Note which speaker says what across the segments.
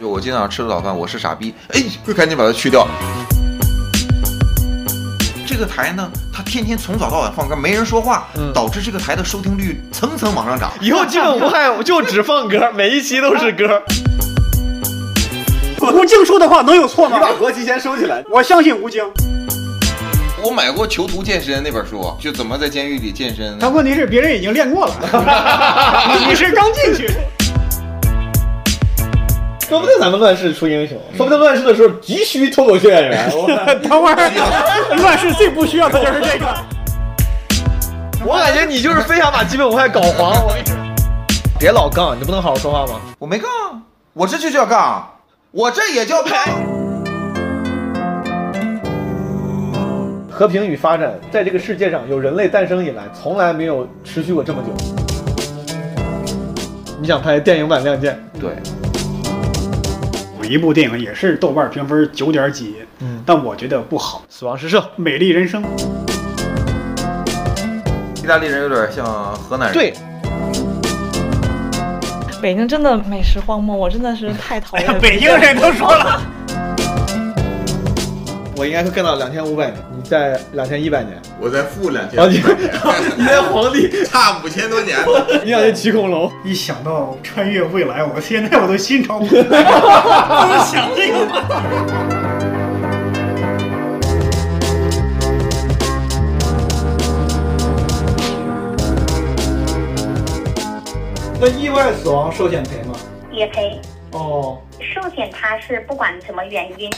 Speaker 1: 就我今天早上吃了早饭，我是傻逼，哎，快赶紧把它去掉。这个台呢，它天天从早到晚放歌，没人说话，
Speaker 2: 嗯
Speaker 1: 导致这个台的收听率蹭蹭往上涨。
Speaker 2: 以后基本无害，我就只放歌，每一期都是 歌。
Speaker 3: 吴京说的话能有错
Speaker 4: 你
Speaker 3: 吗？
Speaker 4: 把国旗先收起来。
Speaker 3: 我相信吴京，
Speaker 1: 我买过《囚徒健身》那本书，就怎么在监狱里健身。
Speaker 3: 但问题是别人已经练过了，你是刚进去。
Speaker 2: 说不定咱们乱世出英雄，说不定乱世的时候急需脱口秀演 员。我
Speaker 3: 等会儿，乱世最不需要的就是这个。
Speaker 2: 我感觉你就是非想把基本无害搞黄。我跟你说，别老杠，你不能好好说话吗？
Speaker 1: 我没杠，啊我这就叫杠，我这也叫拍。
Speaker 2: 和平与发展在这个世界上由人类诞生以来，从来没有持续过这么久。你想拍电影版《亮剑》？
Speaker 1: 对，
Speaker 3: 有一部电影也是豆瓣评分九点几，
Speaker 2: 嗯
Speaker 3: 但我觉得不好，
Speaker 2: 《死亡诗社》
Speaker 3: 《美丽人生》
Speaker 1: 意大利人有点像河南人。
Speaker 2: 对，
Speaker 5: 北京真的美食荒漠，我真的是太讨
Speaker 3: 哎
Speaker 5: 厌了。
Speaker 3: 人都说了，
Speaker 2: 我应该会干到两千五百年，你在两千一百年，
Speaker 1: 我在负两
Speaker 2: 然后啊你 你在皇帝，
Speaker 1: 差五千多年。
Speaker 2: 你想去骑恐龙，
Speaker 3: 一想到穿越未来，我现在我都心潮澎湃，我想这个吗？那意外死亡寿险赔吗？
Speaker 6: 也赔。
Speaker 2: 哦，
Speaker 6: 寿险它是不管什么原因，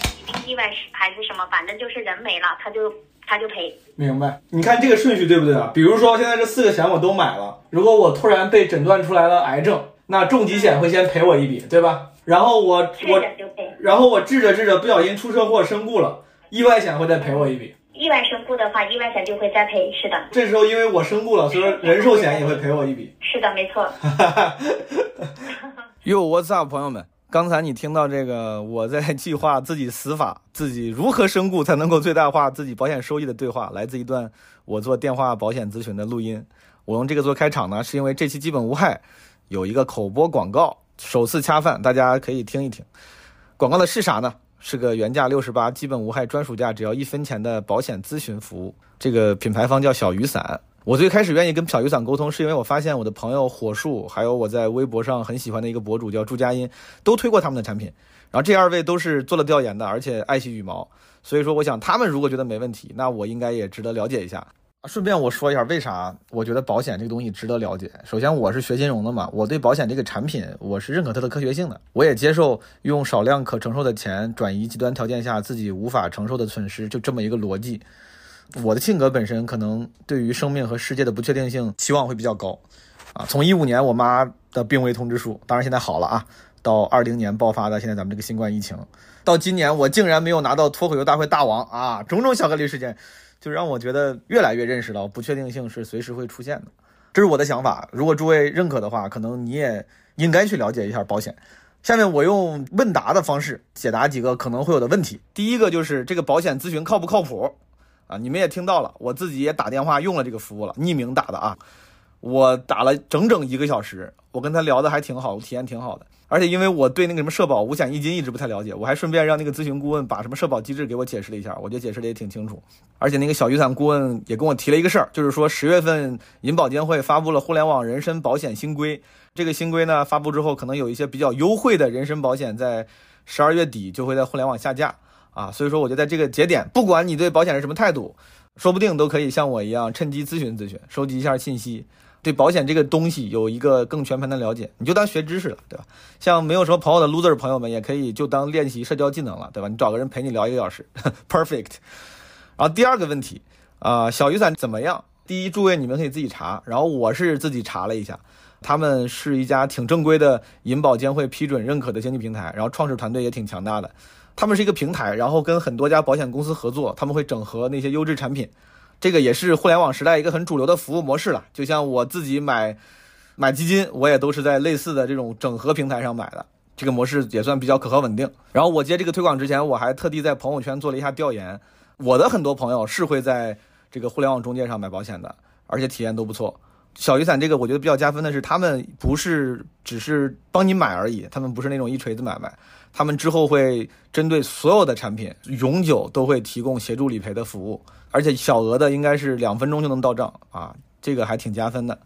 Speaker 6: 意外是还是什么，反正就是人没了，它就它就赔。
Speaker 2: 明白。你看这个顺序对不对啊？比如说现在这四个险我都买了，
Speaker 7: 如果我突然被诊断出来了癌症，那重疾险会先赔我一笔，对吧？然后我
Speaker 6: 是
Speaker 7: 我
Speaker 6: 的就赔。
Speaker 7: 然后我治着治着不小心出车祸身故了，意外险会再赔我一笔。
Speaker 6: 意外身故的话，意外险就会再赔。是的，
Speaker 7: 这时候因为我身故了，所以说人寿险也会赔我一笔。
Speaker 6: 是的，没错。
Speaker 8: 哟，What's up，朋友们！刚才你听到这个，我在计划自己死法，自己如何身故才能够最大化自己保险收益的对话，来自一段我做电话保险咨询的录音。我用这个做开场呢，是因为这期基本无害有一个口播广告，首次恰饭，大家可以听一听。广告的是啥呢？是个原价六十八、基本无害、专属价只要一分钱的保险咨询服务。这个品牌方叫小雨伞。我最开始愿意跟小雨伞沟通，是因为我发现我的朋友火树，还有我在微博上很喜欢的一个博主叫朱佳音，都推过他们的产品。然后这二位都是做了调研的，而且爱惜羽毛，所以说我想他们如果觉得没问题，那我应该也值得了解一下。啊顺便我说一下，为啥我觉得保险这个东西值得了解？首先，我是学金融的嘛，我对保险这个产品我是认可它的科学性的，我也接受用少量可承受的钱转移极端条件下自己无法承受的损失，就这么一个逻辑。我的性格本身可能对于生命和世界的不确定性期望会比较高，啊，从一五年我妈的病危通知书，当然现在好了啊，到二零年爆发的现在咱们这个新冠疫情，到今年我竟然没有拿到脱口秀大会大王啊，种种巧克力事件，就让我觉得越来越认识到不确定性是随时会出现的。这是我的想法，如果诸位认可的话，可能你也应该去了解一下保险。下面我用问答的方式解答几个可能会有的问题。第一个就是这个保险咨询靠不靠谱啊？你们也听到了，我自己也打电话用了这个服务了，匿名打的啊。我打了整整一个小时，我跟他聊的还挺好，体验挺好的。而且因为我对那个什么社保五险一金一直不太了解，我还顺便让那个咨询顾问把什么社保机制给我解释了一下，我觉得解释的也挺清楚。而且那个小雨伞顾问也跟我提了一个事儿，就是说十月份银保监会发布了互联网人身保险新规，这个新规呢发布之后，可能有一些比较优惠的人身保险在十二月底就会在互联网下架啊，所以说我觉得在这个节点，不管你对保险是什么态度，说不定都可以像我一样趁机咨询咨询，收集一下信息。对保险这个东西有一个更全盘的了解，你就当学知识了，对吧？像没有什么朋友的 loser 朋友们，也可以就当练习社交技能了，对吧？你找个人陪你聊一个小时 ，perfect。然后第二个问题，啊、小雨伞怎么样？第一，诸位你们可以自己查，然后我是自己查了一下，他们是一家挺正规的银保监会批准认可的经济平台，然后创始团队也挺强大的，他们是一个平台，然后跟很多家保险公司合作，他们会整合那些优质产品，这个也是互联网时代一个很主流的服务模式了，就像我自己买买基金，我也都是在类似的这种整合平台上买的。这个模式也算比较可靠稳定。然后我接这个推广之前，我还特地在朋友圈做了一下调研，我的很多朋友是会在这个互联网中介上买保险的，而且体验都不错小雨伞这个我觉得比较加分的是，他们不是只是帮你买而已，他们不是那种一锤子买卖，他们之后会针对所有的产品永久都会提供协助理赔的服务，而且小额的应该是两分钟就能到账啊，这个还挺加分的。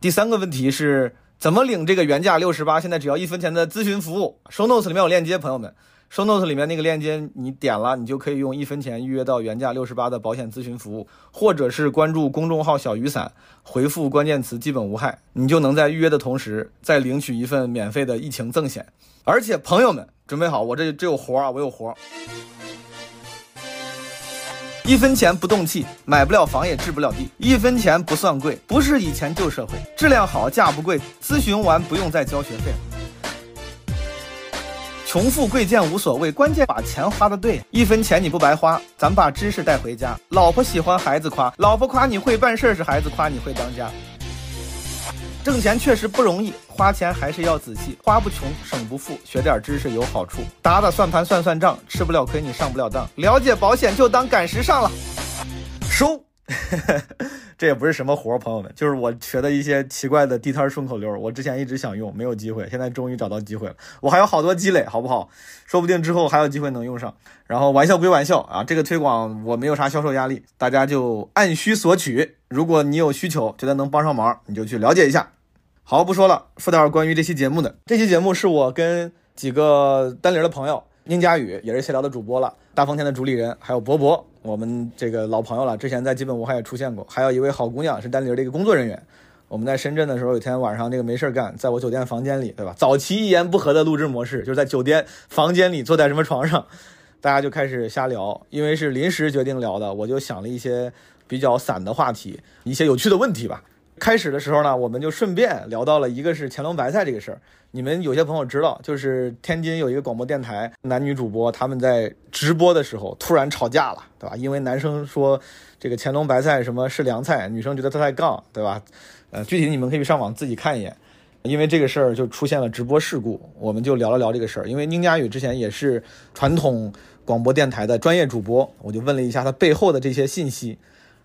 Speaker 8: 第三个问题是怎么领这个原价六十八，现在只要一分钱的咨询服务，show notes 里面有链接，朋友们。show notes 里面那个链接，你点了，你就可以用一分钱预约到原价六十八的保险咨询服务，或者是关注公众号“小雨伞”，回复关键词“基本无害”，你就能在预约的同时再领取一份免费的疫情赠险。而且朋友们，准备好，我这这有活儿啊，我有活儿。一分钱不动气，买不了房也治不了地，一分钱不算贵，不是以前旧社会，质量好价不贵，咨询完不用再交学费了。穷富贵贱无所谓，关键把钱花的对。一分钱你不白花，咱把知识带回家。老婆喜欢孩子夸，老婆夸你会办事儿是孩子夸你会当家。挣钱确实不容易，花钱还是要仔细，花不穷，省不富，学点知识有好处。打打算盘算算账，吃不了亏你上不了当。了解保险就当赶时尚了。收。 这也不是什么活儿，朋友们，就是我学的一些奇怪的地摊顺口溜儿。我之前一直想用，没有机会，现在终于找到机会了。我还有好多积累，好不好？说不定之后还有机会能用上。然后玩笑归玩笑啊，这个推广我没有啥销售压力，大家就按需索取。如果你有需求，觉得能帮上忙，你就去了解一下。好，不说了，说点关于这期节目的。这期节目是我跟几个单林的朋友，宁佳宇也是闲聊的主播了，大风天的主理人，还有博博，我们这个老朋友了，之前在基本无害也出现过，还有一位好姑娘是单林的一个工作人员。我们在深圳的时候，有一天晚上这个没事儿干，在我酒店房间里，对吧？早期一言不合的录制模式，就是在酒店房间里坐在什么床上，大家就开始瞎聊。因为是临时决定聊的，我就想了一些比较散的话题，一些有趣的问题吧。开始的时候呢，我们就顺便聊到了一个是乾隆白菜这个事儿。你们有些朋友知道，就是天津有一个广播电台，男女主播他们在直播的时候突然吵架了，对吧？因为男生说这个乾隆白菜什么是凉菜，女生觉得他在杠，对吧？呃，具体你们可以上网自己看一眼。因为这个事儿就出现了直播事故，我们就聊了聊这个事儿。因为宁佳宇之前也是传统广播电台的专业主播，我就问了一下他背后的这些信息。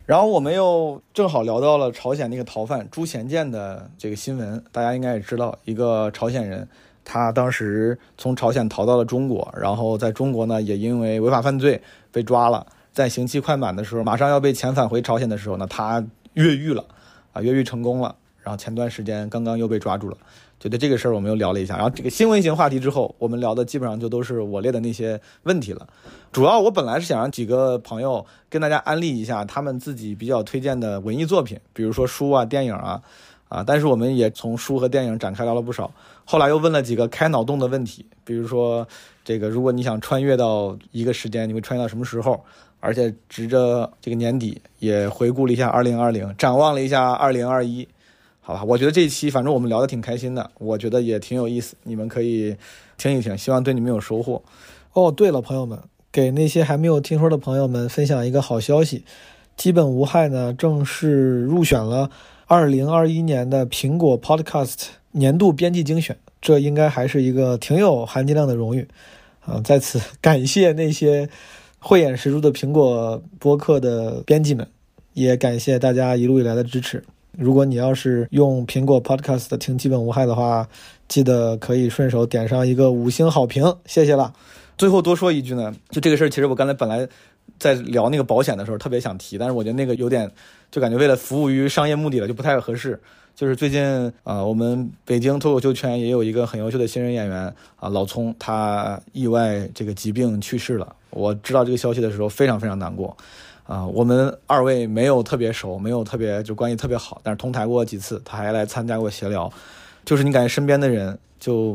Speaker 8: 然后我们又正好聊到了朝鲜那个逃犯朱贤建的这个新闻，大家应该也知道，一个朝鲜人，他当时从朝鲜逃到了中国，然后在中国呢也因为违法犯罪被抓了，在刑期快满的时候，马上要被遣返回朝鲜的时候呢，他越狱了，啊，越狱成功了，然后前段时间刚刚又被抓住了，就对这个事儿我们又聊了一下。然后这个新闻型话题之后，我们聊的基本上就都是我列的那些问题了。主要我本来是想让几个朋友跟大家安利一下他们自己比较推荐的文艺作品，比如说书啊、电影啊，啊，但是我们也从书和电影展开聊了不少。后来又问了几个开脑洞的问题，比如说这个，如果你想穿越到一个时间，你会穿越到什么时候？而且直着这个年底也回顾了一下2020，展望了一下2021，好吧，我觉得这一期反正我们聊得挺开心的，我觉得也挺有意思，你们可以听一听，希望对你们有收获。
Speaker 2: 哦，对了，朋友们，给那些还没有听说的朋友们分享一个好消息，基本无害呢正式入选了2021年的苹果 Podcast 年度编辑精选，这应该还是一个挺有含金量的荣誉啊！在此感谢那些慧眼识珠的苹果播客的编辑们，也感谢大家一路以来的支持。如果你要是用苹果 Podcast 听基本无害的话，记得可以顺手点上一个五星好评，谢谢了。
Speaker 8: 最后多说一句呢，就这个事儿，其实我刚才本来在聊那个保险的时候特别想提，但是我觉得那个有点，就感觉为了服务于商业目的了，就不太合适。就是最近啊、呃我们北京脱口秀圈也有一个很优秀的新人演员啊、老聪，他意外这个疾病去世了。我知道这个消息的时候非常非常难过，啊、我们二位没有特别熟，没有特别就关系特别好，但是同台过几次，他还来参加过闲聊，就是你感觉身边的人就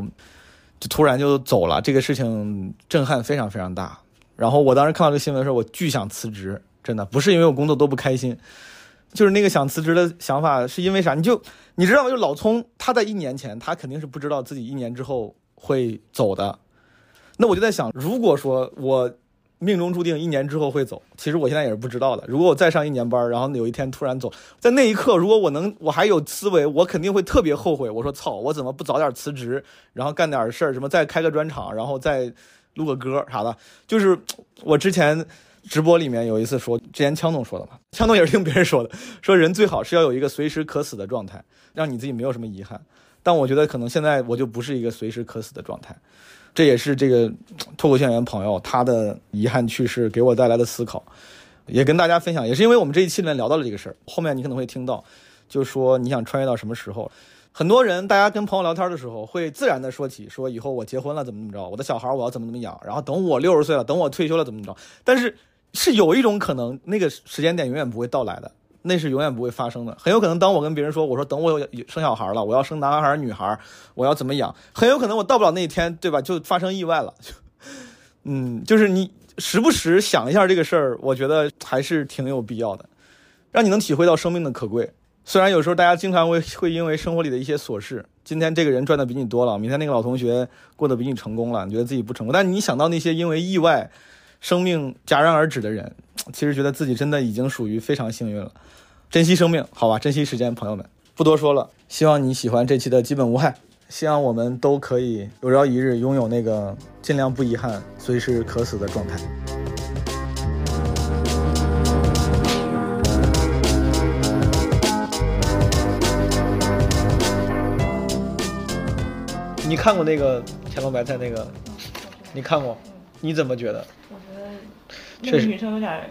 Speaker 8: 就突然就走了，这个事情震撼非常非常大。然后我当时看到这个新闻的时候，我巨想辞职，真的不是因为我工作多不开心，就是那个想辞职的想法是因为啥？你就你知道吗？就老聪他在一年前，他肯定是不知道自己一年之后会走的。那我就在想，如果说我命中注定一年之后会走，其实我现在也是不知道的。如果我再上一年班，然后有一天突然走，在那一刻，如果我能我还有思维，我肯定会特别后悔。我说操，我怎么不早点辞职？然后干点事儿，什么再开个专场，然后再录个歌啥的。就是我之前直播里面有一次说，之前枪总说的嘛，枪总也是听别人说的，说人最好是要有一个随时可死的状态，让你自己没有什么遗憾。但我觉得可能现在我就不是一个随时可死的状态，这也是这个嗯脱口秀演员朋友他的遗憾去世给我带来的思考，也跟大家分享。也是因为我们这一期里面聊到了这个事儿，后面你可能会听到，就说你想穿越到什么时候。很多人，大家跟朋友聊天的时候，会自然的说起，说以后我结婚了怎么怎么着，我的小孩我要怎么怎么养，然后等我六十岁了，等我退休了怎么怎么着。但是是有一种可能，那个时间点永远不会到来的，那是永远不会发生的。很有可能，当我跟别人说，我说等我有有生小孩了，我要生男孩儿女孩儿，我要怎么养，很有可能我到不了那一天，对吧？就发生意外了。就嗯，就是你时不时想一下这个事儿，我觉得还是挺有必要的，让你能体会到生命的可贵。虽然有时候大家经常会会因为生活里的一些琐事，今天这个人赚的比你多了，明天那个老同学过得比你成功了，你觉得自己不成功，但你想到那些因为意外生命戛然而止的人，其实觉得自己真的已经属于非常幸运了。珍惜生命，好吧，珍惜时间，朋友们，不多说了。希望你喜欢这期的基本无害，希望我们都可以有朝一日拥有那个尽量不遗憾、随时可死的状态。你看过那个《乾隆白菜》那个？你看过？你怎么觉得？
Speaker 5: 我觉得那
Speaker 8: 确
Speaker 5: 个
Speaker 8: 实
Speaker 5: 女生有点儿，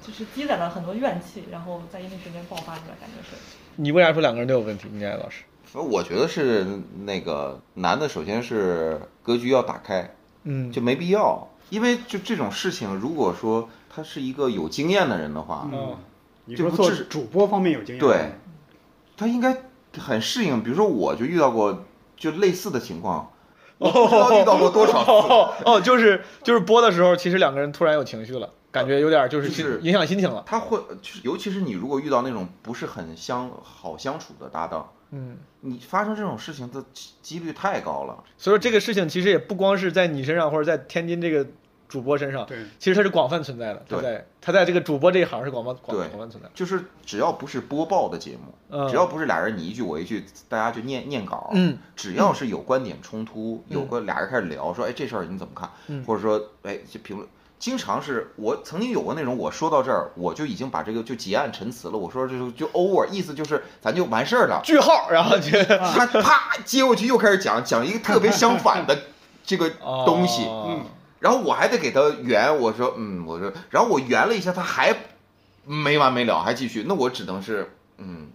Speaker 5: 就是积攒了很多怨气，然后在一定时间爆发出来，感觉是。
Speaker 8: 你为啥说两个人都有问题？你爱老师，
Speaker 1: 反正我觉得是那个男的，首先是格局要打开，
Speaker 8: 嗯
Speaker 1: 就没必要，因为就这种事情，如果说他是一个有经验的人的话，
Speaker 3: 嗯，你
Speaker 1: 这
Speaker 3: 说
Speaker 1: 不
Speaker 3: 做
Speaker 1: 是
Speaker 3: 主播方面有经验，
Speaker 1: 对，他应该很适应。比如说，我就遇到过就类似的情况，我不知道遇到过多少次。
Speaker 8: 哦哦，就是就是播的时候，其实两个人突然有情绪了，感觉有点就是
Speaker 1: 就是
Speaker 8: 影响心情了。
Speaker 1: 他会，就是尤其是你如果遇到那种不是很相好相处的搭档，
Speaker 8: 嗯，
Speaker 1: 你发生这种事情的几几率太高了。
Speaker 8: 所以说这个事情其实也不光是在你身上，或者在天津这个主播身上，
Speaker 3: 对
Speaker 8: 其实它是广泛存在的。它
Speaker 1: 对
Speaker 8: 在它在这个主播这一行是广泛广
Speaker 1: 对
Speaker 8: 广泛存在的。
Speaker 1: 就是只要不是播报的节目，
Speaker 8: 嗯
Speaker 1: 只要不是俩人你一句我一句，大家就念念稿，
Speaker 8: 嗯，
Speaker 1: 只要是有观点冲突，
Speaker 8: 嗯
Speaker 1: 有个俩人开始聊，说哎这事儿你怎么看，
Speaker 8: 嗯
Speaker 1: 或者说哎这评论，经常是我曾经有过那种我说到这儿我就已经把这个就结案陈词了，我说这就就 over，意思就是咱就完事儿了，
Speaker 8: 句号，然后就
Speaker 1: 他啪接过去又开始讲讲一个特别相反的这个 东西，
Speaker 8: 哦
Speaker 3: 嗯
Speaker 1: 然后我还得给他圆，我说嗯，我说，然后我圆了一下，他还没完没了，还继续，那我只能是嗯，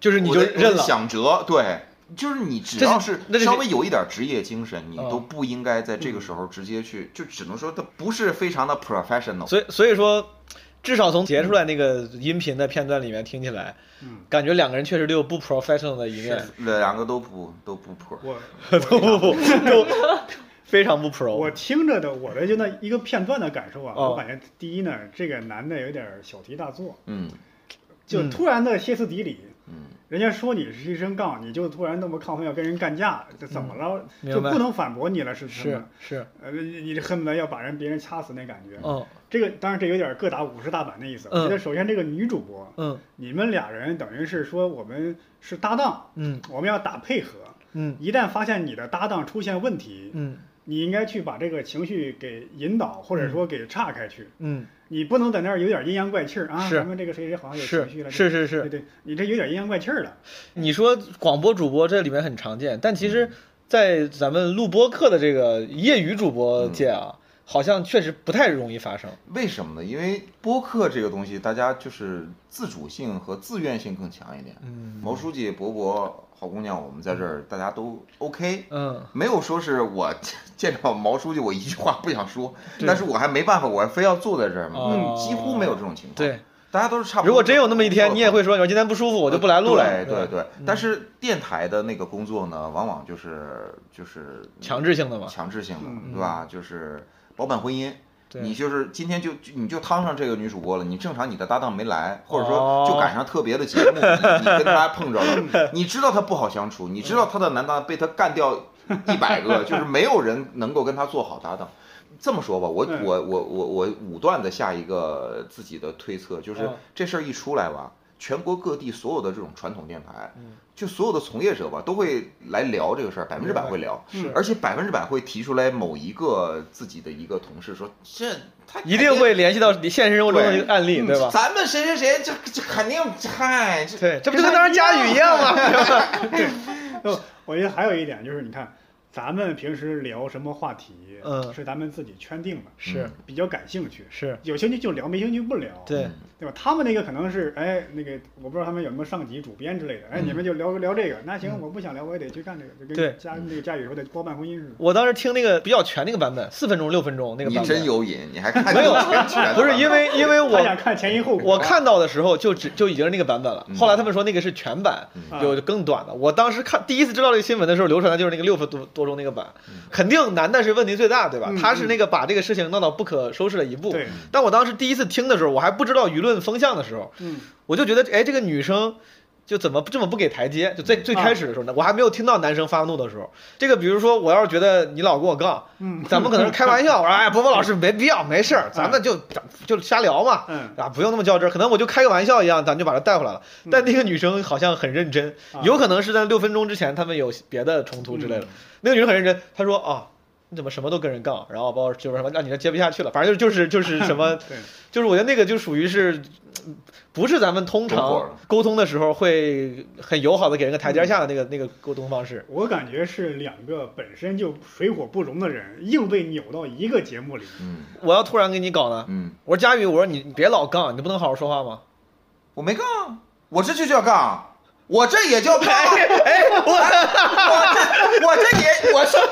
Speaker 8: 就是你
Speaker 1: 我
Speaker 8: 就
Speaker 1: 得我得
Speaker 8: 认了。
Speaker 1: 想辙，对，就是你只
Speaker 8: 这是
Speaker 1: 要是
Speaker 8: 那这是
Speaker 1: 稍微有一点职业精神，你
Speaker 8: 嗯
Speaker 1: 都不应该在这个时候直接去，就只能说他不是非常的 professional，
Speaker 8: 所以所以说，至少从截出来那个音频的片段里面听起来，
Speaker 3: 嗯，
Speaker 8: 感觉两个人确实都有不 professional 的一面，
Speaker 1: 两个都不都不 pro，
Speaker 3: 我
Speaker 8: 都不不都非常不 pro。
Speaker 3: 我听着的我的就那一个片段的感受啊，
Speaker 8: 哦
Speaker 3: 我感觉第一呢，这个男的有点小题大做，
Speaker 1: 嗯
Speaker 3: 就突然的歇斯底里。
Speaker 1: 嗯，
Speaker 3: 人家说你是一声杠，你就突然那么亢奋要跟人干架，这怎么了？
Speaker 8: 嗯明
Speaker 3: 就
Speaker 8: 白
Speaker 3: 不能反驳你了，是不
Speaker 8: 是
Speaker 1: 嗯
Speaker 8: 是，
Speaker 3: 呃，你你恨不得要把人别人掐死那感觉。
Speaker 8: 嗯
Speaker 3: 这个当然这有点各打五十大板的意思。
Speaker 8: 嗯
Speaker 3: 我觉得首先这个女主播，
Speaker 8: 嗯
Speaker 3: 你们俩人等于是说我们是搭档，
Speaker 8: 嗯
Speaker 3: 我们要打配合。
Speaker 8: 嗯
Speaker 3: 一旦发现你的搭档出现问题，
Speaker 8: 嗯
Speaker 3: 你应该去把这个情绪给引导，或者说给岔开去。
Speaker 8: 嗯，
Speaker 3: 你不能在那儿有点阴阳怪气儿啊，
Speaker 8: 是
Speaker 3: 咱们这个谁谁好像有情绪
Speaker 8: 是
Speaker 3: 了，
Speaker 8: 是是
Speaker 3: 对
Speaker 8: 是，
Speaker 3: 对，你这有点阴阳怪气儿了。
Speaker 8: 你说广播主播这里面很常见，但其
Speaker 3: 嗯
Speaker 8: 实，在咱们录播课的这个业余主
Speaker 1: 嗯
Speaker 8: 播界啊，好像确实不太容易发生。
Speaker 1: 为什么呢？因为播客这个东西，大家就是自主性和自愿性更强一点。
Speaker 8: 嗯
Speaker 1: 毛书记、博博、好姑娘，我们在这儿大家都 OK，
Speaker 8: 嗯，
Speaker 1: 没有说是我 见着毛书记我一句话不想说，
Speaker 8: 对
Speaker 1: 但是我还没办法，我还非要坐在这儿嘛，
Speaker 8: 哦
Speaker 1: 几乎没有这种情况。
Speaker 8: 对，，
Speaker 1: 大家都是差不多。呃
Speaker 8: 如果真有那么一天，你也会说，你说今天不舒服，我就不来录了。
Speaker 1: 对
Speaker 8: 嗯
Speaker 1: 对
Speaker 8: 对
Speaker 1: 对
Speaker 8: 吧，
Speaker 1: 但是电台的那个工作呢，往往就是就是
Speaker 8: 强制性的嘛，
Speaker 1: 强制性的，
Speaker 3: 嗯
Speaker 1: 对吧？就是包办婚姻。
Speaker 8: 对
Speaker 1: 你就是今天就你就趟上这个女主播了，你正常你的搭档没来，或者
Speaker 8: 哦
Speaker 1: 说就赶上特别的节目，你你跟她碰着 了，你知道她不好相处，你知道她的男搭档被她干掉一百个，就是没有人能够跟她做好搭档。这么说吧，我
Speaker 3: 嗯
Speaker 1: 我我我我武断的下一个自己的推测，就是
Speaker 8: 嗯
Speaker 1: 这事儿一出来吧，全国各地所有的这种传统电台，就所有的从业者吧，都会来聊这个事儿，百分之百会聊，
Speaker 3: 是
Speaker 1: 而且百分之百会提出来某一个自己的一个同事说，这他嗯
Speaker 4: 一定会联系到现实生活中的一个案
Speaker 3: 嗯
Speaker 4: 例，对吧？
Speaker 1: 咱们谁谁谁，这这肯定，嗨，这
Speaker 4: 对，这不就跟当时佳宇一样吗？
Speaker 3: 就我觉得还有一点就是，你看咱们平时聊什么话题，
Speaker 4: 嗯
Speaker 3: 是咱们自己圈定的，
Speaker 4: 是
Speaker 3: 比较感兴趣，
Speaker 4: 是，
Speaker 3: 有兴趣就聊，没兴趣不聊，
Speaker 4: 对，
Speaker 1: 嗯
Speaker 3: 对吧？他们那个可能是，哎，那个我不知道他们有没有上级主编之类的，哎，你们就聊聊这个，那行，我不想聊，我也得去干这个，就
Speaker 4: 嗯对
Speaker 3: 跟佳那个佳宇说的包办婚姻似的。
Speaker 4: 我当时听那个比较全那个版本，四分钟、六分钟那
Speaker 1: 嗯
Speaker 4: 个版
Speaker 1: 你
Speaker 4: 本，
Speaker 1: 真有瘾，你还看
Speaker 4: 没有
Speaker 1: 全全
Speaker 4: 不是因为因为我
Speaker 3: 他想看前因后果，
Speaker 4: 我看到的时候就只就已经是那个版本了，
Speaker 1: 嗯
Speaker 4: 后来他们说那个是全版，
Speaker 3: 嗯
Speaker 4: 有更短的。我当时看第一次知道这个新闻的时候，流传的就是那个六分多多钟那个版，肯定男的是问题最大，对吧？
Speaker 3: 嗯
Speaker 4: 他是那个把这个事情闹到不可收拾的一步。
Speaker 3: 对，
Speaker 4: 但我当时第一次听的时候，我还不知道舆论风向的时候，
Speaker 3: 嗯，
Speaker 4: 我就觉得，哎，这个女生就怎么这么不给台阶？就
Speaker 3: 嗯
Speaker 4: 最最开始的时候呢，我还没有听到男生发怒的时候。这个，比如说，我要是觉得你老跟我杠，
Speaker 3: 嗯，
Speaker 4: 咱们可能是开玩笑，我说，哎，波波老师没必要，没事儿，咱们就就瞎聊嘛，
Speaker 3: 嗯
Speaker 4: 啊，不用那么较真儿，可能我就开个玩笑一样，咱们就把她带回来了。但那个女生好像很认真，
Speaker 3: 啊嗯
Speaker 4: 有可能是在六分钟之前他们有别的冲突之类的。那个女生很认真，她说啊。你怎么什么都跟人杠？然后包括就是什么，让你这接不下去了。反正就是就是什么
Speaker 3: 对，
Speaker 4: 就是我觉得那个就属于是，不是咱们通
Speaker 1: 合伙
Speaker 4: 常
Speaker 1: 了
Speaker 4: 沟通的时候会很友好的给人个台阶下的那个那个沟通方式。
Speaker 3: 我感觉是两个本身就水火不容的人，硬被扭到一个节 目里，
Speaker 1: 嗯
Speaker 4: 我要突然跟你搞呢，
Speaker 1: 嗯，
Speaker 4: 我说佳宇，我说你你别老杠，你不能好好说话吗？
Speaker 1: 我没杠，我这就叫杠。我这也 叫杠，哎， 我我这我这也我是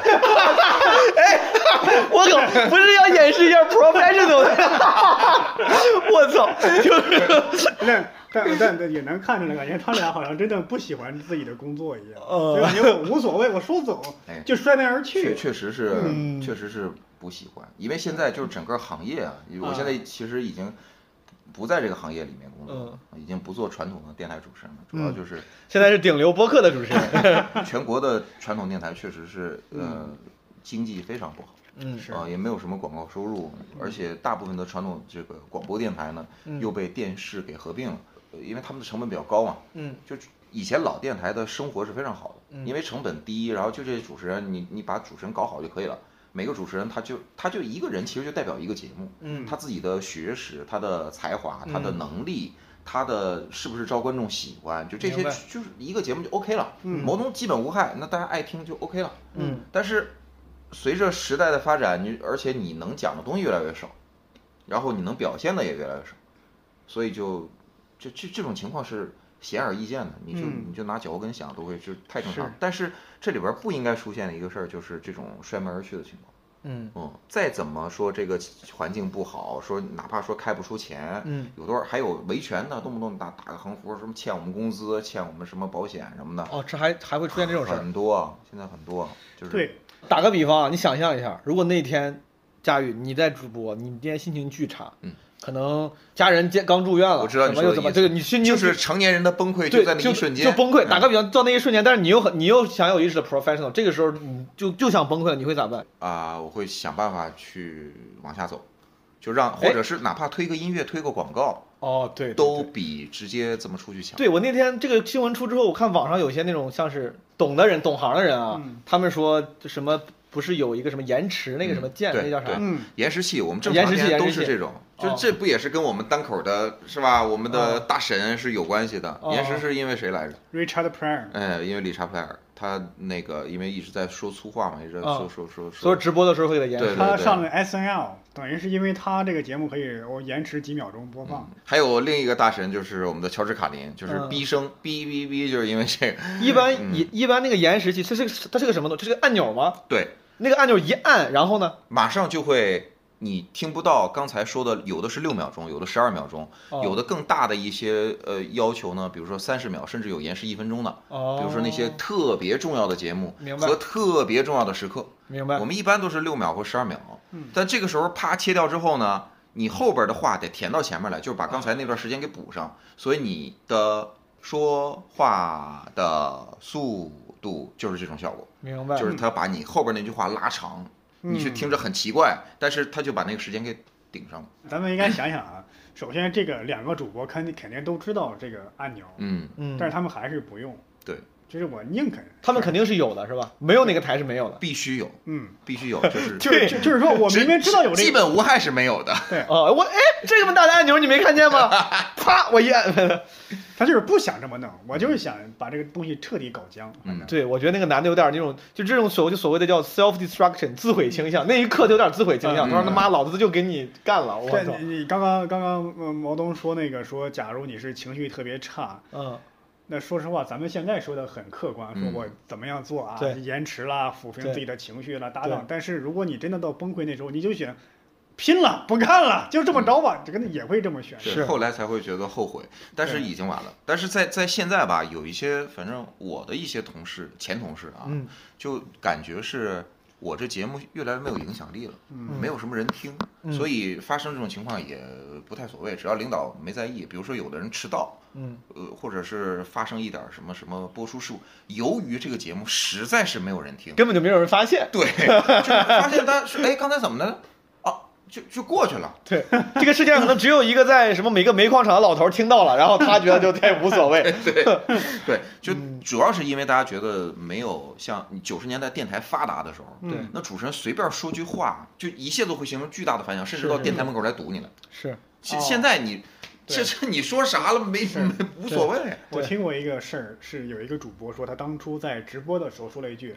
Speaker 4: 我靠，不是要演示一下 professional 的，我操，就是
Speaker 3: 但但但但也能看出来，感觉他俩好像真的不喜欢自己的工作一样，就感觉我无所谓，我说走
Speaker 1: 呃哎
Speaker 3: 就摔门而
Speaker 1: 确
Speaker 3: 去。
Speaker 1: 确实是，确实是不喜欢，因为现在就是整个行业啊，我现在其实已经不在这个行业里面工作了，已经不做传统的电台主持人了，主要就是
Speaker 4: 现在是顶流播客的主持人，
Speaker 1: 全国的传统电台确实是，呃，经济非常不好。
Speaker 4: 嗯，
Speaker 1: 啊，也没有什么广告收入，而且大部分的传统这个广播电台呢，
Speaker 4: 嗯
Speaker 1: 又被电视给合并了，呃因为他们的成本比较高嘛。
Speaker 4: 嗯，
Speaker 1: 就以前老电台的生活是非常好的，因为成本低，然后就这些主持人，你你把主持人搞好就可以了。每个主持人他就他就一个人，其实就代表一个节目，
Speaker 4: 嗯
Speaker 1: 他自己的学识、他的才华、他的能力。他的是不是招观众喜欢，就这些
Speaker 4: 明白
Speaker 1: 就是一个节目就 OK 了，
Speaker 3: 嗯
Speaker 1: 毛东基本无害，那大家爱听就 OK 了。
Speaker 4: 嗯，
Speaker 1: 但是随着时代的发展，你而且你能讲的东西越来越少，然后你能表现的也越来越少，所以就这这这种情况是显而易见的，你就、
Speaker 3: 嗯
Speaker 1: 你就拿脚后跟想都会就太正常。
Speaker 3: 是
Speaker 1: 但是这里边不应该出现的一个事儿就是这种摔门而去的情况。
Speaker 4: 嗯
Speaker 1: 再怎么说这个环境不好，说哪怕说开不出钱，
Speaker 4: 嗯，
Speaker 1: 有多少还有维权的，动不动打打个横幅，什么欠我们工资，欠我们什么保险什么的，
Speaker 4: 哦，这还还会出现这种事儿。
Speaker 1: 很多啊，现在很多啊，就是
Speaker 3: 对，
Speaker 4: 打个比方啊，你想象一下，如果那天佳宇你在直播，你今天心情巨差，
Speaker 1: 嗯，
Speaker 4: 可能家人健刚住院了，
Speaker 1: 我知道你
Speaker 4: 怎么
Speaker 1: 说的
Speaker 4: 又怎么，
Speaker 1: 意思
Speaker 4: 这个你心情
Speaker 1: 就是成年人的崩溃
Speaker 4: 嗯对，
Speaker 1: 就在那一瞬间
Speaker 4: 就崩溃。
Speaker 1: 嗯
Speaker 4: 打个比方，到那一瞬间，但是你又很你又想有意识的 professional，这个时候你就就想崩溃了，你会咋办？
Speaker 1: 啊、我会想办法去往下走，就让或者是哪怕推个音乐、推个广告，
Speaker 4: 哦，哎对，
Speaker 1: 都比直接这么出去强。
Speaker 4: 对我那天这个新闻出之后，我看网上有些那种像是懂的人、懂行的人啊，
Speaker 3: 嗯
Speaker 4: 他们说就什么不是有一个什么延迟那个什么键，
Speaker 1: 对
Speaker 4: 那叫啥
Speaker 1: 对？
Speaker 3: 嗯，
Speaker 1: 延时器，我们正
Speaker 4: 延
Speaker 1: 常
Speaker 4: 时器
Speaker 1: 现在
Speaker 4: 延
Speaker 1: 都是
Speaker 4: 时器
Speaker 1: 这种，
Speaker 4: 哦
Speaker 1: 就这不也是跟我们单口的是吧？我们的大神是有关系的。
Speaker 4: 哦
Speaker 1: 延时是因为谁来着？
Speaker 3: Richard Pryor，
Speaker 1: 哎，因为理查普莱尔，他那个因为一直在说粗话嘛，一直在说
Speaker 4: 哦
Speaker 1: 说说
Speaker 4: 所
Speaker 1: 说
Speaker 4: 以直播的时候会给他延
Speaker 1: 对
Speaker 4: 迟
Speaker 1: 对。
Speaker 3: 他上了 SNL，等于是因为他这个节目可以我延迟几秒钟播放。
Speaker 1: 还有另一个大神就是我们的乔治卡林，就是
Speaker 4: 嗯
Speaker 1: 逼声，逼逼逼，就是因为这个。
Speaker 4: 一般
Speaker 1: 嗯
Speaker 4: 一一般那个延时器，这是个它是个什么东西？这是个按钮吗？
Speaker 1: 对，
Speaker 4: 那个按钮一按，然后呢？
Speaker 1: 马上就会，你听不到刚才说的，有的是六秒钟，有的十二秒钟，
Speaker 4: 哦
Speaker 1: 有的更大的一些呃要求呢，比如说三十秒，甚至有延时一分钟的，
Speaker 4: 哦，
Speaker 1: 比如说那些特别重要的节目
Speaker 4: 明白
Speaker 1: 和特别重要的时刻，
Speaker 4: 明白嗯
Speaker 1: 我们一般都是六秒或十二秒，但这个时候啪切掉之后呢，你后边的话得填到前面来，就是把刚才那段时间给补上，所以你的说话的速度就是这种效果。
Speaker 4: 明白，
Speaker 3: 嗯
Speaker 1: 就是他把你后边那句话拉长，你去听着很奇怪，但是他就把那个时间给顶上了。
Speaker 3: 咱们应该想想啊，首先这个两个主播肯定肯定都知道这个按钮，
Speaker 1: 嗯，
Speaker 4: 嗯，
Speaker 3: 但是他们还是不用。
Speaker 1: 对，
Speaker 3: 就是我宁肯，
Speaker 4: 他们肯定是有的，是吧？没有哪个台是没有的。
Speaker 1: 必须有，
Speaker 3: 嗯，
Speaker 1: 必须有，就是
Speaker 3: 就是 就就是说我明明知道有这
Speaker 1: 基
Speaker 3: 个，
Speaker 1: 本无害是没有的。
Speaker 4: 哦，我哎，这么大的按钮你没看见 吗？啪，我一按。
Speaker 3: 他就是不想这么弄，我就是想把这个东西彻底搞僵。反
Speaker 1: 嗯
Speaker 3: 正
Speaker 4: 对，我觉得那个男的有点那种，就这种所就所谓的叫 self destruction 自毁倾向，那一刻就有点自毁倾向。
Speaker 1: 嗯
Speaker 4: 他说他妈老子就给你干了，我操
Speaker 3: 对，！你你刚刚刚刚呃毛东说那个说，假如你是情绪特别差，
Speaker 4: 嗯，
Speaker 3: 那说实话，咱们现在说的很客观，说
Speaker 1: 嗯
Speaker 3: 我怎么样做啊，
Speaker 4: 对
Speaker 3: 延迟啦，抚平
Speaker 4: 对
Speaker 3: 自己的情绪啦，搭档
Speaker 4: 对。
Speaker 3: 但是如果你真的到崩溃那时候，你就选拼了，不干了，就这么着吧，这个也会这么选。
Speaker 1: 对后来才会觉得后悔，但是
Speaker 3: 对
Speaker 1: 已经晚了。但是在在现在吧，有一些反正我的一些同事前同事啊，
Speaker 4: 嗯
Speaker 1: 就感觉是我这节目越来越没有影响力了，
Speaker 3: 嗯
Speaker 1: 没有什么人听，
Speaker 4: 嗯
Speaker 1: 所以发生这种情况也不太所谓，只要领导没在意。比如说有的人迟到，
Speaker 4: 嗯，
Speaker 1: 呃，或者是发生一点什么什么播出事故，由于这个节目实在是没有人听，
Speaker 4: 根本就没有人发现。
Speaker 1: 对，就是发现他是哎刚才怎么的，啊，就就过去了，
Speaker 4: 对，这个事件可能只有一个在什么每个煤矿厂的老头听到了，然后他觉得就他也无所谓。
Speaker 1: 对，就主要是因为大家觉得没有像九十年代电台发达的时候，
Speaker 4: 对
Speaker 1: 那主持人随便说句话，就一切都会形成巨大的反响，甚至
Speaker 4: 是
Speaker 1: 到
Speaker 4: 是
Speaker 1: 电台门口来堵你了。
Speaker 4: 是，
Speaker 1: 现
Speaker 3: 哦
Speaker 1: 现在你
Speaker 3: 对
Speaker 1: 这这你说啥了没
Speaker 3: 是
Speaker 1: 没无所谓，
Speaker 3: 我
Speaker 4: 对
Speaker 3: 听过一个事儿，是有一个主播说，他当初在直播的时候说了一句。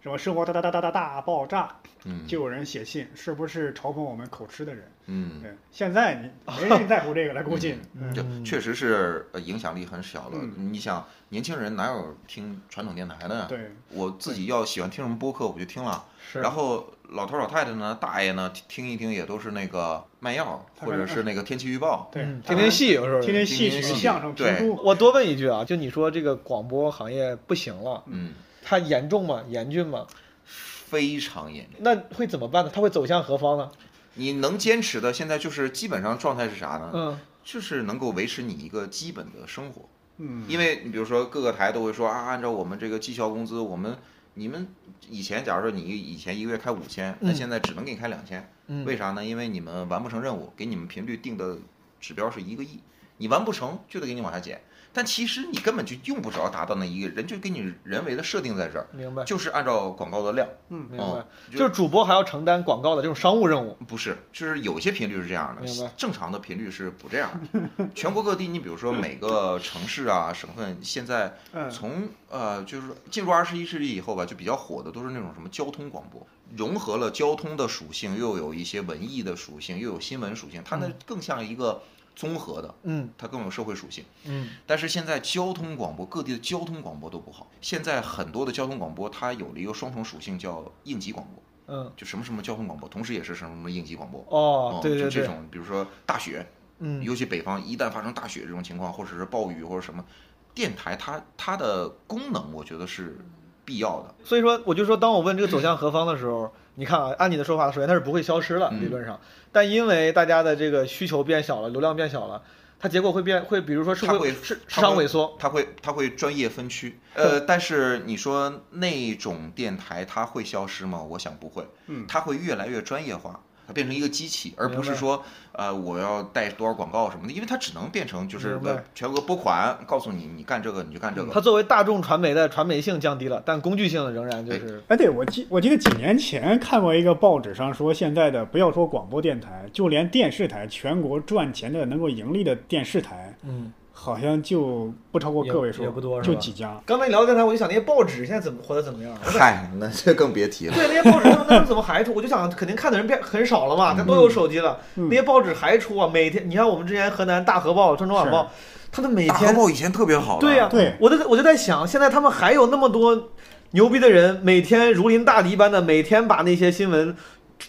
Speaker 3: 什么生活大大大大大大爆炸，
Speaker 1: 嗯
Speaker 3: 就有人写信，是不是嘲讽我们口吃的人？
Speaker 1: 嗯。
Speaker 3: 对，现在 你没人在乎这个了，估计。嗯
Speaker 1: 就确实是呃影响力很小了。
Speaker 3: 嗯
Speaker 1: 你想，年轻人哪有听传统电台的呀？
Speaker 3: 对，
Speaker 1: 我自己要喜欢听什么播客，我就听了。
Speaker 4: 是
Speaker 1: 然后老头儿老太太呢，大爷呢，听听一听也都是那个卖药，
Speaker 3: 他
Speaker 1: 或者
Speaker 3: 们
Speaker 1: 是那个 天气预报。
Speaker 3: 对，
Speaker 4: 嗯听听戏有时候。
Speaker 3: 天天戏
Speaker 1: 听
Speaker 3: 曲、
Speaker 1: 听戏
Speaker 3: 相声、评
Speaker 1: 对
Speaker 3: 书，
Speaker 4: 我多问一句啊，就你说这个广播行业不行了，
Speaker 1: 嗯，
Speaker 4: 它严重吗？严峻吗？
Speaker 1: 非常严重。
Speaker 4: 那会怎么办呢？它会走向何方呢？
Speaker 1: 你能坚持的，现在就是基本上状态是啥呢？
Speaker 4: 嗯，
Speaker 1: 就是能够维持你一个基本的生活。
Speaker 3: 嗯，
Speaker 1: 因为你比如说各个台都会说啊，按照我们这个绩效工资，我们你们以前假如说你以前一个月开五千，那现在只能给你开两千，
Speaker 4: 嗯
Speaker 1: 为啥呢？因为你们完不成任务，给你们频率定的指标是一个亿，你完不成就得给你往下减。但其实你根本就用不着达到那一个人，就给你人为的设定在这儿，
Speaker 4: 明白，
Speaker 1: 就是按照广告的量，
Speaker 4: 明白
Speaker 1: 哦。
Speaker 4: 就是主播还要承担广告的这种商务任务。
Speaker 1: 不是，就是有些频率是这样
Speaker 4: 明白
Speaker 1: 的，正常的频率是不这样的。全国各地，你比如说每个城市啊、省份，现在
Speaker 3: 嗯
Speaker 1: 从呃就是进入二十一世纪以后吧，就比较火的都是那种什么交通广播，融合了交通的属性，又有一些文艺的属性，又有新闻属性，它那更像一个综合的，
Speaker 4: 嗯
Speaker 1: 它更有社会属性。
Speaker 4: 嗯，
Speaker 1: 但是现在交通广播，各地的交通广播都不好。现在很多的交通广播，它有了一个双重属性，叫应急广播，
Speaker 4: 嗯，
Speaker 1: 就什么什么交通广播，同时也是什么什么应急广播。
Speaker 4: 哦，对
Speaker 1: 嗯
Speaker 4: 对
Speaker 1: 就这
Speaker 4: 对，
Speaker 1: 种，比如说大雪，
Speaker 4: 嗯，
Speaker 1: 尤其北方，一旦发生大雪这种情况，或者是暴雨或者什么，电台它它的功能，我觉得是必要的。
Speaker 4: 所以说，我就说，当我问这个走向何方的时候，你看啊，按你的说法，首先它是不会消失了，
Speaker 1: 嗯
Speaker 4: 理论上，但因为大家的这个需求变小了，流量变小了，它结果会变，会比如说是
Speaker 1: 它
Speaker 4: 会
Speaker 1: 会
Speaker 4: 市市
Speaker 1: 它
Speaker 4: 场
Speaker 1: 会
Speaker 4: 萎缩，
Speaker 1: 它会它会专业分区，呃，但是你说那种电台它会消失吗？我想不会，
Speaker 3: 嗯
Speaker 1: 它会越来越专业化。它变成一个机器，而不
Speaker 4: 明
Speaker 1: 是
Speaker 4: 白
Speaker 1: 说，呃，我要带多少广告什么的，因为它只能变成就是
Speaker 4: 明白
Speaker 1: 呃全额拨款，告诉你你干这个你就干这个。
Speaker 4: 它作为大众传媒的传媒性降低了，但工具性仍然就是
Speaker 3: 哎，对，我记我记得几年前看过一个报纸上说，现在的不要说广播电台，就连电视台，全国赚钱的能够盈利的电视台，
Speaker 4: 嗯。
Speaker 3: 好像就不超过个位数，
Speaker 4: 也也不多是
Speaker 3: 就
Speaker 4: 吧
Speaker 3: 几家。
Speaker 4: 刚才你聊到电台，我就想那些报纸现在怎么活得怎么样了？
Speaker 1: 嗨，那这更别提了。
Speaker 4: 对，那些报纸他们他们怎么还出？我就想，肯定看的人变很少了嘛，他都有手机了，
Speaker 3: 嗯
Speaker 4: 那些报纸还出啊，每天你看我们之前河南大河报、郑州晚报，他们每
Speaker 1: 大河
Speaker 4: 天
Speaker 1: 报以前特别好的，
Speaker 4: 对呀、
Speaker 3: 对
Speaker 4: 我就我就在想，现在他们还有那么多牛逼的人，每天如临大敌般的，每天把那些新闻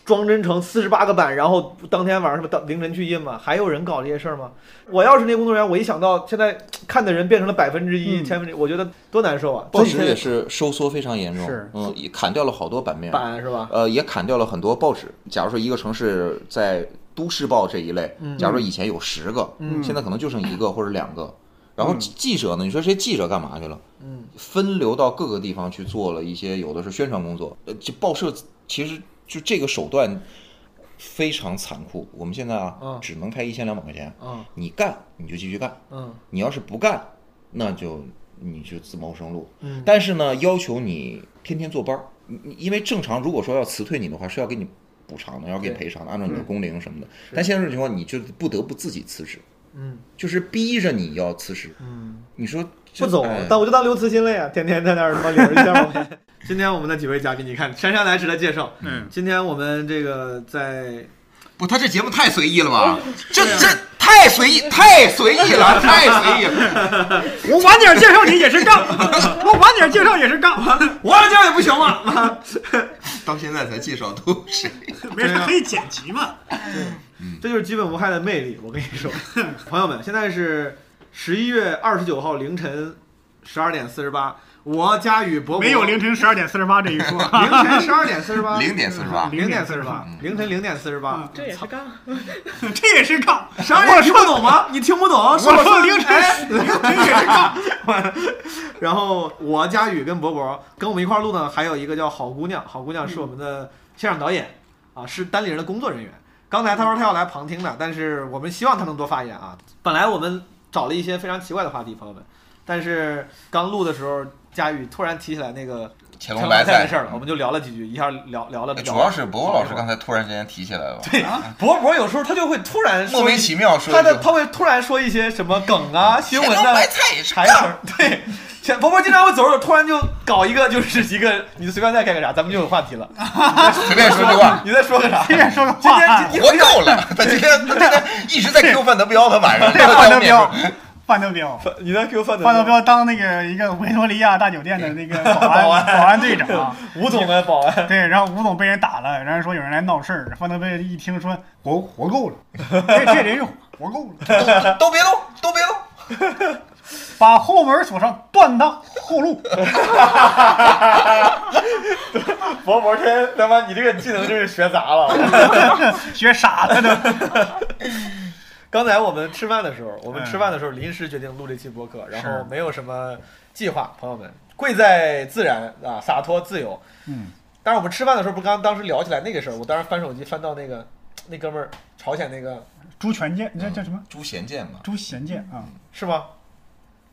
Speaker 4: 装帧成四十八个版，然后当天晚上什么当凌晨去印嘛，还有人搞这些事儿吗？我要是那工作人员，我一想到现在看的人变成了百分之一、
Speaker 3: 嗯
Speaker 4: 千分之一，我觉得多难受啊！
Speaker 1: 报
Speaker 4: 所
Speaker 1: 纸
Speaker 4: 以
Speaker 1: 也
Speaker 4: 现在
Speaker 1: 是收缩非常严重，
Speaker 3: 是
Speaker 1: 嗯，也砍掉了好多版面，
Speaker 4: 版是吧？
Speaker 1: 呃，也砍掉了很多报纸。假如说一个城市在都市报这一类，
Speaker 4: 嗯
Speaker 1: 假如说以前有十个，
Speaker 3: 嗯
Speaker 1: 现在可能就剩一个或者两个。然后
Speaker 3: 嗯
Speaker 1: 记者呢？你说这些记者干嘛去了？
Speaker 4: 嗯，
Speaker 1: 分流到各个地方去做了一些，有的是宣传工作，呃，就报社其实就这个手段，非常残酷。我们现在啊
Speaker 4: 嗯，
Speaker 1: 只能开一千两百块钱，
Speaker 4: 嗯
Speaker 1: 你干你就继续干，
Speaker 4: 嗯
Speaker 1: 你要是不干，那就你就自谋生路。
Speaker 4: 嗯
Speaker 1: 但是呢，要求你天天坐班儿，你你因为正常如果说要辞退你的话，是要给你补偿的，要给你
Speaker 4: 对
Speaker 1: 赔偿的，按照
Speaker 3: 嗯
Speaker 1: 你的工龄什么的。但现在这种情况，你就不得不自己辞职，
Speaker 4: 嗯
Speaker 1: 就是逼着你要辞职。
Speaker 4: 嗯，
Speaker 1: 你说这
Speaker 4: 不走
Speaker 1: 哎，
Speaker 4: 但我就当刘慈欣了呀，天天在那儿他妈领一千块钱。今天我们的几位嘉宾，你看姗姗来迟的介绍。
Speaker 3: 嗯，
Speaker 4: 今天我们这个在
Speaker 1: 不，他这节目太随意了吧？
Speaker 3: 哦
Speaker 1: 这这太随意，太随意 了，太随意了。
Speaker 3: 我晚点介绍你也 是杠，我晚点介绍也是杠，
Speaker 4: 我要叫也不行吗？
Speaker 1: 到现在才介绍都谁？
Speaker 3: 没
Speaker 4: 啊
Speaker 3: 事可以剪辑嘛。
Speaker 4: 这就是基本无害的魅力，我跟你说，朋友们，现在是十一月二十九号凌晨十二点四十八，我佳宇博博
Speaker 3: 没有凌晨十二点四十八这一说，
Speaker 4: 凌晨十二点四十
Speaker 3: 啊
Speaker 4: 八，
Speaker 1: 零点四十八，
Speaker 4: 零点四十八，凌晨零点四十八
Speaker 3: 嗯，
Speaker 5: 这也是杠。
Speaker 3: 这也是杠。
Speaker 4: 十二点听不懂吗？你听不懂？我
Speaker 3: 我说凌晨
Speaker 4: 凌晨也是杠。哎 然后我佳宇跟博博跟我们一块儿录呢，还有一个叫好姑娘，好姑娘是我们的现场导演啊，是单立人的工作人员。刚才他说他要来旁听的，但是我们希望他能多发言啊。本来我们找了一些非常奇怪的话题，朋友们，但是刚录的时候，佳宇突然提起来那个
Speaker 1: 乾
Speaker 4: 龙
Speaker 1: 隆白
Speaker 4: 菜
Speaker 1: 菜
Speaker 4: 的事儿了，我们就聊了几句，一下聊聊了。
Speaker 1: 哎主要是博博老师刚才突然之间提起来了，
Speaker 4: 对，博博有时候他就会突然说
Speaker 1: 莫名其妙说
Speaker 4: 他
Speaker 1: 一
Speaker 4: 的
Speaker 1: 句
Speaker 4: 他会突然说一些什么梗啊、新闻
Speaker 1: 乾隆
Speaker 4: 的
Speaker 1: 白菜也是
Speaker 4: 台词儿， 对，前婆婆经常会走着走着，突然就搞一个，就是一个， 你随便再开个啥，咱们就有话题了。
Speaker 1: 随便说句话。
Speaker 4: 你再说个啥？
Speaker 3: 随便说个话
Speaker 4: 今天今
Speaker 1: 活够了，他今 天他今天一直在 Q 范德彪，他晚上
Speaker 3: 对，范德
Speaker 1: 面说
Speaker 3: 彪，范德彪，
Speaker 4: 天你在 Q 范德
Speaker 3: 范德彪当那个一个维多利亚大酒店的那个保安
Speaker 4: 保安
Speaker 3: 保安队长。啊
Speaker 4: 吴总啊的保 安，
Speaker 3: 对，然后吴总被人打了，然后说有人来闹事儿，范德彪一听说活活够了，这这人是活够了，
Speaker 1: 都都别动，都别动。
Speaker 3: 把后门锁上，断他后路。
Speaker 4: 博博天他妈你这个技能真是学 杂了。
Speaker 3: 学傻了都。
Speaker 4: 刚才我们吃饭的时候，我们
Speaker 3: 嗯
Speaker 4: 吃饭的时候临时决定录这期播客，然后
Speaker 3: 是
Speaker 4: 没有什么计划，朋友们贵在自然啊，洒脱自由。
Speaker 3: 嗯，
Speaker 4: 但是我们吃饭的时候，不是刚当时聊起来那个事儿，我当时翻手机翻到那个那哥们儿朝鲜那个
Speaker 3: 朱全健，这叫什么？
Speaker 1: 朱贤建嘛，
Speaker 3: 朱贤健啊，
Speaker 4: 是吗？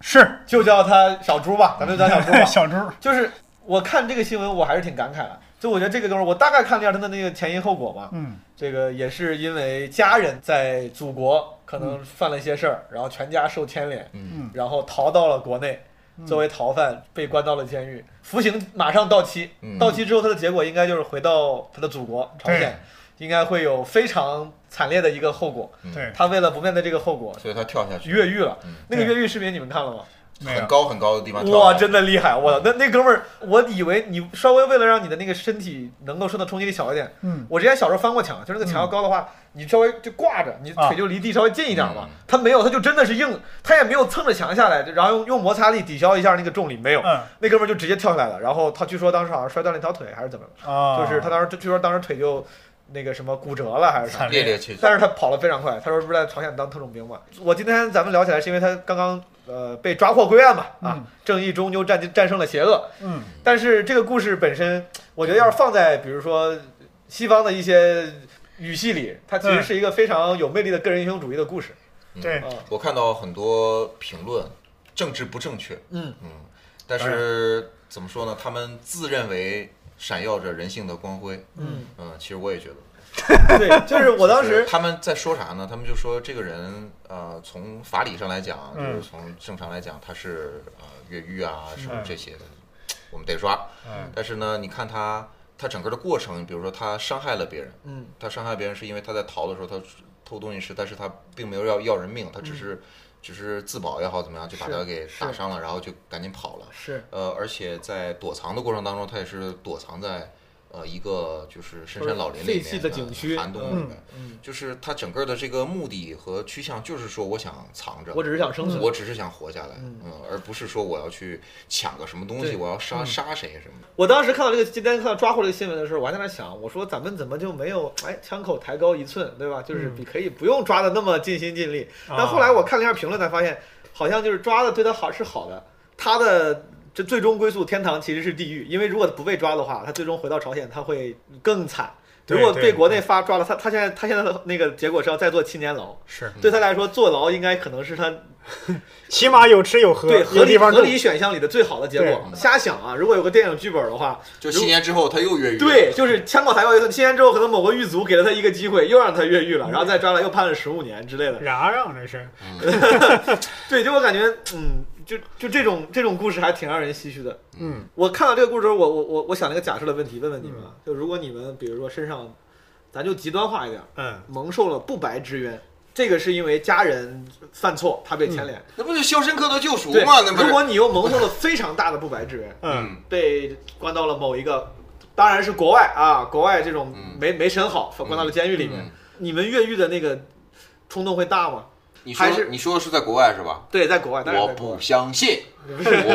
Speaker 3: 是
Speaker 4: 就叫他小猪吧，咱们就叫小猪 吧。
Speaker 3: 小朱。
Speaker 4: 就是我看这个新闻，我还是挺感慨的。就我觉得这个东西，我大概看了一下他的那个前因后果嘛。
Speaker 3: 嗯，
Speaker 4: 这个也是因为家人在祖国可能犯了一些事儿，然后全家受牵连，
Speaker 3: 嗯
Speaker 4: 然后逃到了国内，作为逃犯被关到了监狱，服刑马上到期，
Speaker 1: 嗯
Speaker 4: 到期之后他的结果应该就是回到他的祖国朝
Speaker 3: 对
Speaker 4: 鲜，应该会有非常惨烈的一个后果。
Speaker 3: 对，
Speaker 4: 他为了不面对这个后果，
Speaker 1: 所以他跳下去，
Speaker 4: 越狱了
Speaker 1: 嗯。
Speaker 4: 那个越狱视频你们看了吗？
Speaker 3: 没
Speaker 1: 很
Speaker 3: 有。
Speaker 1: 高很高的地方跳。
Speaker 4: 哇，真的厉害！我操，那那哥们儿，我以为你稍微为了让你的那个身体能够受到冲击力小一点，
Speaker 3: 嗯，
Speaker 4: 我之前小时候翻过墙，就是那个墙要高的话，你稍微就挂着，你
Speaker 3: 啊
Speaker 4: 腿就离地稍微近一点嘛
Speaker 1: 嗯。
Speaker 4: 他没有，他就真的是硬，他也没有蹭着墙下来，然后用用摩擦力抵消一下那个重力，没有。
Speaker 3: 嗯
Speaker 4: 那哥们儿就直接跳下来了，然后他据说当时好像摔断了一条腿还是怎么了，
Speaker 3: 啊，
Speaker 4: 就是他当时据说当时腿就那个什么骨折了还是啥
Speaker 3: 惨。
Speaker 1: 烈烈气气。
Speaker 4: 但是他跑得非常快，他说不是在朝鲜当特种兵嘛？我今天咱们聊起来是因为他刚刚呃被抓获归案嘛，啊，
Speaker 3: 嗯
Speaker 4: 正义终究战战胜了邪恶。
Speaker 3: 嗯，
Speaker 4: 但是这个故事本身，我觉得要是放在比如说西方的一些语系里，它其实是一个非常有魅力的个人英雄主义的故事。
Speaker 3: 对，
Speaker 4: 啊，
Speaker 1: 我看到很多评论，政治不正确，
Speaker 4: 嗯
Speaker 1: 嗯，但是怎么说呢？他们自认为闪耀着人性的光辉，
Speaker 4: 嗯，
Speaker 1: 嗯，其实我也觉得。
Speaker 4: 对，就是我当
Speaker 1: 就是
Speaker 4: 时
Speaker 1: 他们在说啥呢？他们就说这个人，呃，从法理上来讲，就
Speaker 3: 嗯
Speaker 1: 是从正常来讲，他是呃越狱啊什么
Speaker 3: 嗯
Speaker 1: 这些的，我们得抓。
Speaker 3: 嗯
Speaker 1: 但是呢，你看他他整个的过程，比如说他伤害了别人，
Speaker 4: 嗯
Speaker 1: 他伤害别人是因为他在逃的时候他偷东西吃，但是他并没有要要人命，他只是、只是自保也好怎么样，就把
Speaker 4: 嗯是
Speaker 1: 他给
Speaker 4: 是
Speaker 1: 打伤了，然后就赶紧跑了。
Speaker 4: 是
Speaker 1: 呃，而且在躲藏的过程当中，他也是躲藏在呃一个就是深山老林里
Speaker 4: 废
Speaker 1: 面
Speaker 4: 弃的景区
Speaker 1: 寒冬里面。
Speaker 4: 嗯，
Speaker 1: 就是他整个的这个目的和趋向，就是说我想藏着，
Speaker 4: 我只是想生存。
Speaker 1: 我只是想活下来，
Speaker 4: 嗯
Speaker 1: 嗯，而不是说我要去抢个什么东
Speaker 4: 对嗯
Speaker 1: 西，我要杀、杀谁什么的。
Speaker 4: 我当时看到这个今天看到抓获这个新闻的时候，我还在那想，我说咱们怎么就没有哎枪口抬高一寸，对吧？就是
Speaker 3: 嗯
Speaker 4: 比可以不用抓的那么尽心尽
Speaker 3: 啊
Speaker 4: 力。但后来我看了一下评论，才发现好像就是抓的对他好是好的，他的这最终归宿天堂其实是地狱，因为如果不被抓的话，他最终回到朝鲜他会更惨。
Speaker 7: 对
Speaker 4: 如果被
Speaker 7: 对
Speaker 4: 国内发抓了，他他现在他现在的那个结果是要再坐七年牢，
Speaker 3: 是，
Speaker 4: 对他来说坐牢应该可能是他
Speaker 3: 起码有吃有喝，
Speaker 4: 对合
Speaker 3: 有
Speaker 4: 理
Speaker 3: 地方
Speaker 4: 合
Speaker 3: 住。
Speaker 4: 理选项里的最好的结果。瞎想啊，如果有个电影剧本的话，
Speaker 1: 就七年之后他又越狱，
Speaker 4: 对，，就是枪口台告一次，七年之后可能某个狱卒给了他一个机会，又让他越狱了，然后再抓了又判了十五年之类的。
Speaker 3: 嚷嚷这是，
Speaker 4: 对，就我感觉，嗯，就就这种这种故事还挺让人唏嘘的。
Speaker 3: 嗯，
Speaker 4: 我看到这个故事的时候，我我我我想了一个假设的问题，问问你们啊，
Speaker 1: 嗯
Speaker 4: 就如果你们比如说身上，咱就极端化一点，
Speaker 3: 嗯，
Speaker 4: 蒙受了不白之冤，这个是因为家人犯错，他被牵连。
Speaker 1: 那不就《肖申克的救赎》
Speaker 4: 对
Speaker 1: 吗？嗯那，不
Speaker 4: 如
Speaker 1: 是，嗯
Speaker 4: 果你又蒙受了非常大的不白之冤，
Speaker 3: 嗯，
Speaker 4: 被关到了某一个，当然是国外啊，国外这种
Speaker 1: 嗯
Speaker 4: 没、没审好，关到了监狱里面。
Speaker 1: 嗯
Speaker 4: 你们越狱的那个冲动会大吗？
Speaker 1: 你说
Speaker 4: 还是
Speaker 1: 你说的是在国外是吧？
Speaker 4: 对，在国外，当然
Speaker 1: 我
Speaker 4: 在国外
Speaker 1: 不。相 信，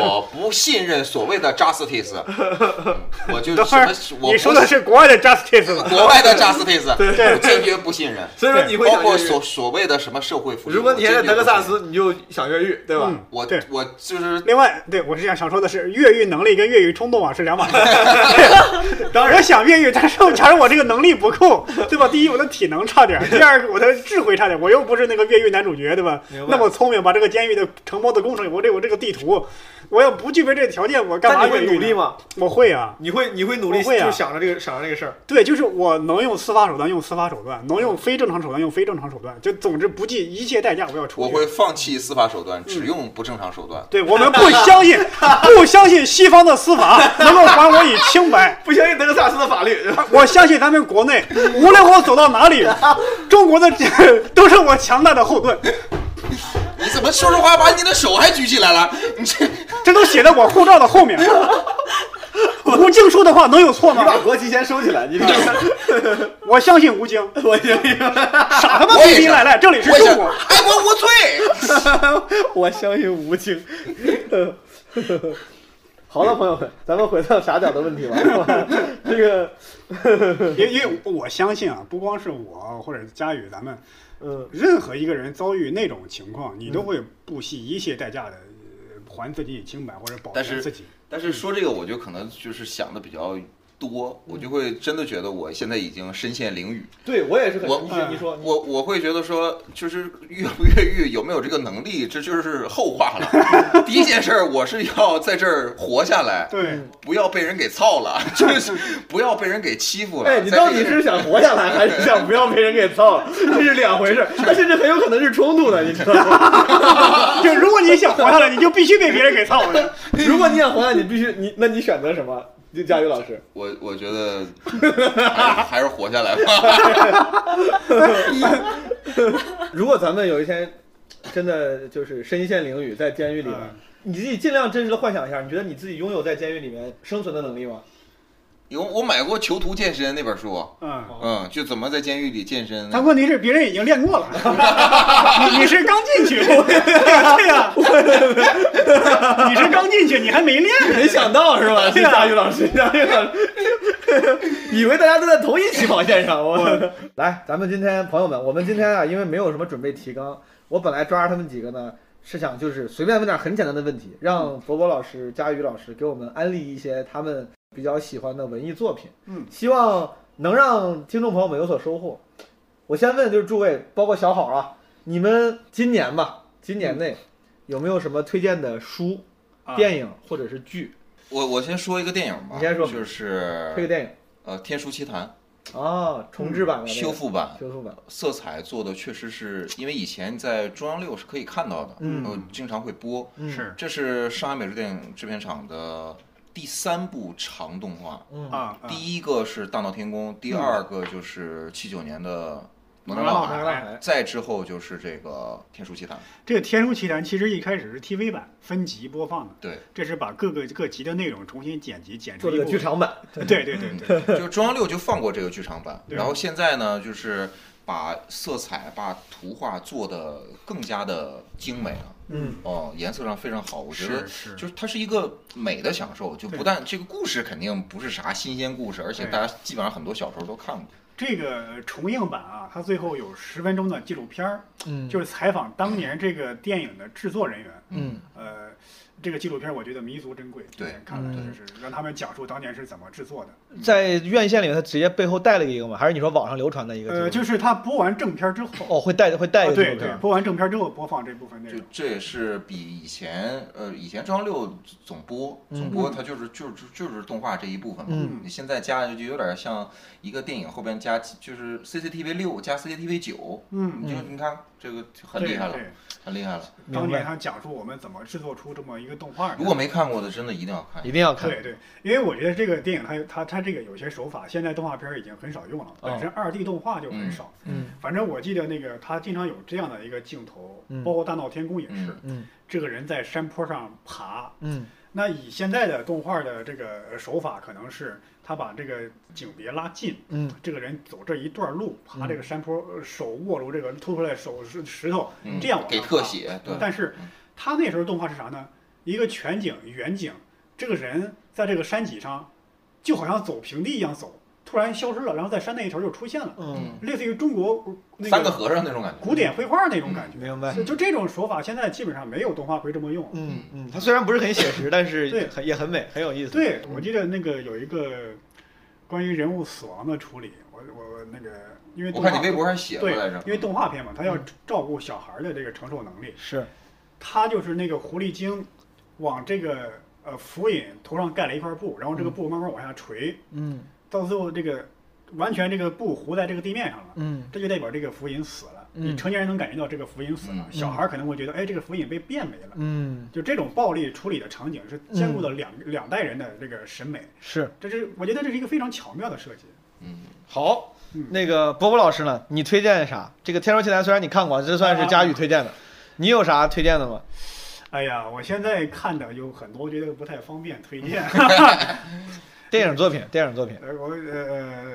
Speaker 1: 我不信任所谓的 justice，嗯我就
Speaker 3: 等会
Speaker 1: 什
Speaker 3: 儿
Speaker 1: 么是我
Speaker 3: 你
Speaker 1: 不
Speaker 3: 说的
Speaker 1: 信
Speaker 3: 是国外的 justice 吗？
Speaker 1: 国外的 justice，
Speaker 3: 对
Speaker 1: 我坚决不信任，
Speaker 4: 所以说你会
Speaker 1: 包
Speaker 4: 想
Speaker 1: 括
Speaker 4: 越狱
Speaker 1: 所。所谓的什么社会福利。
Speaker 4: 如果你现在
Speaker 1: 我坚决
Speaker 4: 德
Speaker 1: 不
Speaker 4: 克萨
Speaker 1: 信任，
Speaker 4: 斯，你就想越狱，对吧？
Speaker 3: 嗯
Speaker 1: 我
Speaker 3: 对
Speaker 1: 我就是
Speaker 3: 另外，对我是想想说的是，越狱能力跟越狱冲动啊是两 码事。对当然想越狱，但是假如我这个能力不够，对吧？第一，我的体能差点儿；第二，我的智慧差点儿。我又不是那个越狱男主角，对吧
Speaker 4: 明白？
Speaker 3: 那么聪明，把这个监狱的承包的工程，我这我这个地图，我要不具备这个条件，我干
Speaker 4: 但
Speaker 3: 嘛
Speaker 4: 你会
Speaker 3: 越
Speaker 4: 努
Speaker 3: 狱
Speaker 4: 力
Speaker 3: 呢？
Speaker 4: 吗？
Speaker 3: 我会啊，
Speaker 4: 你会你会努力，
Speaker 3: 我会啊
Speaker 4: 就想着这个想着这个事儿。
Speaker 3: 对，就是我能用司法手段用司法手段，能用非正常手段用非正常手段，就总之不计一切代价我要出
Speaker 1: 我
Speaker 3: 去。
Speaker 1: 会放弃司法手段，只用不正常手段。
Speaker 3: 嗯对我们不相信， 不相信西方的司法能够还我以清白。
Speaker 4: 不相信德克萨斯的法律，对吧
Speaker 3: 我相信咱们国内，无论我走到哪 里，中国的 都是我强大的后盾。
Speaker 1: 你怎么说实话把你的手还举起来了？你这
Speaker 3: 这都写在我护照的后面。吴京说的话能有错
Speaker 4: 你
Speaker 3: 吗？
Speaker 4: 把国旗先收起来，你把
Speaker 3: 我相信吴京，
Speaker 4: 我相信，
Speaker 3: 傻他妈
Speaker 1: 我
Speaker 3: 逼
Speaker 1: 也
Speaker 3: 逼赖赖，这里是
Speaker 1: 我也
Speaker 3: 中
Speaker 1: 想
Speaker 3: 国。
Speaker 1: 爱国 无罪。
Speaker 4: 我相信吴京。 好了，朋友们，咱们回到傻屌的问题吧。这个，
Speaker 3: 因因为我相信啊，不光是我或者佳宇，咱们
Speaker 4: 嗯，
Speaker 3: 任何一个人遭遇那种情况，你都会不惜一切代价的还自己以清白或者保
Speaker 1: 但
Speaker 3: 全
Speaker 1: 是
Speaker 3: 自己。
Speaker 1: 但是说这个，我就可能就是想的比较多，我就会真的觉得我现在已经深陷囹圄。
Speaker 4: 对我也嗯是很，
Speaker 1: 我
Speaker 4: 你说你
Speaker 3: 嗯
Speaker 4: 说，
Speaker 1: 我我会觉得说，就是越不越狱有没有这个能力，这就是后话了。第一件事儿，我是要在这儿活下来，
Speaker 3: 对，
Speaker 1: 不要被人给操了，就是不要被人给欺负了。
Speaker 4: 哎，你
Speaker 1: 在
Speaker 4: 到
Speaker 1: 这
Speaker 4: 底
Speaker 1: 个
Speaker 4: 是想活下来，还是想不要被人给造了？这是两回事，它甚至很有可能是冲突的，你知道 吗？
Speaker 3: 就如果你想活下来，你就必须被别人给操了。
Speaker 4: 如果你想活下来，你必须你，那你选择什么？就佳宇老师，
Speaker 1: 我我觉得还是还 是活下来吧。
Speaker 4: 如果咱们有一天真的就是深陷囹圄在监狱里面，
Speaker 3: 嗯
Speaker 4: 你自己尽量真实的幻想一下，你觉得你自己拥有在监狱里面生存的能力吗？
Speaker 1: 有我买过《囚徒健身》那本书，
Speaker 3: 嗯，
Speaker 1: 嗯，就怎么在监狱里健身。
Speaker 3: 但问题是别人已经练过了， 你你是刚进去， 对呀、你是刚进去，你还没练
Speaker 4: 没
Speaker 3: 呢。
Speaker 4: 想到是吧？是
Speaker 3: 对啊
Speaker 4: 佳宇老师，佳宇 老师，以为大家都在同一起跑线上。我来，咱们今天朋友们，我们今天啊，因为没有什么准备提纲，我本来抓着他们几个呢，是想就是随便问点很简单的问题，让博博老师、佳宇老师给我们安利一些他们比较喜欢的文艺作品。
Speaker 3: 嗯，
Speaker 4: 希望能让听众朋友们有所收获。我先问，就是诸位，包括小好啊，你们今年吧，今年内有没有什么推荐的书、
Speaker 3: 啊
Speaker 4: 电影或者是剧？
Speaker 1: 我我先说一个电影吧，
Speaker 4: 你先说
Speaker 1: 就是
Speaker 4: 推个电
Speaker 1: 呃《天书奇谭
Speaker 4: 影啊，重制版的、》
Speaker 1: 嗯修复版，
Speaker 4: 修复版，
Speaker 1: 色彩做的确实是因为以前在中央六是可以看到的，
Speaker 4: 嗯
Speaker 1: 呃，经常会播。
Speaker 4: 嗯
Speaker 3: 是
Speaker 1: 这是上海美术电影制片厂的第三部长动画，
Speaker 4: 嗯
Speaker 3: 啊，啊
Speaker 1: 第一个是《大闹天宫》，第二个就是七九年的《哪吒
Speaker 3: 哪吒
Speaker 1: 闹
Speaker 3: 闹
Speaker 1: 海
Speaker 3: 海》，
Speaker 4: 大海，
Speaker 1: 再之后就是这个《天书奇谭》。
Speaker 3: 这个《天书奇谭》其实一开始是 TV 版分级播放的，
Speaker 1: 对，
Speaker 3: 这是把各个各集的内容重新剪辑剪
Speaker 4: 做
Speaker 3: 出
Speaker 4: 了
Speaker 3: 一
Speaker 4: 个
Speaker 3: 部
Speaker 4: 剧。场版，
Speaker 3: 对对对对，
Speaker 1: 就中央六就放过这个剧场版，
Speaker 3: 对
Speaker 1: 然后现在呢，就是把色彩、把图画做的更加的精美了。
Speaker 4: 嗯，
Speaker 1: 哦，颜色上非常好，我觉得
Speaker 3: 是是
Speaker 1: 就是它是一个美的享受，就不
Speaker 3: 对
Speaker 1: 但这个故事肯定不是啥新鲜故事，而且
Speaker 3: 对
Speaker 1: 大家基本上很多小时候都看过。
Speaker 3: 这个重映版啊，它最后有十分钟的纪录片儿，
Speaker 4: 嗯
Speaker 3: 就是采访当年这个电影的制作人员，
Speaker 4: 嗯
Speaker 3: 呃，这个纪录片我觉得弥足珍贵，
Speaker 1: 对，
Speaker 3: 看了真是让他们讲述当年是怎么制作的。
Speaker 4: 在院线里面，他直接背后带了一个吗？还是你说网上流传的一个纪录
Speaker 3: 呃，
Speaker 4: 片？
Speaker 3: 就是他播完正片之后，
Speaker 4: 哦，会带会带一
Speaker 3: 啊
Speaker 4: 个纪
Speaker 3: 对
Speaker 4: 录片
Speaker 3: 对，播完正片之后播放这部分内
Speaker 1: 就
Speaker 3: 容。
Speaker 1: 这也是比以前，呃，以前中央六总播，总播它就是就是就是动画这一部分嘛。
Speaker 4: 嗯
Speaker 1: 你现在加就有点像一个电影后边加就是 CCTV 六加 CCTV 九，
Speaker 3: 嗯，
Speaker 1: 你就你看这个很
Speaker 3: 对
Speaker 1: 厉害了
Speaker 3: 对，
Speaker 1: 很厉害了。
Speaker 4: 明白
Speaker 3: 当年他讲述我们怎么制作出这么一个动画的。
Speaker 1: 啊如果没看过的，真的一定要看
Speaker 4: 一。定要看。
Speaker 3: 对对，因为我觉得这个电影它有它它这个有些手法，现在动画片儿已经很少用了，本身二 D 动画就很少。
Speaker 4: 哦嗯，
Speaker 3: 反正我记得那个他经常有这样的一个镜头，
Speaker 4: 嗯
Speaker 3: 包括《大闹天宫》也是，
Speaker 4: 嗯
Speaker 3: 这个人在山坡上爬，
Speaker 4: 嗯
Speaker 3: 那以现在的动画的这个手法，可能是他把这个景别拉近，
Speaker 4: 嗯，
Speaker 3: 这个人走这一段路，爬这个山坡，呃手握住这个凸出来手石石头，
Speaker 1: 嗯
Speaker 3: 这样往上
Speaker 1: 给
Speaker 3: 爬
Speaker 1: 特。写，对，
Speaker 3: 但是他那时候动画是啥呢？一个全景、远景，这个人在这个山脊上，就好像走平地一样走，突然消失了，然后在山那一头又出现了，
Speaker 4: 嗯，
Speaker 3: 类似于中国那
Speaker 1: 三个嗯
Speaker 3: 个
Speaker 1: 和尚那种感觉。
Speaker 3: 古典绘画那种感觉。
Speaker 4: 明白。
Speaker 3: 就就这种手法，现在基本上没有动画会这么用。
Speaker 4: 嗯嗯，它虽然不是很写实，但是
Speaker 3: 对
Speaker 4: 很也很美，很有意思。
Speaker 3: 对，我记得那个有一个关于人物死亡的处理，我我我那个因为
Speaker 1: 我
Speaker 3: 动画
Speaker 1: 看你微博上写过
Speaker 3: 对
Speaker 1: 来着，，嗯
Speaker 3: 因为动画片嘛，他要照顾小孩的这个承受能力，
Speaker 4: 是，
Speaker 3: 他就是那个狐狸精往这个呃浮影头上盖了一块布，然后这个布慢慢往下垂，
Speaker 4: 嗯
Speaker 3: 到最后这个完全这个布糊在这个地面上了。
Speaker 4: 嗯
Speaker 3: 这就代表这个浮影死了，
Speaker 4: 嗯
Speaker 3: 你成年人能感觉到这个浮影死了，
Speaker 1: 嗯
Speaker 3: 小孩可能会觉得，哎，这个浮影被变没了。
Speaker 4: 嗯，
Speaker 3: 就这种暴力处理的场景是兼顾了两、两代人的这个审美，
Speaker 4: 是
Speaker 3: 这是我觉得这是一个非常巧妙的设计。
Speaker 1: 嗯，
Speaker 4: 好
Speaker 3: 嗯。
Speaker 4: 那个波波老师呢？你推荐啥？这个《天书奇谭》虽然你看过，这算是佳宇推荐的，你有啥推荐的吗？
Speaker 3: 哎呀，我现在看的有很多，我觉得不太方便推荐。
Speaker 4: 电影作品，电影作品。
Speaker 3: 呃，我呃呃，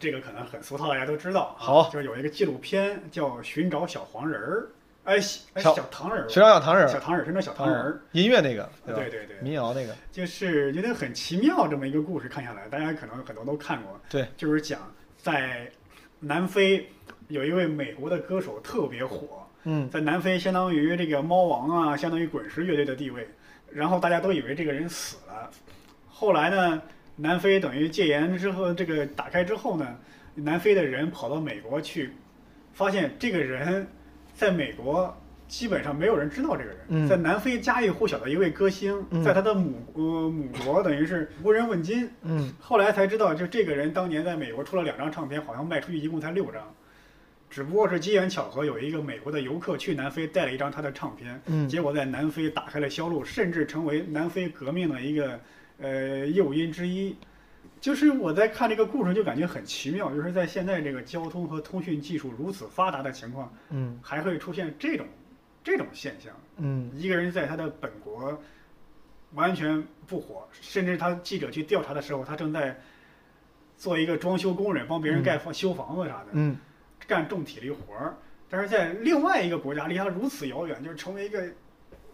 Speaker 3: 这个可能很俗套，大家都知道啊。
Speaker 4: 好
Speaker 3: 就有一个纪录片叫《寻找小黄人儿》，哎，小哎
Speaker 4: 小
Speaker 3: 小糖人儿，
Speaker 4: 寻找小糖人儿
Speaker 3: 小糖人儿，寻找小糖人儿。
Speaker 4: 音乐那个，
Speaker 3: 对
Speaker 4: 吧？
Speaker 3: 对对，
Speaker 4: 民谣那个，
Speaker 3: 就是觉得很奇妙这么一个故事，看下来，大家可能很多都看过。
Speaker 4: 对，
Speaker 3: 就是讲在南非有一位美国的歌手特别火，
Speaker 4: 嗯
Speaker 3: 在南非相当于这个猫王啊，相当于滚石乐队的地位。然后大家都以为这个人死了，后来呢，南非等于戒严之后，这个打开之后呢，南非的人跑到美国去，发现这个人在美国基本上没有人知道这个人，
Speaker 4: 嗯
Speaker 3: 在南非家喻户晓的一位歌星，
Speaker 4: 嗯
Speaker 3: 在他的母呃母国等于是无人问津。
Speaker 4: 嗯
Speaker 3: 后来才知道，就这个人当年在美国出了两张唱片，好像卖出去一共才六张，只不过是机缘巧合，有一个美国的游客去南非带了一张他的唱片，
Speaker 4: 嗯
Speaker 3: 结果在南非打开了销路，甚至成为南非革命的一个呃诱因之一。就是我在看这个故事，就感觉很奇妙，就是在现在这个交通和通讯技术如此发达的情况，
Speaker 4: 嗯
Speaker 3: 还会出现这种这种现象。
Speaker 4: 嗯
Speaker 3: 一个人在他的本国完全不火，甚至他记者去调查的时候，他正在做一个装修工人，帮别人盖房、修房子啥的，
Speaker 4: 嗯
Speaker 3: 干重体力活儿。但是在另外一个国家，离他如此遥远，就是成为一个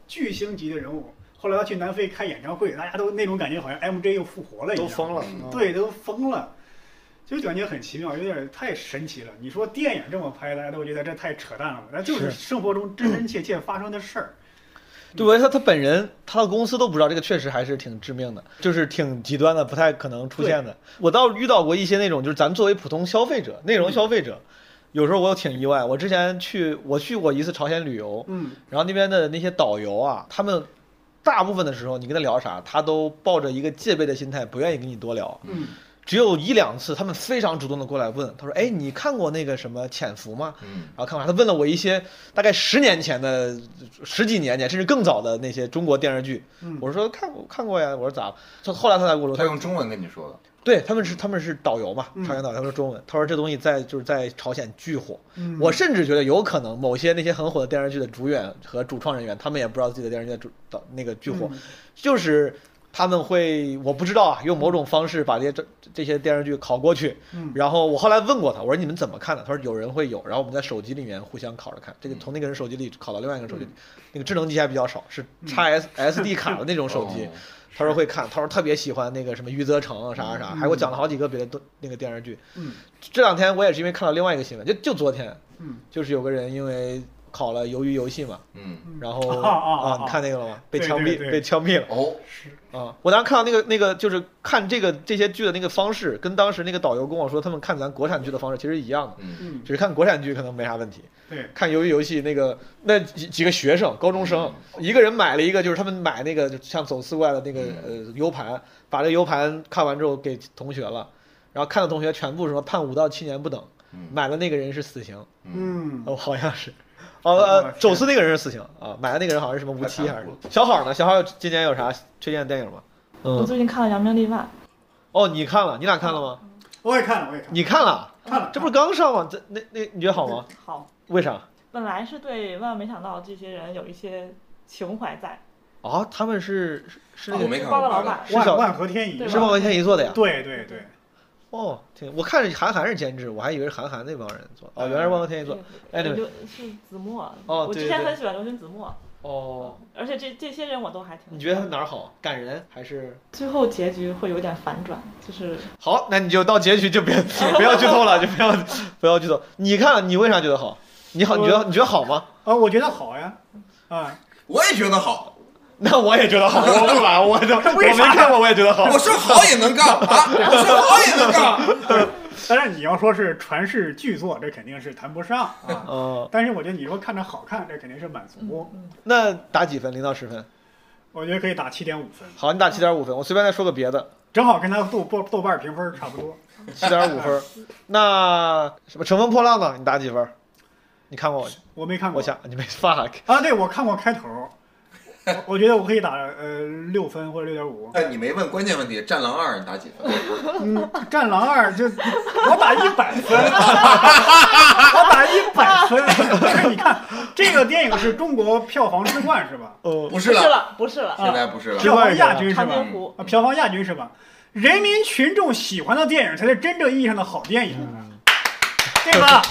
Speaker 3: 巨星级的人物。后来他去南非开演唱会，大家都那种感觉，好像 MJ 又复活了一
Speaker 4: 都
Speaker 3: 样，嗯
Speaker 4: 疯了，嗯
Speaker 3: 对，都疯了，就感觉很奇妙，有点太神奇了。你说电影这么拍，大家都觉得这太扯淡了吧，那就是
Speaker 4: 是
Speaker 3: 生活中真真切切发生的事儿。
Speaker 4: 对，我觉得他他本人他的公司都不知道，这个确实还是挺致命的，就是挺极端的，不太可能出现的。我倒遇到过一些那种，就是咱们作为普通消费者、内容消费者，有时候我挺意外。我之前去我去过一次朝鲜旅游，
Speaker 3: 嗯，
Speaker 4: 然后那边的那些导游啊，他们大部分的时候你跟他聊啥，他都抱着一个戒备的心态，不愿意跟你多聊。
Speaker 3: 嗯，
Speaker 4: 只有一两次，他们非常主动的过来问，他说：“哎，你看过那个什么《潜伏》吗？”
Speaker 1: 嗯，
Speaker 4: 然后看完，他问了我一些大概十年前的、十几年前甚至更早的那些中国电视剧，
Speaker 3: 嗯
Speaker 4: 我说看过看过呀，我说咋了？他后来他才跟我说，
Speaker 1: 他
Speaker 4: 他
Speaker 1: 用中文跟你说的，
Speaker 4: 对他们是他们是导游嘛
Speaker 3: 嗯，
Speaker 4: 朝鲜导游，他说中文，他说这东西在就是在朝鲜巨火，
Speaker 3: 嗯
Speaker 4: 我甚至觉得有可能某些那些很火的电视剧的主演和主创人员，他们也不知道自己的电视剧的主导那个巨
Speaker 3: 嗯
Speaker 4: 火，就是他们会我不知道啊，用某种方式把这些这这些电视剧拷过去。
Speaker 3: 嗯
Speaker 4: 然后我后来问过他，我说你们怎么看的？他说有人会有，然后我们在手机里面互相拷着看，这个
Speaker 3: 嗯
Speaker 4: 从那个人手机里拷到另外一个人手机里，那个智能机还比较少，是
Speaker 3: 嗯
Speaker 4: x S S D 卡的那种手机
Speaker 1: 哦。
Speaker 4: 他说会看，他说特别喜欢那个什么余则成啊啥啥啥，还给我讲了好几个别的都那个电视剧。
Speaker 3: 嗯
Speaker 4: 这两天我也是因为看到另外一个新闻，就就昨天，
Speaker 3: 嗯，
Speaker 4: 就是有个人因为考了鱿鱼游戏嘛，
Speaker 1: 嗯，
Speaker 4: 然后
Speaker 3: 啊啊啊
Speaker 4: 你看那个了吗？被
Speaker 3: 对
Speaker 4: 枪
Speaker 3: 对
Speaker 4: 毙，
Speaker 3: 对
Speaker 4: 被枪毙了。
Speaker 1: 哦，
Speaker 4: 啊，我当时看到那个那个，就是看这个这些剧的那个方式，跟当时那个导游跟我说他们看咱国产剧的方式其实一样的，
Speaker 1: 嗯，
Speaker 3: 嗯，
Speaker 4: 只是看国产剧可能没啥问题。
Speaker 3: 对，
Speaker 4: 看鱿鱼游戏那个那几几个学生，高中生，一个人买了一个，就是他们买那个就像走四怪的那个呃 U 盘，把这 U 盘看完之后给同学了，然后看的同学全部说判五到七年不等
Speaker 1: 嗯，
Speaker 4: 买的那个人是死刑，
Speaker 3: 嗯，
Speaker 4: 哦，好像是。哦呃，
Speaker 3: 是
Speaker 4: 走私那个人是死刑啊，买的那个人好像是什么无期还是什么？小好呢？小好今年有啥推荐的电影吗？
Speaker 5: 我
Speaker 4: 嗯，
Speaker 5: 最近看了《扬名立万》，
Speaker 3: 嗯
Speaker 4: 哦，你看了，你俩看了吗？
Speaker 3: 我也看了，我也看了，
Speaker 4: 你看了，
Speaker 3: 看了，
Speaker 4: 这不是刚上吗？这那那你觉得好吗？
Speaker 5: 好，
Speaker 4: 为啥？
Speaker 5: 本来是对万万没想到这些人有一些情怀在，
Speaker 4: 啊，他们是是是那
Speaker 1: 啊我
Speaker 4: 个
Speaker 1: 没看
Speaker 5: 包
Speaker 1: 过
Speaker 5: 括老板
Speaker 4: 是
Speaker 3: 万
Speaker 4: 小
Speaker 3: 万和天宜
Speaker 5: 对吧
Speaker 4: 是万万天一做的呀？
Speaker 3: 对对对，
Speaker 4: 哦，挺，我看着韩寒是监制，我还以为是韩寒那帮人做的。哦，原来是万万天一做的。
Speaker 5: 这个
Speaker 4: Anyway
Speaker 5: 刘是子墨，
Speaker 4: 哦
Speaker 5: 我
Speaker 4: 对
Speaker 5: 之前
Speaker 4: 对
Speaker 5: 很喜欢刘军子墨，
Speaker 4: 哦，
Speaker 5: 而且这这些人我都还挺。
Speaker 4: 你觉得他哪儿好？感人还是
Speaker 5: 最后结局会有点反转，就是
Speaker 4: 好？那你就到结局就别不要剧透了，就不要不要剧透。你看了，你为啥觉得好？你好，你觉得你觉得好吗？
Speaker 3: 啊，我觉得好呀，啊，
Speaker 1: 我也觉得好，
Speaker 4: 那我也觉得好，我不管，我都我没看过，我也觉得好。
Speaker 1: 我说好也能干啊，我说好也能 干，
Speaker 3: 当然你要说是传世巨作，这肯定是谈不上啊，
Speaker 4: 哦，
Speaker 3: 但是我觉得你说看着好看，这肯定是满足，
Speaker 5: 嗯，
Speaker 4: 那打几分？零到十分？
Speaker 3: 我觉得可以打七点五分，
Speaker 4: 好，你打七点五分。我随便再说个别的，
Speaker 3: 正好跟他豆豆豆瓣评分差不多，
Speaker 4: 七点 五分。那什么《乘风破浪》呢？你打几分？你看过我？
Speaker 3: 我没看过
Speaker 4: 我，想你没 fuck。
Speaker 3: 啊，对我看过开头，我我觉得我可以打呃六分或者六点五，
Speaker 1: 但哎你没问关键问题，《战狼二》你打几分？
Speaker 3: 嗯，战狼二就我打一百 分，我打一百分。但是你看，这个电影是中国票房之冠是吧？
Speaker 4: 哦，
Speaker 1: 不
Speaker 5: 不
Speaker 1: 是
Speaker 5: 是
Speaker 1: 了，
Speaker 5: 了，不是了，
Speaker 1: 现在不是了，
Speaker 3: 票房亚啊军是
Speaker 5: 长
Speaker 3: 吧
Speaker 5: 津？湖
Speaker 3: 啊，票房亚军是吧？人民群众喜欢的电影才是真正意义上的好电影，对 吧？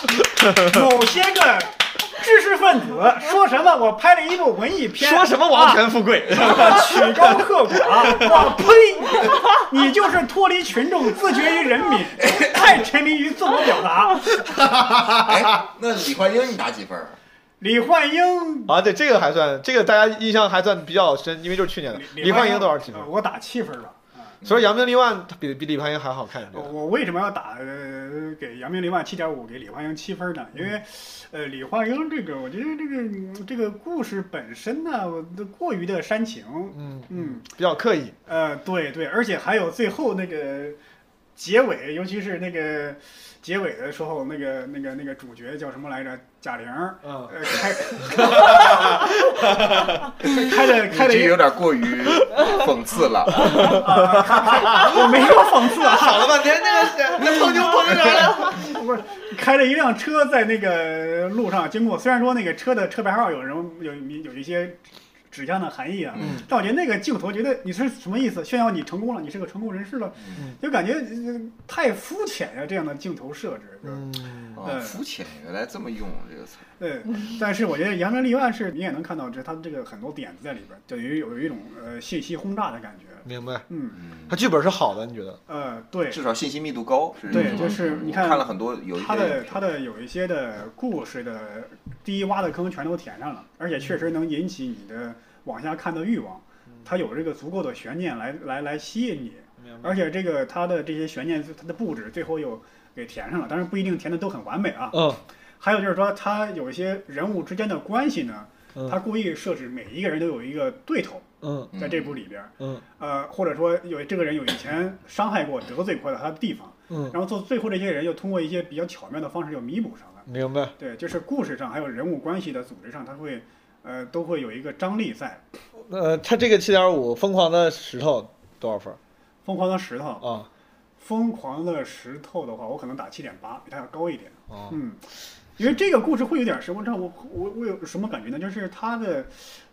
Speaker 3: 某些个知识分子说什么我拍了一部文艺片，
Speaker 4: 说什么王权富 贵？
Speaker 3: 我曲高和寡，我呸！你就是脱离群众，自觉于人民，太沉迷于自我表达。
Speaker 1: 哎，那李焕英你打几分？啊
Speaker 3: 李焕英，
Speaker 4: 啊，对，这个还算，这个大家印象还算比较深，因为就是去年的。李焕英多啊少几分
Speaker 3: 呃？我打七分吧。
Speaker 4: 所以扬名立万比比李焕英还好看，
Speaker 3: 我
Speaker 4: 对吧
Speaker 3: 我为什么要打呃给杨明林万七点五，给李焕英七分
Speaker 4: 嗯
Speaker 3: 呢？因为，呃，李焕英这个，我觉得这个嗯这个故事本身呢，我都过于的煽情。
Speaker 4: 嗯，
Speaker 3: 嗯，
Speaker 4: 比较刻意。
Speaker 3: 呃，对对，而且还有最后那个结尾，尤其是那个结尾的时候，那个那个那个主角叫什么来着？贾玲儿，
Speaker 4: 嗯，
Speaker 3: 呃，开开了开
Speaker 1: 你
Speaker 3: 了
Speaker 1: 这
Speaker 3: 一
Speaker 1: 有点过于讽刺 了，
Speaker 3: 我没说讽刺啊，
Speaker 4: 好了半天，那个那碰就碰上了。
Speaker 3: 不是开了一辆车在那个路上经过，虽然说那个车的车牌号有人有有一些指向的含义啊，
Speaker 1: 嗯
Speaker 3: 但我觉得那个镜头，觉得你是什么意思？炫耀你成功了，你是个成功人士了，
Speaker 4: 嗯
Speaker 3: 就感觉、呃太肤浅呀，这样的镜头设置。
Speaker 4: 嗯，
Speaker 1: 哦肤浅，原来这么用这个词儿，
Speaker 3: 对，但是我觉得《扬名立万》是你也能看到这，它这个很多点子在里边，等于有一种呃信息轰炸的感觉。
Speaker 4: 明白。
Speaker 3: 嗯，
Speaker 1: 嗯，
Speaker 4: 他剧本是好的，你觉得？
Speaker 3: 呃，对，
Speaker 1: 至少信息密度高，是
Speaker 3: 对
Speaker 1: 这种
Speaker 3: 就是你看
Speaker 1: 嗯我看了很多有一些
Speaker 3: 他的他的有一些的故事的第一挖的坑全都填上了，而且
Speaker 1: 嗯
Speaker 3: 确实能引起你的往下看的欲望。他有这个足够的悬念来来来吸引你，
Speaker 1: 嗯
Speaker 4: 明
Speaker 3: 而。且这个他的这些悬念，他的布置最后又给填上了，当然不一定填的都很完美啊。
Speaker 4: 嗯
Speaker 3: 还有就是说，他有一些人物之间的关系呢，他故意设置每一个人都有一个对头，
Speaker 4: 嗯
Speaker 3: 在这部里边，
Speaker 4: 嗯
Speaker 3: 呃，或者说有这个人有以前伤害过、得罪过他的地方，
Speaker 4: 嗯，
Speaker 3: 然后做最后这些人又通过一些比较巧妙的方式又弥补上了。
Speaker 4: 明白。
Speaker 3: 对，就是故事上还有人物关系的组织上，它会呃都会有一个张力在。
Speaker 4: 呃，他这个七点五，疯狂的石头多少分儿
Speaker 3: 疯狂的石头，
Speaker 4: 啊？
Speaker 3: 疯狂的石头的话，我可能打七点八，比它要高一点。
Speaker 4: 哦
Speaker 3: 嗯，因为这个故事会有点什么？让我我我有什么感觉呢？就是它的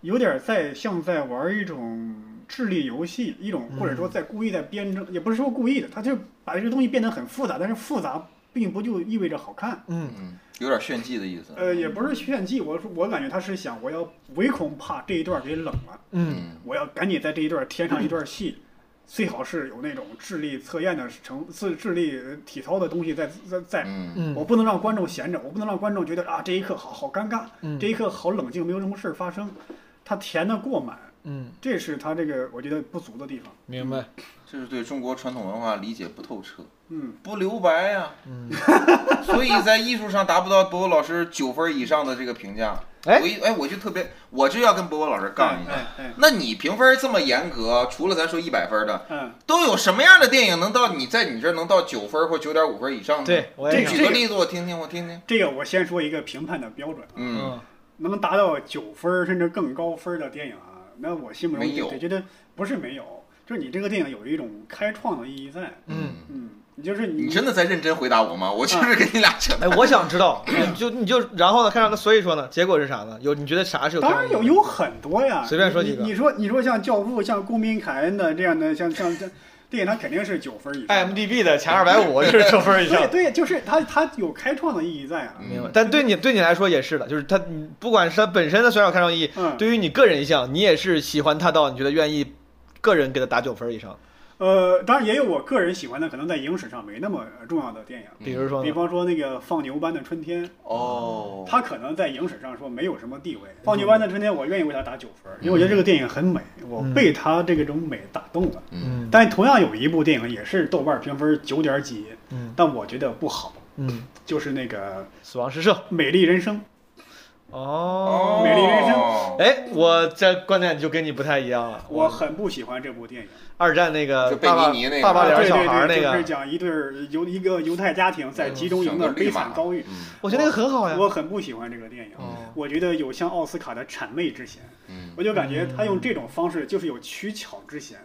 Speaker 3: 有点在像在玩一种智力游戏，一种或者说在故意在编争，也不是说故意的，它就把这个东西变得很复杂，但是复杂并不就意味着好看。
Speaker 4: 嗯，
Speaker 1: 嗯，有点炫技的意思，
Speaker 3: 呃，也不是炫技，我我感觉他是想，我要唯恐怕这一段给冷了，
Speaker 4: 嗯
Speaker 1: 嗯
Speaker 3: 我要赶紧在这一段添上一段戏，最好是有那种智力测验的成智智力体操的东西在在在。
Speaker 1: 嗯，
Speaker 3: 我不能让观众闲着，我不能让观众觉得啊这一刻好好尴尬，这一刻好冷静，没有什么事儿发生。他填的过满，
Speaker 4: 嗯，
Speaker 3: 这是他这个我觉得不足的地方。
Speaker 4: 明白。
Speaker 1: 这是对中国传统文化理解不透彻，
Speaker 3: 嗯，
Speaker 1: 不留白呀、
Speaker 4: 嗯
Speaker 1: 所以在艺术上达不到博博老师九分以上的这个评价。
Speaker 4: 哎
Speaker 1: 我一哎，我就特别，我就要跟博博老师杠一下。
Speaker 3: 哎哎，
Speaker 1: 那你评分这么严格，除了咱说一百分的，
Speaker 3: 嗯，
Speaker 1: 都有什么样的电影能到你在你这儿能到九分或九点五分以上呢？
Speaker 4: 对，，我
Speaker 3: 这
Speaker 4: 也
Speaker 1: 你
Speaker 3: 个
Speaker 4: 想
Speaker 1: 举个例子我听听，我听听。
Speaker 3: 这个我先说一个评判的标准，啊
Speaker 1: 嗯，
Speaker 4: 嗯
Speaker 3: 能达到九分儿甚至更高分儿的电影啊，那我心目中
Speaker 1: 没有
Speaker 3: 得觉得不是没有，就是你这个电影有一种开创的意义在。
Speaker 4: 嗯。
Speaker 3: 嗯，你就是
Speaker 1: 你真的在认真回答我吗？我就是跟你俩扯
Speaker 4: 哎，我想知道，你就你就然后呢？看上他，所以说呢，结果是啥呢？有你觉得啥是有？
Speaker 3: 当然有，有很多呀，
Speaker 4: 随便说几个
Speaker 3: 你你说你说像《教父》、像《公民凯恩》的这样的，像像像电影，它肯定是九分以上的。
Speaker 4: IMDB 的前二百 五就是九分以上
Speaker 3: 对。对，就是它它有开创的意义在啊。
Speaker 1: 嗯
Speaker 4: 明白，但对你对你来说也是的，就是它，你不管是它本身的虽然有开创意义，
Speaker 3: 嗯，
Speaker 4: 对于你个人印象，你也是喜欢它到你觉得愿意个人给它打九分以上。
Speaker 3: 呃，当然也有我个人喜欢的，可能在影史上没那么重要的电影，
Speaker 4: 比如说
Speaker 3: 比
Speaker 4: 呢，
Speaker 3: 方说那个《放牛班的春天》，
Speaker 1: 哦，
Speaker 3: 它可能在影史上说没有什么地位，《放牛班的春天》我愿意为它打九分，因为我觉得这个电影很美，我被它这个种美打动了。
Speaker 4: 嗯
Speaker 3: 但同样有一部电影也是豆瓣评分九点几，
Speaker 4: 嗯
Speaker 3: 但我觉得不好，
Speaker 4: 嗯，
Speaker 3: 就是那个
Speaker 4: 死亡诗社
Speaker 3: 《美丽人生》。
Speaker 4: 哦，
Speaker 3: 美丽人生
Speaker 1: 生
Speaker 4: 哎，我这观点就跟你不太一样了。
Speaker 3: 我很不喜欢这部电影，
Speaker 4: 二战那个
Speaker 1: 就贝
Speaker 4: 爸爸
Speaker 1: 尼尼那个
Speaker 4: 爸爸
Speaker 1: 八
Speaker 3: 对
Speaker 4: 脸
Speaker 3: 对
Speaker 4: 小孩那
Speaker 3: 对，就是
Speaker 4: 个，
Speaker 3: 讲一对儿犹一个犹太家庭在集中营的悲惨遭遇。
Speaker 1: 嗯
Speaker 4: 我觉得那个很哦好呀。
Speaker 3: 我很不喜欢这个电影，
Speaker 4: 哦
Speaker 3: 我觉得有向奥斯卡的谄媚之嫌，
Speaker 1: 嗯，
Speaker 3: 我就感觉他用这种方式就是有取巧之嫌，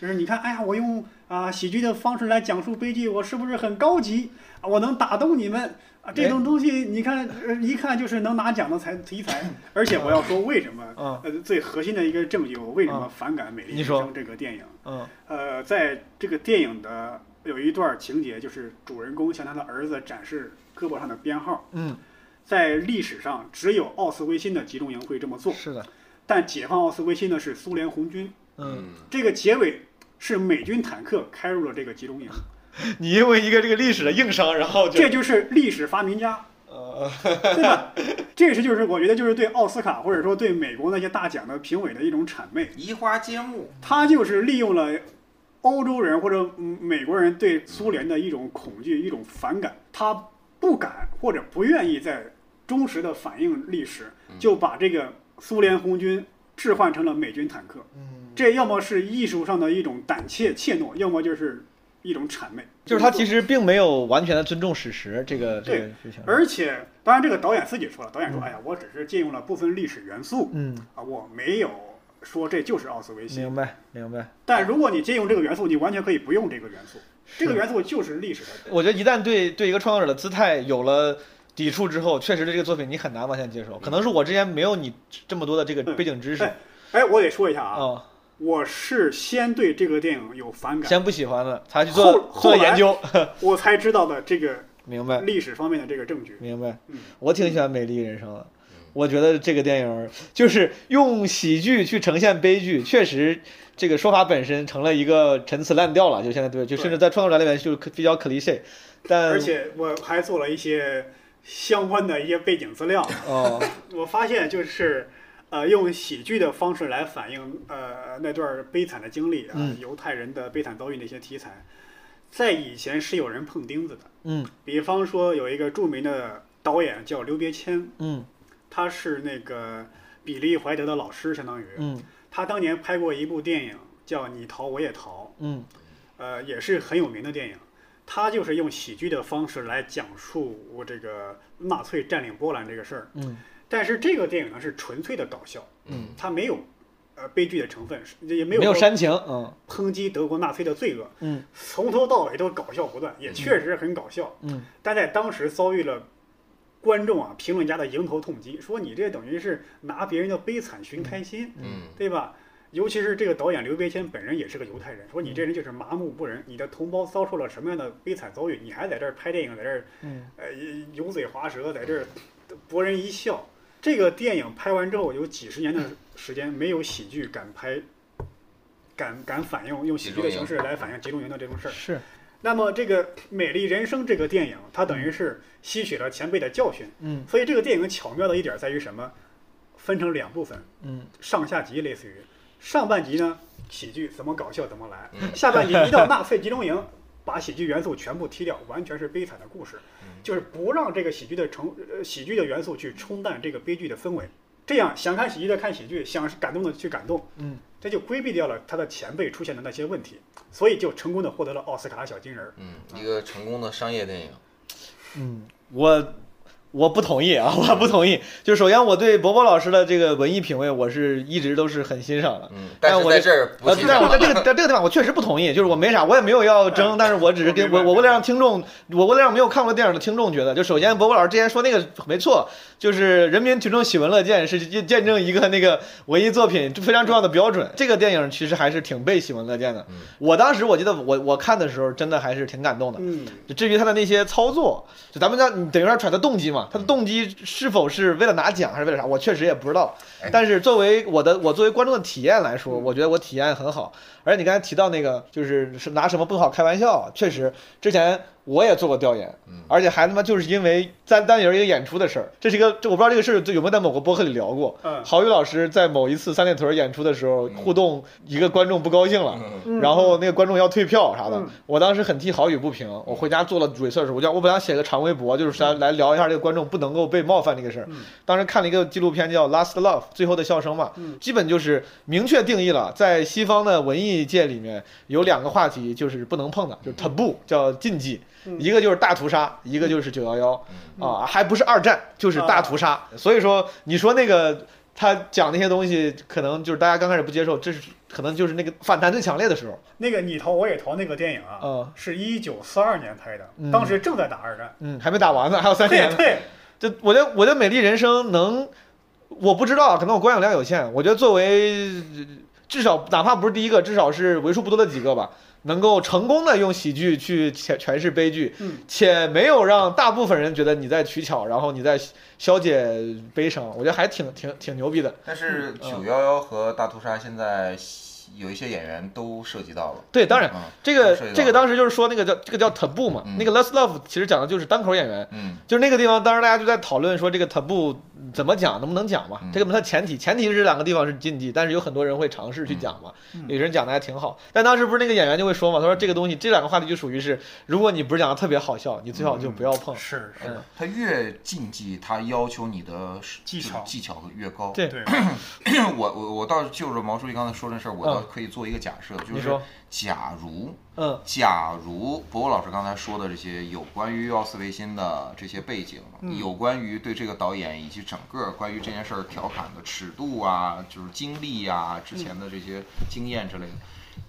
Speaker 3: 就是你看，哎呀，我用啊、喜剧的方式来讲述悲剧，我是不是很高级？啊我能打动你们啊？这
Speaker 4: 哎
Speaker 3: 种东西你看，呃一看就是能拿奖的才题 材。而且我要说为什么，
Speaker 4: 嗯
Speaker 3: 呃，最核心的一个证据，我为什么反感《美丽
Speaker 4: 你
Speaker 3: 人
Speaker 4: 说
Speaker 3: 生》这个电影？
Speaker 4: 嗯
Speaker 3: 呃，在这个电影的有一段情节，就是主人公向他的儿子展示胳膊上的编号。
Speaker 4: 嗯，
Speaker 3: 在历史上，只有奥斯维辛的集中营会这么做，
Speaker 4: 是的，
Speaker 3: 但解放奥斯维辛的是苏联红军。
Speaker 4: 嗯，
Speaker 3: 这个结尾是美军坦克开入了这个集中营，
Speaker 4: 你因为一个这个历史的硬伤，然后就
Speaker 3: 这就是历史发明家，
Speaker 4: 呃
Speaker 3: 对吧？这是就是我觉得就是对奥斯卡或者说对美国那些大奖的评委的一种谄媚。
Speaker 1: 移花接木，
Speaker 3: 他就是利用了欧洲人或者嗯美国人对苏联的一种恐惧、一种反感，他不敢或者不愿意再忠实的反映历史，
Speaker 4: 嗯
Speaker 3: 就把这个苏联红军置换成了美军坦克。
Speaker 4: 嗯
Speaker 3: 这要么是艺术上的一种胆怯怯懦，要么就是一种谄媚。
Speaker 4: 就是他其实并没有完全的尊重史实这个这个事情。
Speaker 3: 而且，当然这个导演自己说了，导演说：“哎呀，我只是借用了部分历史元素
Speaker 4: 嗯，
Speaker 3: 啊，我没有说这就是奥斯维辛。”
Speaker 4: 明白明白。
Speaker 3: 但如果你借用这个元素，你完全可以不用这个元素，这个元素就是历史的。
Speaker 4: 我觉得一旦对对一个创作者的姿态有了抵触之后，确实对这个作品你很难完全接
Speaker 3: 嗯
Speaker 4: 受。可能是我之前没有你这么多的这个背景知识
Speaker 3: 哎哎，我得说一下
Speaker 4: 啊、
Speaker 3: 啊，我是先对这个电影有反感，
Speaker 4: 先不喜欢了，才去
Speaker 3: 后
Speaker 4: 做
Speaker 3: 后
Speaker 4: 做
Speaker 3: 来
Speaker 4: 研究，
Speaker 3: 我才知道的这个
Speaker 4: 明白
Speaker 3: 历史方面的这个证据。
Speaker 4: 明白
Speaker 3: 嗯。
Speaker 4: 我挺喜欢《美丽人生》的。我觉得这个电影就是用喜剧去呈现悲剧，确实这个说法本身成了一个陈词滥调了。就现在对，就甚至在创作者里面就是可比较 cliche，但
Speaker 3: 而且我还做了一些相关的一些背景资料，
Speaker 4: 哦，
Speaker 3: 我发现就是。呃，用喜剧的方式来反映呃那段悲惨的经历啊，
Speaker 4: 嗯
Speaker 3: 犹太人的悲惨遭遇那些题材，在以前是有人碰钉子的。
Speaker 4: 嗯
Speaker 3: 比方说，有一个著名的导演叫刘别谦，
Speaker 4: 嗯
Speaker 3: 他是那个比利怀德的老师，相当于
Speaker 4: 嗯
Speaker 3: 他当年拍过一部电影叫《你逃我也逃
Speaker 4: 嗯》，
Speaker 3: 呃，也是很有名的电影。他就是用喜剧的方式来讲述我这个纳粹占领波兰这个事儿，
Speaker 4: 嗯
Speaker 3: 但是这个电影呢是纯粹的搞笑，
Speaker 4: 嗯，
Speaker 3: 它没有呃悲剧的成分，是也没
Speaker 4: 没有
Speaker 3: 有说
Speaker 4: 煽情，嗯
Speaker 3: 抨击德国纳粹的罪恶，
Speaker 4: 嗯，
Speaker 3: 从头到尾都搞笑不断，也确实很搞笑，
Speaker 4: 嗯，
Speaker 3: 但在当时遭遇了观众啊、评论家的迎头痛击，说你这等于是拿别人的悲惨寻开心，
Speaker 1: 嗯
Speaker 3: 对吧？尤其是这个导演刘别谦本人也是个犹太人，说你这人就是麻木不仁，你的同胞遭受了什么样的悲惨遭遇，你还在这儿拍电影，在这儿，
Speaker 4: 嗯
Speaker 3: 呃，油嘴滑舌，在这儿博人一笑。这个电影拍完之后，有几十年的时间没有喜剧敢拍敢敢反映用喜剧的形式来反映集中营的这种事儿。
Speaker 2: 是
Speaker 3: 那么这个《美丽人生》这个电影，它等于是吸取了前辈的教训，
Speaker 4: 嗯
Speaker 3: 所以这个电影巧妙的一点在于什么？分成两部分，
Speaker 4: 嗯，
Speaker 3: 上下集类似于上半集呢，喜剧怎么搞笑怎么来，
Speaker 1: 嗯
Speaker 3: 下半集一到纳粹集中营，把喜剧元素全部踢掉，完全是悲惨的故事，
Speaker 1: 嗯
Speaker 3: 就是不让这个喜剧的成呃喜剧的元素去冲淡这个悲剧的氛围。这样想看喜剧的看喜剧，想感动的去感动，
Speaker 4: 嗯，
Speaker 3: 这就规避掉了他的前辈出现的那些问题，所以就成功的获得了奥斯卡小金人儿。
Speaker 1: 嗯，一个成功的商业电影，
Speaker 4: 嗯，我我不同意啊，我不同意。就首先我对博博老师的这个文艺品味，我是一直都是很欣赏的。
Speaker 1: 嗯，
Speaker 4: 但
Speaker 1: 但是
Speaker 4: 哎我
Speaker 1: 在
Speaker 4: 这
Speaker 1: 这儿不
Speaker 4: 呃，
Speaker 1: 欣
Speaker 4: 但我
Speaker 1: 赏
Speaker 4: 在这个在这个地方，我确实不同意，就是我没啥，我也没有要争，但是我只是跟
Speaker 3: 嗯我
Speaker 4: 我
Speaker 3: 明白
Speaker 4: 我为了让听众，我为了让没有看过电影的听众觉得，就首先博博老师之前说那个没错，就是人民群众喜闻乐见是见见证一个那个文艺作品非常重要的标准。这个电影其实还是挺被喜闻乐见的
Speaker 1: 嗯。
Speaker 4: 我当时我记得我我看的时候，真的还是挺感动的。
Speaker 3: 嗯，
Speaker 4: 至于他的那些操作，就咱们在等于说揣测动机嘛，他的动机是否是为了拿奖还是为了啥，我确实也不知道
Speaker 1: 哎。嗯
Speaker 4: 但是作为我的我作为观众的体验来说，我觉得我体验很好。而且你刚才提到那个，就是是拿什么不好开玩笑，确实之前我也做过调研
Speaker 1: 嗯，
Speaker 4: 而且还他妈就是因为单单有一个演出的事儿，这是一个这我不知道这个事儿有没有在某个播客里聊过。
Speaker 3: 嗯
Speaker 4: 郝宇老师在某一次三里屯演出的时
Speaker 1: 嗯
Speaker 4: 候，互动一个观众不高兴了，然后那个观众要退票啥的，
Speaker 3: 嗯
Speaker 4: 我当时很替郝宇不平。我回家做了 research，我叫我本来写个长微博，就是来来聊一下这个观众不能够被冒犯这个事儿。
Speaker 3: 嗯
Speaker 4: 当时看了一个纪录片叫《Last Love》，最后的笑声嘛，
Speaker 3: 嗯
Speaker 4: 基本就是明确定义了，在西方的文艺界里面有两个话题就是不能碰的，就是 taboo，叫禁忌，
Speaker 3: 嗯
Speaker 4: 一个就是大屠杀，一个就是九幺幺。啊，还不是二战，就是大屠杀。
Speaker 3: 啊
Speaker 4: 所以说，你说那个他讲那些东西，可能就是大家刚开始不接受，这是可能就是那个反弹最强烈的时候。
Speaker 3: 那个你投我也投那个电影啊，
Speaker 4: 嗯
Speaker 3: 是一九四二年拍的，
Speaker 4: 嗯
Speaker 3: 当时正在打二战。
Speaker 4: 嗯，还没打完呢，还有三
Speaker 3: 对
Speaker 4: 年呢。
Speaker 3: 对，
Speaker 4: 这我觉得我觉得《美丽人生》能，我不知道，可能我观影量有限。我觉得作为呃至少哪怕不是第一个，至少是为数不多的几个吧，能够成功的用喜剧去诠诠释悲剧，
Speaker 3: 嗯
Speaker 4: 且没有让大部分人觉得你在取巧，然后你在消解悲伤，我觉得还挺挺挺牛逼的。
Speaker 1: 但是
Speaker 4: 嗯
Speaker 1: 九幺幺和大屠杀现在有一些演员都涉及到了，
Speaker 4: 对，当然。
Speaker 1: 嗯
Speaker 4: 这个
Speaker 1: 涉及到
Speaker 4: 这个当时就是说那个叫这个叫 taboo 嘛，
Speaker 1: 嗯
Speaker 4: 那个 less love 其实讲的就是单口演员，
Speaker 1: 嗯
Speaker 4: 就是那个地方，当时大家就在讨论说这个 taboo 怎么讲，能不能讲嘛？
Speaker 1: 嗯
Speaker 4: 这个它前提前提是这两个地方是禁忌，但是有很多人会尝试去讲嘛，
Speaker 3: 嗯
Speaker 4: 有些人讲的还挺好。但当时不是那个演员就会说嘛，他说这个东西这两个话题就属于是，如果你不是讲的特别好笑，你最好就不要碰。
Speaker 3: 是是，
Speaker 4: 嗯，
Speaker 1: 他越禁忌，他要求你的
Speaker 3: 技巧
Speaker 1: 技巧越高。
Speaker 4: 对
Speaker 3: 对，
Speaker 1: 我我我倒是就着毛书记刚才说这事儿，我倒可以做一个假设，就
Speaker 4: 嗯你
Speaker 1: 是
Speaker 4: 说
Speaker 1: 假如
Speaker 4: 嗯
Speaker 1: 假如博博老师刚才说的这些有关于奥斯维辛的这些背景，有关于对这个导演以及整个关于这件事儿调侃的尺度啊，就是经历啊，之前的这些经验之类的，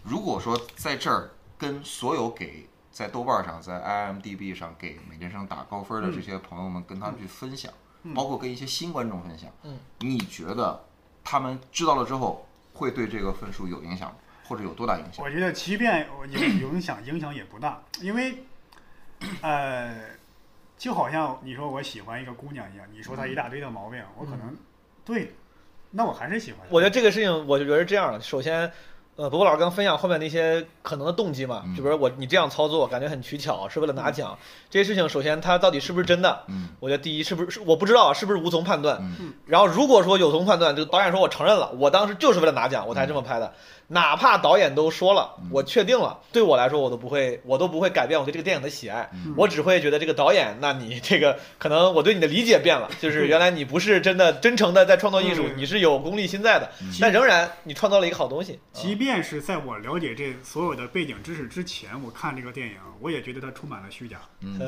Speaker 1: 如果说在这儿跟所有给在豆瓣上、在 IMDB 上给美人生打高分的这些朋友们，跟他们去分享，包括跟一些新观众分享，
Speaker 4: 嗯
Speaker 1: 你觉得他们知道了之后会对这个分数有影响吗？或者有多大影响？
Speaker 3: 我觉得即便有有影响，影响也不大，因为，呃，就好像你说我喜欢一个姑娘一样，你说她一大堆的毛病，我可能对，那我还是喜欢她。
Speaker 4: 我觉得这个事情，我就觉得是这样的。首先，呃，伯伯老师刚分享后面那些可能的动机嘛，
Speaker 1: 嗯
Speaker 4: 就比如我你这样操作，感觉很取巧，是为了拿奖。这些事情，首先它到底是不是真的？
Speaker 1: 嗯。
Speaker 4: 我觉得第一是不是是我不知道啊是不是无从判断。
Speaker 1: 嗯
Speaker 4: 然后如果说有从判断，这个导演说我承认了，我当时就是为了拿奖我才这么拍的，哪怕导演都说了
Speaker 1: 嗯，
Speaker 4: 我确定了，对我来说我都不会，我都不会改变我对这个电影的喜爱。
Speaker 1: 嗯
Speaker 4: 我只会觉得这个导演，那你这个可能我对你的理解变了，就是原来你不是真的真诚的在创作艺术，
Speaker 3: 嗯
Speaker 4: 你是有功利心在的，
Speaker 1: 嗯
Speaker 4: 但仍然你创造了一个好东西。
Speaker 3: 即便是在我了解这所有的背景知识之前，我看这个电影，我也觉得它充满了虚假。
Speaker 1: 嗯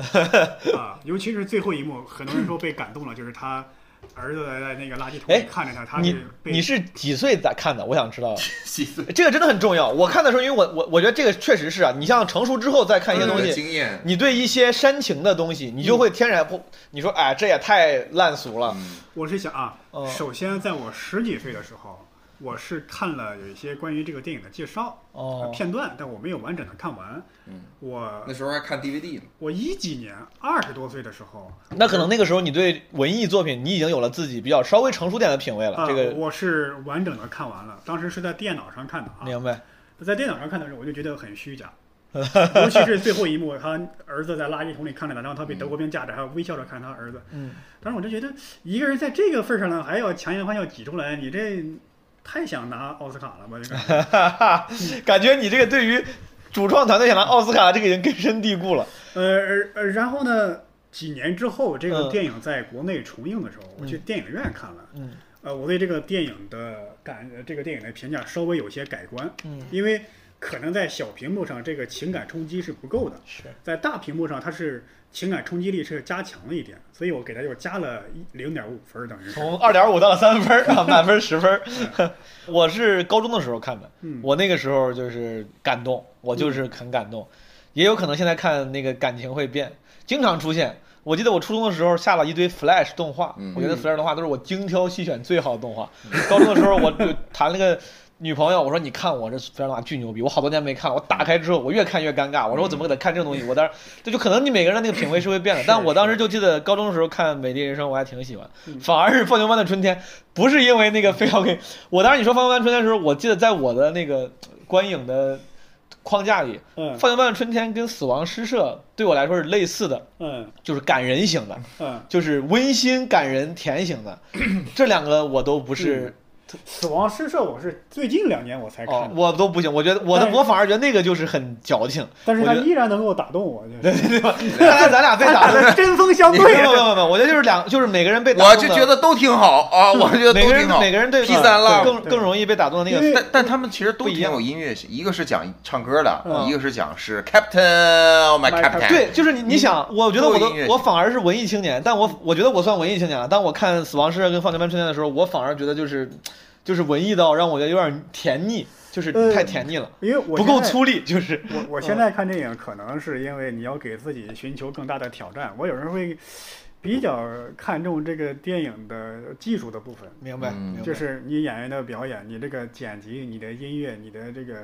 Speaker 3: 啊，尤其是最后一幕，很多人说被感动了，就是他儿子在那个垃圾桶
Speaker 4: 哎
Speaker 3: 里看着他，他
Speaker 4: 你
Speaker 3: 是被
Speaker 4: 你是几岁在看的？我想知道。
Speaker 1: 细碎
Speaker 4: 这个真的很重要。我看的时候，因为我我我觉得这个确实是啊，你像成熟之后再看一些东
Speaker 1: 的
Speaker 4: 西，
Speaker 1: 经验，
Speaker 4: 你对一些煽情的东西，你就会天然不，你说哎，这也太烂俗了。
Speaker 1: 嗯
Speaker 3: 我是想啊，
Speaker 4: 哦
Speaker 3: 首先在我十几岁的时候，我是看了有一些关于这个电影的介绍、呃
Speaker 4: 哦，
Speaker 3: 片段，但我没有完整的看完。
Speaker 1: 嗯，
Speaker 3: 我
Speaker 1: 那时候还看 DVD 呢，
Speaker 3: 我一几年二十多岁的时候，
Speaker 4: 那可能那个时候你对文艺作品，你已经有了自己比较稍微成熟点的品味了。
Speaker 3: 啊、
Speaker 4: 这个
Speaker 3: 我是完整的看完了，当时是在电脑上看的啊。
Speaker 4: 明白。
Speaker 3: 我在电脑上看的时候，我就觉得很虚假，尤其是最后一幕，他儿子在垃圾桶里看着他，然后他被德国兵架着，还微笑着看着他儿子。
Speaker 4: 嗯，
Speaker 3: 当时我就觉得，一个人在这个份儿上呢，还要强颜欢笑挤出来，你这太想拿奥斯卡了吧？这个
Speaker 4: 感觉你这个对于主创团队想拿奥斯卡这个已经根深蒂固了。
Speaker 3: 呃，呃然后呢，几年之后，这个
Speaker 4: 嗯
Speaker 3: 电影在国内重映的时候，我去电影院看了。
Speaker 4: 嗯
Speaker 3: 呃，我对这个电影的感，呃这个电影的评价稍微有些改观，
Speaker 4: 嗯，
Speaker 3: 因为可能在小屏幕上这个情感冲击是不够的，
Speaker 4: 是
Speaker 3: 在大屏幕上它是情感冲击力是加强了一点，所以我给它又加了零点五分儿，等于是，
Speaker 4: 从二点五到了三分儿啊，满分十分儿。 我是高中的时候看的，
Speaker 3: 嗯，
Speaker 4: 我那个时候就是感动，我就是很感动，也有可能现在看那个感情会变，经常出现。我记得我初中的时候下了一堆 Flash 动画，
Speaker 1: 嗯
Speaker 4: 我觉得 Flash 动画都是我精挑细选最好的动画。高中的时候我就谈了个女朋友，我说你看我这 Flash 动画巨牛逼，我好多年没看了，我打开之后我越看越尴尬，我说我怎么给他看这种东西？我当时这就可能你每个人的那个品味是会变的，
Speaker 3: 是
Speaker 4: 但我当时
Speaker 3: 是
Speaker 4: 就记得高中的时候看《美丽人生》，我还挺喜欢
Speaker 3: 嗯，
Speaker 4: 反而是《放牛班的春天》，不是因为那个非要给我当时你说《放牛班春天》的时候，我记得在我的那个观影的框架里，《
Speaker 3: 嗯
Speaker 4: 放牛班的春天》跟《死亡诗社》对我来说是类似的，
Speaker 3: 嗯
Speaker 4: 就是感人型的，
Speaker 3: 嗯，
Speaker 4: 就是温馨感人甜型的。这两个我都不
Speaker 3: 嗯
Speaker 4: 是，
Speaker 3: 死亡诗社我是最近两年我才
Speaker 4: 哦
Speaker 3: 看，哎的，
Speaker 4: 我都不行。我觉得我的
Speaker 3: 但是
Speaker 4: 我反而觉得那个就是很矫 情。
Speaker 3: 但是它
Speaker 4: 我觉得
Speaker 3: 依然能够打动我，就是
Speaker 4: 看来咱俩被打
Speaker 3: 打
Speaker 4: 的。
Speaker 3: 的针锋相
Speaker 4: 没有没
Speaker 3: 对
Speaker 4: 有没
Speaker 3: 啊。
Speaker 4: 有没有，我觉得就是两，就是每个人被打
Speaker 1: 我
Speaker 4: 动
Speaker 1: 就
Speaker 4: 的
Speaker 1: 觉得都挺好 啊，我觉得
Speaker 4: 每
Speaker 1: 都
Speaker 4: 个人
Speaker 1: 挺好。
Speaker 4: 每个人对
Speaker 1: P 三了
Speaker 4: 更
Speaker 3: 对
Speaker 4: 更容易被打动的
Speaker 3: 因
Speaker 4: 那个
Speaker 3: 为
Speaker 1: 但但他们其实都
Speaker 4: 不一
Speaker 1: 挺
Speaker 4: 样
Speaker 1: 有音乐性，一个是讲唱歌的，
Speaker 3: 嗯
Speaker 1: 一个是讲是 Captain Oh My
Speaker 3: My
Speaker 1: Captain。
Speaker 4: 对，就是你，你想，我觉得我
Speaker 1: 都
Speaker 4: 都
Speaker 1: 有音乐，性
Speaker 4: 我反而是文艺青年，但我我觉得我算文艺青年了。当我看《死亡诗社》跟《放牛班春天》的时候，我反而觉得就是，就是文艺到让我觉得有点甜腻，就是
Speaker 3: 呃
Speaker 4: 太甜腻了，
Speaker 3: 因为我
Speaker 4: 不够
Speaker 3: 现在
Speaker 4: 粗粝，就是
Speaker 3: 我我现在看电影，可能是因为你要给自己寻求更大的挑战。我有时候会比较看重这个电影的技术的部分，
Speaker 4: 明白，
Speaker 1: 嗯
Speaker 4: 明白
Speaker 3: 就是你演员的表演、你这个剪辑、你的音乐、你的这个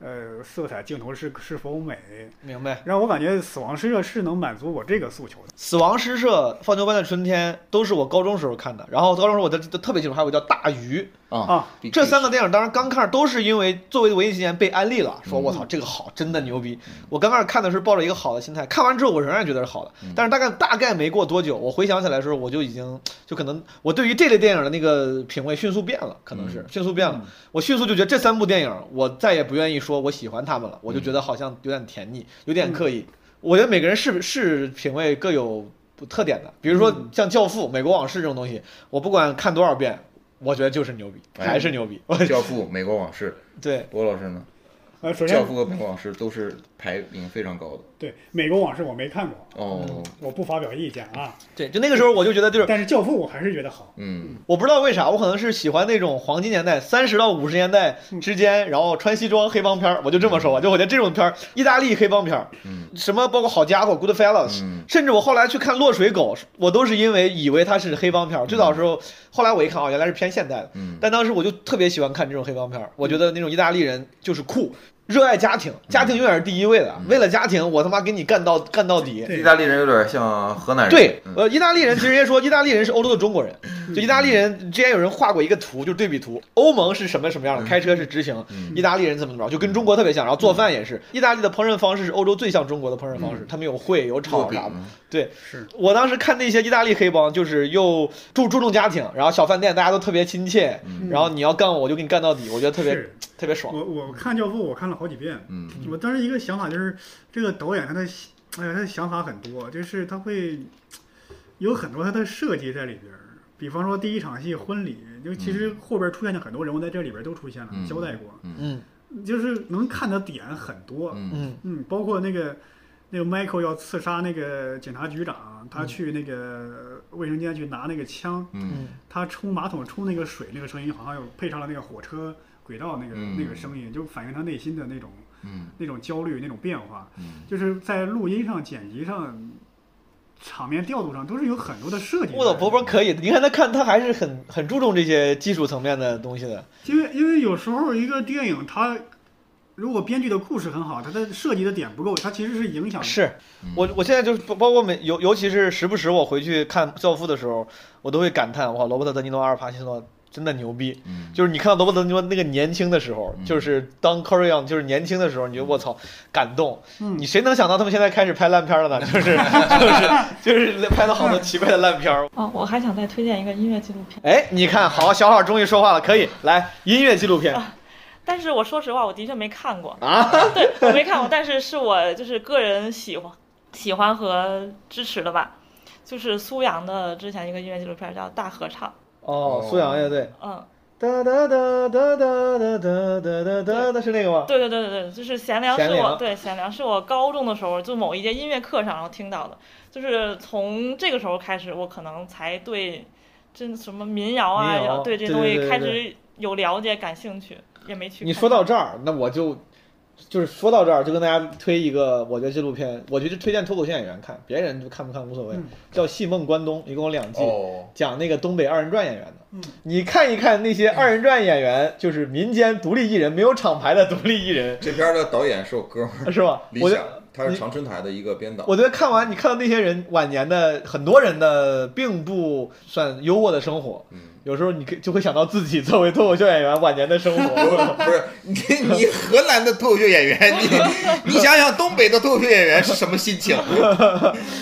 Speaker 3: 呃色彩、镜头是是否美。
Speaker 4: 明白。
Speaker 3: 让我感觉《死亡诗社》是能满足我这个诉求的。
Speaker 4: 《死亡诗社》《放牛班的春天》都是我高中时候看的，然后高中时候我的特别清楚，还有个叫《大鱼》，
Speaker 1: 啊
Speaker 3: 啊，
Speaker 1: 比
Speaker 4: 这三个电影当时刚看都是因为作为文艺青年被安利了，说
Speaker 1: 嗯
Speaker 4: 我操这个好，真的牛逼。我刚开始看的是抱着一个好的心态，看完之后我仍然觉得是好的
Speaker 1: 嗯。
Speaker 4: 但是大概大概没过多久，我回想起来的时候，我就已经就可能我对于这类电影的那个品味迅速变了，可能是
Speaker 1: 嗯
Speaker 4: 迅速变了。我迅速就觉得这三部电影，我再也不愿意说我喜欢他们了，我就
Speaker 1: 嗯
Speaker 4: 觉得好像有点甜腻，有点刻意。我觉得每个人是是品味各有不特点的，比如
Speaker 1: 嗯
Speaker 4: 说像《教父》《美国往事》这种东西，我不管看多少遍。我觉得就是牛逼，
Speaker 1: 哎
Speaker 4: 还是牛逼。
Speaker 1: 教父、美国往事，
Speaker 4: 对，
Speaker 1: 罗老师呢？
Speaker 3: 呃，首
Speaker 1: 教
Speaker 3: 先
Speaker 1: 父和美国往事都是排名非常高的
Speaker 3: 对《美国往事》我没看过，
Speaker 1: 哦。
Speaker 3: 我不发表意见啊。
Speaker 4: 对，就那个时候我就觉得，就是
Speaker 3: 但是《教父》我还是觉得好。
Speaker 1: 嗯，
Speaker 4: 我不知道为啥，我可能是喜欢那种黄金年代，三十到五十年代
Speaker 1: 嗯
Speaker 4: 之间，然后穿西装黑帮片儿，我就这么说吧，就我觉得这种片儿，意大利黑帮片儿，
Speaker 1: 嗯，
Speaker 4: 什么包括好家伙、Goodfellas，、
Speaker 1: 嗯
Speaker 4: 甚至我后来去看《落水狗》，我都是因为以为它是黑帮片儿，最早的时候，后来我一看哦，原来是偏现代的，
Speaker 1: 嗯
Speaker 4: 但当时我就特别喜欢看这种黑帮片儿，我觉得那种意大利人就是酷，热爱家庭，家庭永远是第一位
Speaker 1: 嗯
Speaker 4: 的，为了家庭，我他妈给你干到干到底，
Speaker 1: 意大利人有点像河南人。
Speaker 4: 对
Speaker 1: 嗯，
Speaker 4: 呃，意大利人其实也说意大利人是欧洲的中国人，就意大利人之前有人画过一个图，就是对比图，欧盟是什么什么样的，开车是直行，
Speaker 1: 嗯
Speaker 4: 意大利人怎么怎么着，就跟中国特别像，然后做饭也是，意大利的烹饪方式是欧洲最像中国的烹饪方式，他们有烩有
Speaker 1: 烙嗯
Speaker 4: 炒
Speaker 1: 饼
Speaker 4: 啥的，对，
Speaker 3: 是
Speaker 4: 我当时看那些意大利黑帮，就是又注注重家庭，然后小饭店大家都特别亲切，
Speaker 1: 嗯
Speaker 4: 然后你要干我，我就给你干到底，我觉得特别
Speaker 3: 是
Speaker 4: 特别爽。
Speaker 3: 我我看《教父》我看了好几遍。
Speaker 1: 嗯
Speaker 3: 我当时一个想法就是，这个导演他的想，哎呀，他的想法很多，就是他会有很多他的设计在里边儿。比方说第一场戏婚礼，就其实后边出现的很多人物在这里边儿都出现了，
Speaker 1: 嗯
Speaker 3: 交代过，
Speaker 4: 嗯
Speaker 3: 就是能看的点很多。
Speaker 1: 嗯
Speaker 4: 嗯
Speaker 3: 嗯，包括那个那个 Michael 要刺杀那个警察局长，他去那个卫生间去拿那个枪，
Speaker 1: 嗯
Speaker 3: 他冲马桶冲那个水那个声音，好像有配上了那个火车轨道那个、
Speaker 1: 嗯
Speaker 3: 那个声音，就反映他内心的那种
Speaker 1: 嗯
Speaker 3: 那种焦虑那种变化。
Speaker 1: 嗯，
Speaker 3: 就是在录音上、剪辑上、场面调度上都是有很多的设计的。
Speaker 4: 嗯我老伯伯可以的，你看他看他还是很很注重这些技术层面的东西的。
Speaker 3: 因为因为有时候一个电影它。如果编剧的故事很好，它的涉及的点不够，它其实是影响
Speaker 4: 是我我现在就是包包括每尤尤其是时不时我回去看《教父》的时候，我都会感叹哇，罗伯特·德尼罗、阿尔帕西诺真的牛逼。
Speaker 1: 嗯，
Speaker 4: 就是你看到罗伯特尼摩那个年轻的时候，
Speaker 1: 嗯
Speaker 4: 就是当 Corey Young 就是年轻的时候，你就我操感动。
Speaker 3: 嗯
Speaker 4: 你谁能想到他们现在开始拍烂片了呢？就是 就是就是拍了好多奇怪的烂片儿。
Speaker 5: 哦，我还想再推荐一个音乐纪录片，
Speaker 4: 哎，你看好，小好终于说话了，可以来音乐纪录 片
Speaker 5: 但是我说实话，我的确没看过，
Speaker 4: 啊。
Speaker 5: 对我没看过，但是是我就是个人喜欢、喜欢和支持的吧。就是苏阳的之前一个音乐纪录片叫《大合唱》，
Speaker 4: 哦，苏阳乐队。
Speaker 5: 嗯，
Speaker 4: 哒哒哒哒哒哒哒哒哒哒哒，是那个吗？
Speaker 5: 对对对对对，就是贤良
Speaker 4: 贤
Speaker 5: 是
Speaker 4: 良
Speaker 5: 我对贤良是我高中的时候就某一节音乐课上然后听到的，就是从这个时候开始，我可能才对这什么民谣啊，
Speaker 4: 民谣
Speaker 5: 对这
Speaker 4: 对
Speaker 5: 东
Speaker 4: 对
Speaker 5: 西
Speaker 4: 对
Speaker 5: 开
Speaker 4: 对
Speaker 5: 始有了解、感兴趣，也没去看。
Speaker 4: 你说到这儿，那我就就是说到这儿，就跟大家推一个，我觉得纪录片，我觉得推荐脱口秀演员看，别人就看不看无所谓。
Speaker 3: 嗯
Speaker 4: 叫《戏梦关东》，一共有两季，
Speaker 1: 哦，
Speaker 4: 讲那个东北二人转演员的。
Speaker 3: 嗯
Speaker 4: 你看一看那些二人转演员，就是民间独立艺人，没有厂牌的独立艺人，
Speaker 1: 这片儿的导演是我哥们儿
Speaker 4: 是吧？
Speaker 1: 李
Speaker 4: 我觉
Speaker 1: 想
Speaker 4: 得。，
Speaker 1: 他是
Speaker 4: 你
Speaker 1: 长春台的一个编导。
Speaker 4: 我觉得看完你看到那些人晚年的很多人的并不算优渥的生活，
Speaker 1: 嗯，
Speaker 4: 有时候你可就会想到自己作为脱口秀演员晚年的 生活。
Speaker 1: 不是你，你河南的脱口秀演员， 你你想想东北的脱口秀演员是什么心情？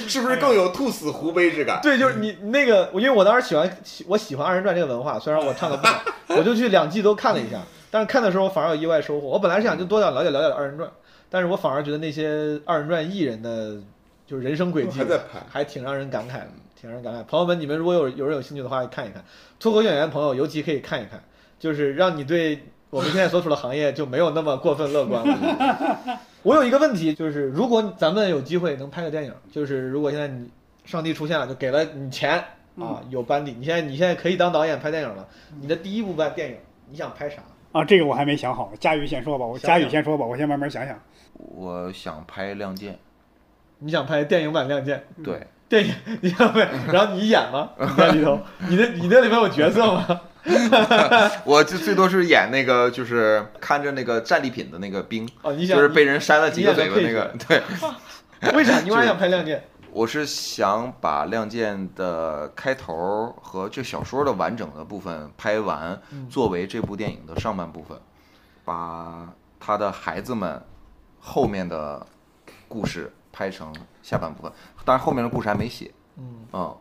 Speaker 1: 是不是更有兔死狐悲之感？
Speaker 4: 对，就是你那个，我因为我当时喜欢喜我喜欢二人转这个文化，虽然我唱的 不好，我就去两季都看了一下，但是看的时候反而有意外收获。我本来是想就多想了解了解二人转，但是我反而觉得那些二人转艺人的就是人生轨迹
Speaker 1: 还在拍
Speaker 4: 还挺让人感慨的，挺让人感慨。朋友们，你们如果有有人有兴趣的话，看一看脱口秀演员朋友，尤其可以看一看，就是让你对我们现在所处的行业就没有那么过分乐观了。 我有一个问题，就是如果咱们有机会能拍个电影，就是如果现在你上帝出现了，就给了你钱
Speaker 1: 嗯
Speaker 4: 啊，有班底，你现在你现在可以当导演拍电影了，你的第一部半电影你想拍啥？
Speaker 3: 啊，这个我还没想好，佳宇先说吧，我
Speaker 4: 想
Speaker 3: 佳宇
Speaker 4: 想
Speaker 3: 先说吧，我先慢慢想想。
Speaker 1: 我想拍《亮剑
Speaker 4: 你想拍电影版《亮剑》？》，
Speaker 1: 对，
Speaker 4: 电影，你想拍，然后你演吗？
Speaker 1: 嗯
Speaker 4: 你在里头，你的你那里面有角色 吗？
Speaker 1: 我就最多是演那个，就是看着那个战利品的那个兵，
Speaker 4: 哦，你想
Speaker 1: 就是被人扇了几个嘴巴那个。对，
Speaker 4: 为啥你为啥想拍《亮剑
Speaker 1: 我是想把《亮剑》的开头和这小说的完整的部分拍完，
Speaker 4: 嗯
Speaker 1: 作为这部电影的上半部分，把他的孩子们后面的故事拍成下半部分。当然，后面的故事还没写。
Speaker 4: 嗯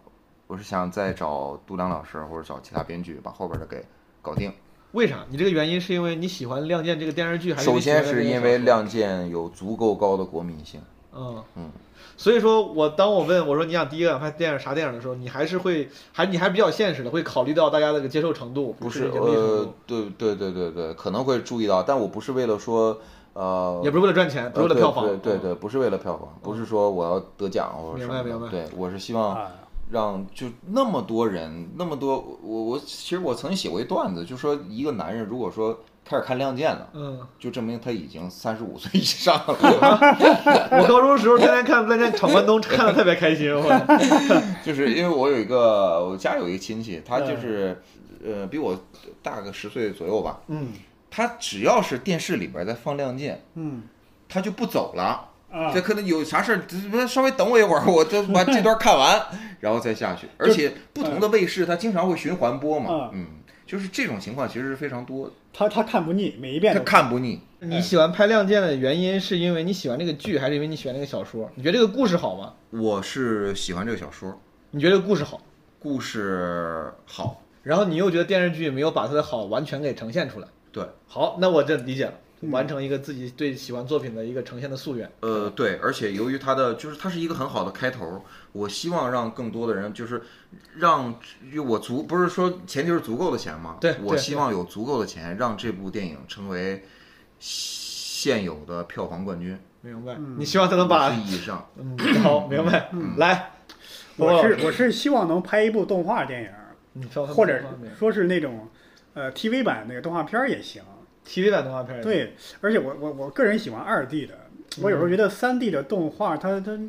Speaker 1: 我是想再找杜良老师或者找其他编剧把后边的给搞定。》？
Speaker 4: 为啥？你这个原因是因为你喜欢《亮剑》这个电视剧，还是
Speaker 1: 首
Speaker 4: 你喜欢
Speaker 1: 先
Speaker 4: 这个
Speaker 1: 是因为《亮剑》有足够高的国民性。
Speaker 4: 嗯
Speaker 1: 嗯，
Speaker 4: 所以说我当我问我说你想第一个想拍电影啥电影的时候，你还是会还你还是比较现实的，会考虑到大家的这个接受程度，
Speaker 1: 不
Speaker 4: 是
Speaker 1: 是，
Speaker 4: 人力程
Speaker 1: 呃
Speaker 4: 度，，
Speaker 1: 对对对对对，可能会注意到，但我不是为了说，呃，
Speaker 4: 也不是为了赚钱，不是为了
Speaker 1: 呃对
Speaker 4: 票房，嗯
Speaker 1: 对对对，不是为了票房，不是说我要得奖或者什
Speaker 4: 明白
Speaker 1: 么
Speaker 4: 明白
Speaker 1: 的，对我是希望
Speaker 3: 啊，
Speaker 1: 让就那么多人，那么多，我我其实我曾经写过一段子，就说一个男人如果说开始看《亮剑》了，
Speaker 4: 嗯，
Speaker 1: 就证明他已经三十五岁以上了，
Speaker 4: 我高中时候天天看《亮剑》闯关东，看的特别开 心，我
Speaker 1: 就是因为我有一个我家有一个亲戚，他
Speaker 4: 嗯
Speaker 1: 就是呃比我大个十岁左右吧，
Speaker 4: 嗯，
Speaker 1: 他只要是电视里边在放《亮剑》，
Speaker 3: 嗯
Speaker 1: 他就不走了。
Speaker 3: 啊
Speaker 1: 这，可能有啥事儿，这稍微等我一会儿，我就把这段看完，然后再下去。而且不同的卫视它经常会循环播嘛
Speaker 3: 嗯，
Speaker 1: 嗯，就是这种情况其实是非常多的，
Speaker 3: 他他看不腻，每一遍
Speaker 1: 他
Speaker 3: 都
Speaker 1: 看不腻。
Speaker 4: 你喜欢拍《亮剑》的原因是因为你喜欢这个剧，还是因为你喜欢这个小说？你觉得这个故事好吗？
Speaker 1: 我是喜欢这个小说，
Speaker 4: 你觉得这个故事好，
Speaker 1: 故事好，
Speaker 4: 然后你又觉得电视剧没有把它的好完全给呈现出来。
Speaker 1: 对，
Speaker 4: 好，那我这理解了，完成一个自己对喜欢作品的一个呈现的夙愿。
Speaker 1: 呃，对，而且由于它的就是它是一个很好的开头，我希望让更多的人就是让我足不是说前提是足够的钱嘛，
Speaker 4: 对
Speaker 1: 我
Speaker 4: 对
Speaker 1: 希望有足够的钱让这部电影成为现有的票房冠军，
Speaker 4: 明白，
Speaker 3: 嗯
Speaker 4: 你希望他能把
Speaker 1: 50亿以上。
Speaker 4: 嗯，好，明白。
Speaker 3: 嗯
Speaker 4: 来，嗯
Speaker 3: 我是我是希望能拍一部动画电影，
Speaker 4: 你挑他们
Speaker 3: 或者
Speaker 4: 动画片
Speaker 3: 说是那种呃 TV 版那个动画片儿也行。
Speaker 4: TV 版动画片儿，
Speaker 3: 对，而且我我我个人喜欢二 D 的，我有时候觉得三 D 的动画它它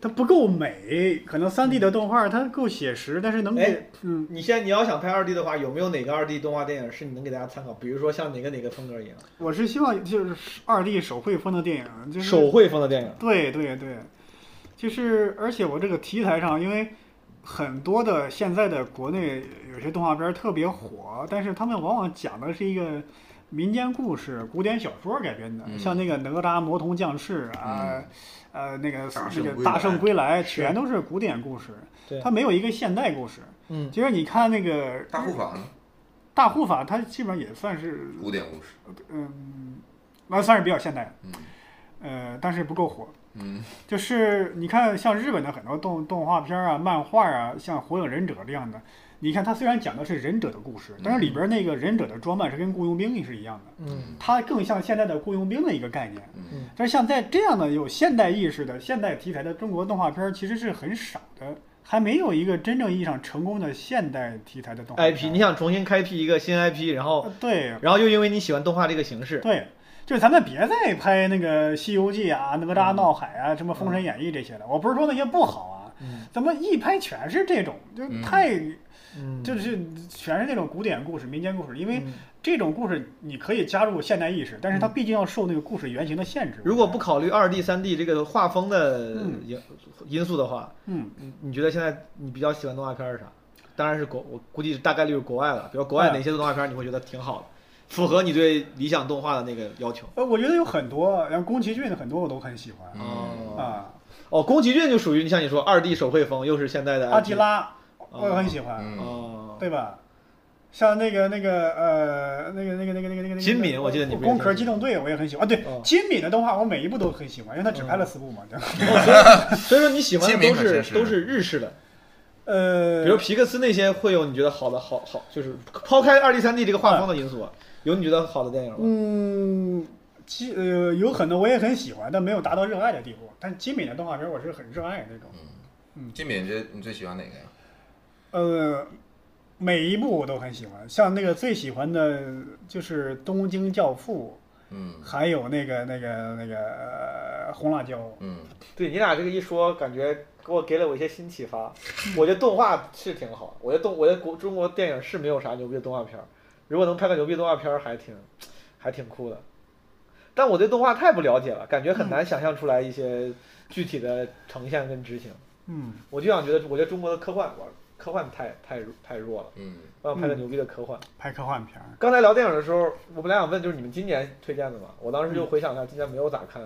Speaker 3: 它不够美，可能三 D 的动画它够写实，但是能
Speaker 4: 哎
Speaker 3: 给嗯
Speaker 4: 你现在你要想拍二 D 的话，有没有哪个二 D 动画电影是你能给大家参考？比如说像哪个哪个风格一样，
Speaker 3: 我是希望就是二 D 手绘风的电影，就是
Speaker 4: 手绘风的电影。
Speaker 3: 对对对，就是而且我这个题材上，因为很多的现在的国内有些动画片儿特别火，但是他们往往讲的是一个民间故事、古典小说改编的，
Speaker 1: 嗯
Speaker 3: 像那个哪吒、魔童降世啊，呃，那个
Speaker 1: 大
Speaker 3: 那
Speaker 1: 圣
Speaker 3: 个
Speaker 1: 归
Speaker 3: 大圣
Speaker 1: 来
Speaker 3: 归来，全都是古典故事
Speaker 4: 对，
Speaker 3: 它没有一个现代故事。
Speaker 4: 嗯，
Speaker 3: 其实你看那个
Speaker 1: 大护法呢？
Speaker 3: 大护法，它基本上也算是
Speaker 1: 古典故事，
Speaker 3: 嗯，那算是比较现代的，
Speaker 1: 嗯
Speaker 3: 呃，但是不够火。
Speaker 1: 嗯
Speaker 3: 就是你看，像日本的很多动动画片啊、漫画啊，像《火影忍者》这样的，你看它虽然讲的是忍者的故事，但是里边那个忍者的装扮是跟雇佣兵是一样的，
Speaker 4: 嗯
Speaker 3: 它更像现在的雇佣兵的一个概念。
Speaker 1: 嗯
Speaker 3: 但是像在这样的有现代意识的现代题材的中国动画片，其实是很少的，还没有一个真正意义上成功的现代题材的动画片。
Speaker 4: ，IP，你想重新开辟一个新 IP，然后
Speaker 3: 呃对，
Speaker 4: 然后又因为你喜欢动画这个形式，
Speaker 3: 对，就是咱们别再拍那个《西游记》啊、哪
Speaker 4: 嗯
Speaker 3: 吒闹海啊、什么《封神演义》这些了。我不是说那些不好啊，
Speaker 4: 嗯
Speaker 3: 咱们一拍全是这种，就
Speaker 1: 嗯
Speaker 3: 太、
Speaker 4: 嗯，
Speaker 3: 就是全是那种古典故事、民间故事。因为
Speaker 4: 嗯
Speaker 3: 这种故事你可以加入现代意识，但是它毕竟要受那个故事原型的限制。
Speaker 4: 如果不考虑二 D、三 D 这个画风的
Speaker 3: 嗯
Speaker 4: 因因素的话，
Speaker 3: 嗯，
Speaker 4: 你你觉得现在你比较喜欢动画片儿是啥？当然是国，我估计大概率是国外了。比如国外
Speaker 3: 嗯
Speaker 4: 哪些动画片儿你会觉得挺好的，符合你对理想动画的那个要求？
Speaker 3: 呃，我觉得有很多，像宫崎骏的很多我都很喜欢、
Speaker 4: 哦
Speaker 3: 啊，
Speaker 4: 哦，宫崎骏就属于你像你说二 D 手绘风，又是现代的
Speaker 3: 阿基拉
Speaker 4: 呃
Speaker 3: 我也很喜欢，
Speaker 1: 嗯，
Speaker 4: 哦，
Speaker 3: 对吧？像那个那个呃那个那个那个那个那个
Speaker 4: 金敏我记得你不是
Speaker 3: 工壳机动队我也很喜欢啊。对
Speaker 4: 哦，
Speaker 3: 金敏的动画我每一部都很喜欢，因为他只
Speaker 4: 嗯
Speaker 3: 拍了四部嘛。对吧
Speaker 4: 哦所以说你喜欢的
Speaker 1: 金
Speaker 4: 都
Speaker 1: 敏可真
Speaker 4: 是
Speaker 1: 是
Speaker 4: 都是日式的，比如
Speaker 3: 呃，
Speaker 4: 皮克斯那些会有你觉得好的好好，就是抛开二 D、三 D 这个画风的因素啊，有你觉得好的电影吗？
Speaker 3: 嗯，其呃有很多我也很喜欢，但没有达到热爱的地步。但金敏的动画片我是很热爱的那种。
Speaker 1: 嗯金敏，你觉得你最喜欢哪个呀？
Speaker 4: 嗯
Speaker 3: 呃，每一部我都很喜欢，像那个最喜欢的就是《东京教父
Speaker 1: 嗯》，
Speaker 3: 还有那个那个那个、呃、红辣椒。
Speaker 1: 嗯，
Speaker 4: 对你俩这个一说，感觉给我给了我一些新启发。我觉得动画是挺好，我觉得动我觉得国中国电影是没有啥牛逼的动画片儿，如果能拍个牛逼动画片儿，还挺还挺酷的。但我对动画太不了解了，感觉很难想象出来一些具体的呈现跟执行。
Speaker 3: 嗯，
Speaker 4: 我就想觉得，我觉得中国的科幻，我科幻太太太弱了，
Speaker 1: 嗯，
Speaker 4: 我想拍个牛逼的科幻。
Speaker 3: 拍科幻片儿。
Speaker 4: 刚才聊电影的时候，我本来想问就是你们今年推荐的嘛，我当时
Speaker 1: 嗯
Speaker 4: 就回想一下，今年没有咋看，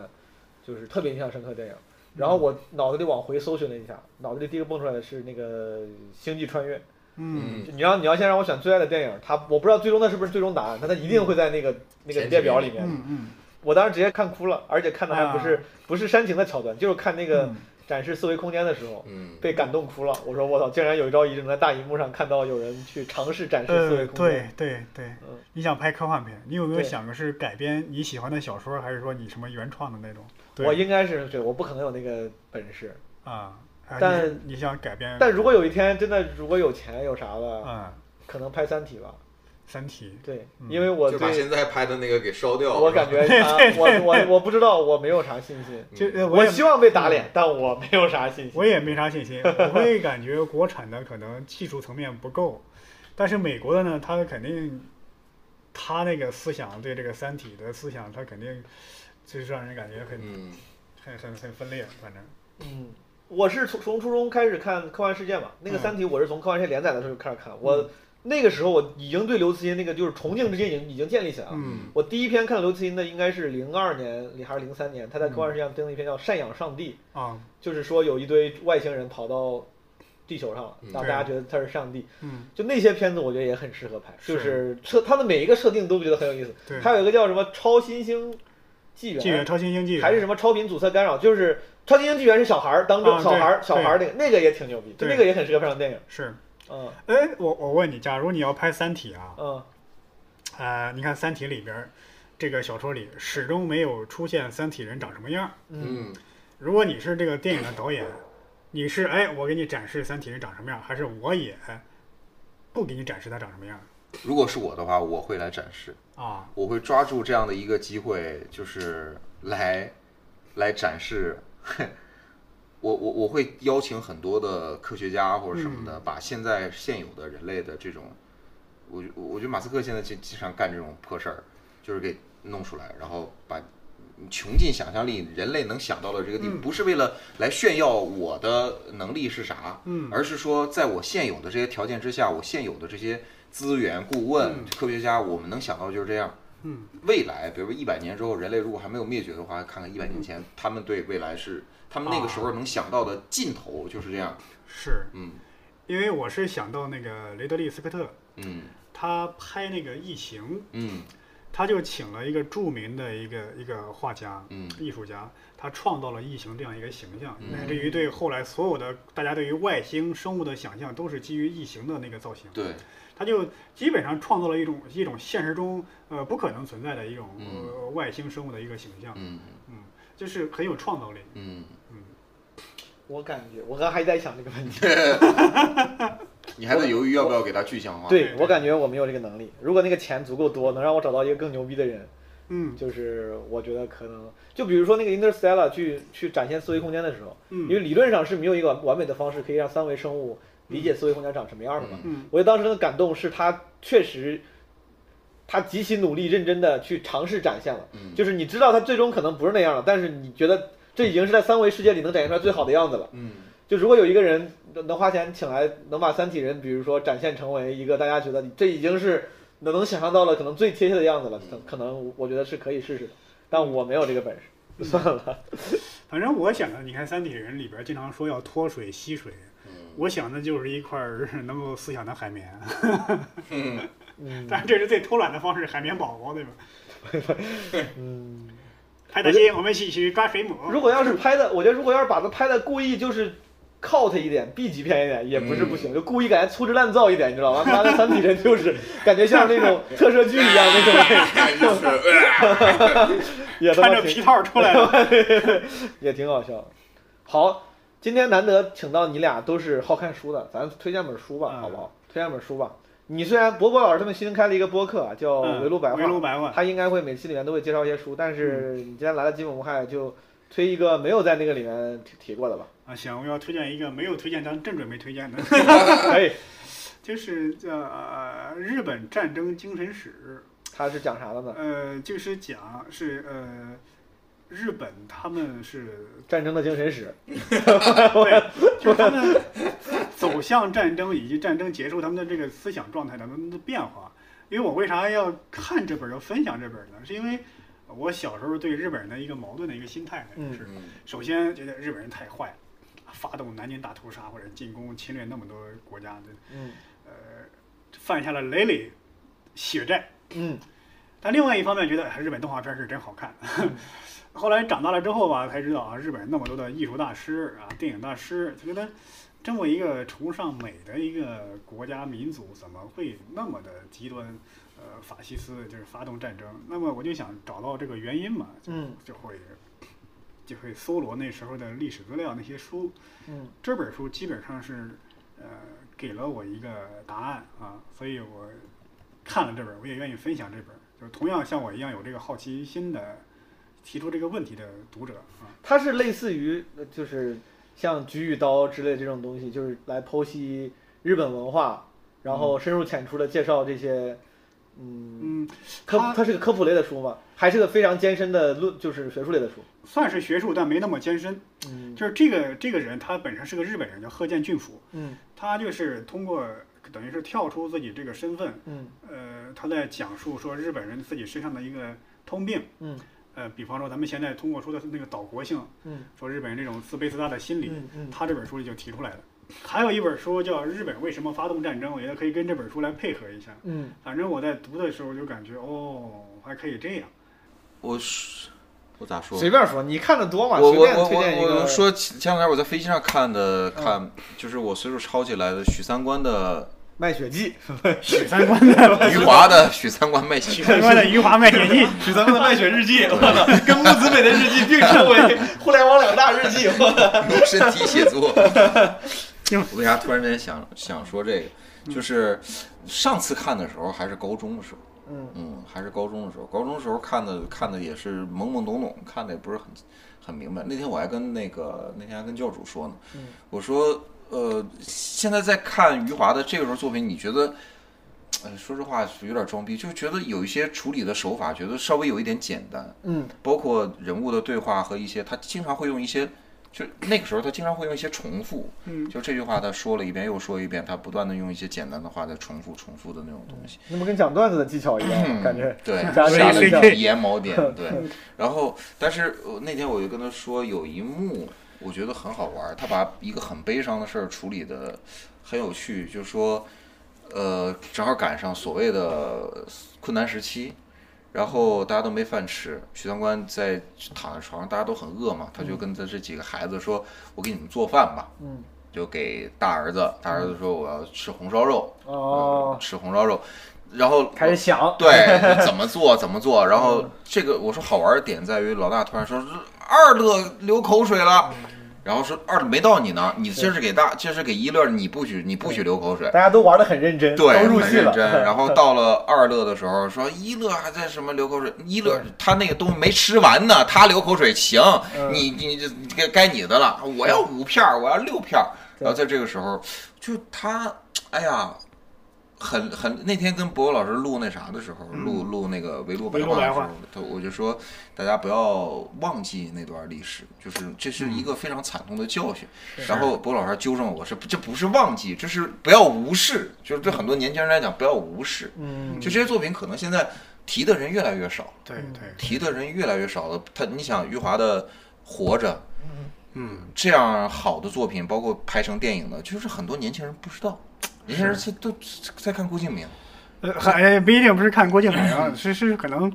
Speaker 4: 就是特别印象深刻的电影。然后我脑子里往回搜寻了一下，脑子里第一个蹦出来的是那个《星际穿越》。
Speaker 3: 嗯
Speaker 1: 嗯
Speaker 4: 你要你要先让我选最爱的电影，它我不知道最终它是不是最终答案，但它一定会在那个那个
Speaker 1: 嗯前几
Speaker 4: 列表
Speaker 1: 名
Speaker 4: 里面。
Speaker 3: 嗯嗯，
Speaker 4: 我当时直接看哭了，而且看的还不是、
Speaker 3: 啊嗯
Speaker 4: 不是煽情的桥段，就是看那
Speaker 3: 这
Speaker 4: 个展示思维空间的时候。
Speaker 1: 嗯，
Speaker 4: 被感动哭了，我说我操，竟然有一朝一日能在大荧幕上看到有人去尝试展示思维
Speaker 3: 呃，
Speaker 4: 空间。
Speaker 3: 对对对
Speaker 4: 嗯，
Speaker 3: 你想拍科幻片，你有没有
Speaker 4: 对
Speaker 3: 想过是改编你喜欢的小说，还是说你什么原创的那种？
Speaker 4: 我应该是觉得我不可能有那个本事，
Speaker 3: 啊，啊
Speaker 4: 但
Speaker 3: 你你想改编，
Speaker 4: 但如果有一天真的如果有钱有啥了，
Speaker 3: 啊，
Speaker 4: 可能拍《三体》吧。
Speaker 3: 《三体
Speaker 4: 对，
Speaker 3: 嗯
Speaker 4: 因为我
Speaker 1: 就把
Speaker 4: 对
Speaker 1: 现在拍的那个给烧掉。
Speaker 4: 我感
Speaker 1: 觉，
Speaker 4: 觉他，我我我不知道，我没有啥信 心。》
Speaker 1: 嗯
Speaker 3: 就呃
Speaker 4: 我
Speaker 3: 也
Speaker 4: 希望被打脸，但我没有啥信心。
Speaker 3: 我也没啥信心，我会感觉国产的可能技术层面不够，但是美国的呢，他肯定他那个思想对这个《三体》的思想，他肯定就是让人感觉很
Speaker 1: 嗯
Speaker 3: 很很很分裂，反正
Speaker 4: 嗯，我是从从初中开始看科幻世界嘛，那个《
Speaker 3: 嗯
Speaker 4: 三体》我是从科幻世界连载的时候就开始看，我那个时候我已经对刘慈欣那个就是崇敬之心已经已经建立起来了。
Speaker 3: 嗯
Speaker 4: 我第一篇看刘慈欣的应该是零二年还是零三年，他在科幻世界上登了一篇叫《赡养上帝》，
Speaker 3: 啊
Speaker 4: 就是说有一堆外星人跑到地球上了，
Speaker 1: 嗯
Speaker 4: 让大家觉得他是上帝。
Speaker 3: 嗯
Speaker 4: 就那些片子，我觉得也很适合拍，
Speaker 3: 是
Speaker 4: 就是设他的每一个设定都觉得很有意思。
Speaker 3: 对，
Speaker 4: 还有一个叫什么超新星纪
Speaker 3: 纪元
Speaker 4: 元，
Speaker 3: 超新星纪元
Speaker 4: 还是什么超频阻塞干扰，就是超新星纪元是小孩儿当中
Speaker 3: 啊
Speaker 4: 小孩儿
Speaker 3: 对
Speaker 4: 小孩儿那个那个也挺牛逼，就
Speaker 3: 对
Speaker 4: 那个也很适合拍成电影。
Speaker 3: 是
Speaker 4: 嗯
Speaker 3: 哎，我我问你，假如你要拍《三体》啊，
Speaker 4: 嗯，
Speaker 3: 呃，你看《三体》里边儿这个小说里始终没有出现三体人长什么样儿。
Speaker 1: 嗯
Speaker 3: 如果你是这个电影的导演，你是哎，我给你展示三体人长什么样儿，还是我也不给你展示他长什么样
Speaker 1: 如果是我的话，我会来展示，
Speaker 3: 儿啊？
Speaker 1: 我会抓住这样的一个机会，就是来来展示。 我我我会邀请很多的科学家或者什么的，把现在现有的人类的这种，我我我觉得马斯克现在经经常干这种破事儿，就是给弄出来，然后把穷尽想象力，人类能想到的这个地步，
Speaker 3: 嗯
Speaker 1: 不是为了来炫耀我的能力是啥，
Speaker 3: 嗯
Speaker 1: 而是说在我现有的这些条件之下，我现有的这些资源、顾问、
Speaker 3: 嗯
Speaker 1: 科学家，我们能想到就是这样。
Speaker 3: 嗯，
Speaker 1: 未来，比如说一百年之后，人类如果还没有灭绝的话，看看一百
Speaker 3: 嗯
Speaker 1: 年前他们对未来是，他们那个时
Speaker 3: 啊
Speaker 1: 候能想到的尽头就是这样。
Speaker 3: 是
Speaker 1: 嗯
Speaker 3: 因为我是想到那个雷德利·斯科特，
Speaker 1: 嗯
Speaker 3: 他拍那个《异形》，
Speaker 1: 嗯
Speaker 3: 他就请了一个著名的一个一个画家、
Speaker 1: 嗯
Speaker 3: 艺术家，他创造了异形这样一个形象，
Speaker 1: 嗯
Speaker 3: 乃至于对后来所有的大家对于外星生物的想象都是基于异形的那个造型。
Speaker 1: 对，
Speaker 3: 他就基本上创造了一种一种现实中呃不可能存在的一种、
Speaker 1: 嗯
Speaker 3: 呃外星生物的一个形象，
Speaker 1: 嗯
Speaker 3: 就是很有创造力。
Speaker 1: 嗯，
Speaker 4: 我感觉我刚还在想这个问题。
Speaker 1: 你还在犹豫要不要给它具象化？
Speaker 4: 对我感觉我没有这个能力。如果那个钱足够多，能让我找到一个更牛逼的人，
Speaker 3: 嗯
Speaker 4: 就是我觉得可能，就比如说那个 Interstellar 去去展现四维空间的时候，因为
Speaker 3: 嗯
Speaker 4: 理论上是没有一个完美的方式可以让三维生物理解四维空间长什么样的嘛。
Speaker 3: 嗯
Speaker 4: 我觉得当时的感动是他确实，他极其努力认真的去尝试展现了，
Speaker 1: 嗯，
Speaker 4: 就是你知道他最终可能不是那样了，但是你觉得这已经是在三维世界里能展现出来最好的样子了。
Speaker 1: 嗯
Speaker 4: 就如果有一个人能花钱请来，能把三体人，比如说展现成为一个大家觉得这已经是能能想象到了可能最贴切的样子了，可可能我觉得是可以试试的，但我没有这个本事，就算了。
Speaker 3: 反正我想的，你看《三体人》里边经常说要脱水吸水，我想的就是一块儿 能够思想的海绵，
Speaker 1: 嗯
Speaker 4: 嗯
Speaker 3: 但是这是最偷懒的方式，海绵宝宝对吧？
Speaker 4: 嗯，
Speaker 3: 派大星，我们一起去抓水母。
Speaker 4: 如果要是拍的，我觉得如果要是把它拍的故意就是 cut 一点，B 级片一点，也不是不行，就故意感觉粗制滥造一点，你知道吗？他妈的三体人就是感觉像那种特摄剧一样那种，
Speaker 1: 就是
Speaker 4: 也他
Speaker 3: 穿
Speaker 4: 妈
Speaker 3: 着
Speaker 4: 挺
Speaker 3: 皮套出来 了，
Speaker 4: 也挺好笑的。好，今天难得请到你俩都是好看书的，咱推荐本书吧，
Speaker 3: 嗯
Speaker 4: 好不好？推荐本书吧。你虽然博博老师他们新开了一个播客啊，叫《
Speaker 3: 嗯
Speaker 4: 围炉白话》，
Speaker 3: 围炉白话，
Speaker 4: 他应该会每期里面都会介绍一些书，但是你既然来了基本无害，就推一个没有在那个里面提提过的吧。
Speaker 3: 啊，行，我要推荐一个没有推荐，但正准备推荐的，
Speaker 4: 可以，
Speaker 3: 就是 叫、呃、日本战争精神史》。
Speaker 4: 他是讲啥的呢？
Speaker 3: 呃，就是讲是呃，日本他们 是
Speaker 4: 战争的精神史。
Speaker 3: 对，就是他们走向战争以及战争结束他们的这个思想状态的他们的变化。因为我为啥要看这本儿要分享这本儿呢？是因为我小时候对日本人的一个矛盾的一个心态呢，
Speaker 4: 嗯
Speaker 3: 是首先觉得日本人太坏了，发动南京大屠杀或者进攻侵略那么多国家的，
Speaker 4: 嗯
Speaker 3: 呃，犯下了累累血债。
Speaker 4: 嗯
Speaker 3: 但另外一方面觉得哎日本动画片是真好看
Speaker 4: 嗯。
Speaker 3: 后来长大了之后吧，才知道啊，日本那么多的艺术大师啊、电影大师，就觉得这么一个崇尚美的一个国家民族，怎么会那么的极端？呃，法西斯就是发动战争。那么我就想找到这个原因嘛，就
Speaker 4: 嗯
Speaker 3: 就会就会搜罗那时候的历史资料那些书。
Speaker 4: 嗯
Speaker 3: 这本书基本上是呃给了我一个答案啊，所以我看了这本儿，我也愿意分享这本儿，就同样像我一样有这个好奇心的提出这个问题的读者啊。
Speaker 4: 它是类似于呃就是像《菊与刀》之类这种东西，就是来剖析日本文化，然后深入浅出的介绍这些，嗯，
Speaker 3: 嗯，
Speaker 4: 科
Speaker 3: 它
Speaker 4: 它是个科普类的书嘛，还是个非常艰深的论，就是学术类的书。
Speaker 3: 算是学术，但没那么艰深。
Speaker 4: 嗯
Speaker 3: 就是这个这个人，他本身是个日本人，叫贺见俊辅，
Speaker 4: 嗯
Speaker 3: 他就是通过等于是跳出自己这个身份，
Speaker 4: 嗯
Speaker 3: 呃，他在讲述说日本人自己身上的一个通病。
Speaker 4: 嗯
Speaker 3: 呃，比方说咱们现在通过说的那个岛国性，
Speaker 4: 嗯
Speaker 3: 说日本人这种自卑自大的心理，
Speaker 4: 嗯嗯
Speaker 3: 他这本书里就提出来了。还有一本书叫《日本为什么发动战争》，我觉得可以跟这本书来配合一下。
Speaker 4: 嗯
Speaker 3: 反正我在读的时候就感觉，哦，还可以这样。
Speaker 1: 我是我咋说？
Speaker 4: 随便说，你看的多嘛，
Speaker 1: 我
Speaker 4: 随
Speaker 1: 我
Speaker 4: 便
Speaker 1: 我
Speaker 4: 推荐一
Speaker 1: 我
Speaker 4: 个嗯
Speaker 1: 我。说前前两天我在飞机上看的，看就是我随手抄起来的许三观 的
Speaker 4: 卖血记，
Speaker 3: 许三观的，
Speaker 1: 余华的许三观卖血
Speaker 3: 许，三观的《余华卖血记》，
Speaker 4: 许三观的卖血日记，我操，跟木子美的日记并称为互联网两大日记，我操。
Speaker 1: 用身体写 作。
Speaker 3: 行
Speaker 1: 我为啥突然之间想想说这个？就是上次看的时候还是高中的时候，
Speaker 4: 嗯
Speaker 1: 嗯，还是高中的时候，高中的时候看的看的也是懵懵懂懂，看的也不是很很明白。那天我还跟那个那天还跟教主说呢，
Speaker 4: 嗯
Speaker 1: 我说呃，现在在看余华的这个时候作品，你觉得呃说实话有点装逼，就觉得有一些处理的手法，觉得稍微有一点简单。
Speaker 4: 嗯，
Speaker 1: 包括人物的对话和一些，他经常会用一些，就那个时候他经常会用一些重复。
Speaker 3: 嗯，
Speaker 1: 就这句话他说了一遍又说一遍，他不断的用一些简单的话在重复重复的那种东西。
Speaker 4: 那么跟讲段子的技巧一样，感觉
Speaker 1: 对，
Speaker 4: 加
Speaker 1: 加
Speaker 4: 加加
Speaker 1: 了眼锚 点，对。然后，但是呃那天我就跟他说，有一幕我觉得很好玩儿，他把一个很悲伤的事儿处理的很有趣，就是说，呃，正好赶上所谓的困难时期，然后大家都没饭吃，许三观在躺在床上，大家都很饿嘛，他就跟他这几个孩子说：“我给你们做饭吧。”
Speaker 4: 嗯。
Speaker 1: 就给大儿子，大儿子说我要吃红烧肉，嗯
Speaker 4: 哦，
Speaker 1: 吃红烧肉，然后
Speaker 4: 开始想，哎
Speaker 1: 对，怎么做怎么做。然
Speaker 4: 嗯
Speaker 1: 后这个我说好玩的点在于，老大突然说二乐流口水了，
Speaker 4: 嗯
Speaker 1: 然后说二没到你呢，你这是给大，这是给一乐，你不许你不许流口水。
Speaker 4: 大家都玩的很认真，
Speaker 1: 对，
Speaker 4: 都入
Speaker 1: 很
Speaker 4: 戏
Speaker 1: 认
Speaker 4: 了。
Speaker 1: 真。然后到了二乐的时候，说一乐还在什么流口水，一乐他那个东西没吃完呢，他流口水行，
Speaker 4: 嗯
Speaker 1: 你你这该该你的了，我要五片儿，我要六片儿。然后在这个时候，就他，哎呀。很很，那天跟博博老师录那啥的时候，录
Speaker 4: 嗯
Speaker 1: 录那个围炉白
Speaker 3: 围炉
Speaker 1: 话的
Speaker 3: 白
Speaker 1: 时候
Speaker 3: 话，
Speaker 1: 他我就说大家不要忘记那段历史，就是这是
Speaker 4: 嗯
Speaker 1: 一个非常惨痛的教训。然后博老师纠正我说，这不是忘记，这是不要无视，就是对很多年轻人来讲不要无视。
Speaker 4: 嗯，
Speaker 1: 就这些作品可能现在提的人越来越少，
Speaker 3: 对对，
Speaker 1: 提的人越来越少了。他你想余华的《活着
Speaker 3: 嗯》，
Speaker 1: 这样好的作品，包括拍成电影的，就是很多年轻人不知道，年轻人是都在看郭敬明。
Speaker 3: 呃，还不一定不是看郭敬明啊，是是可能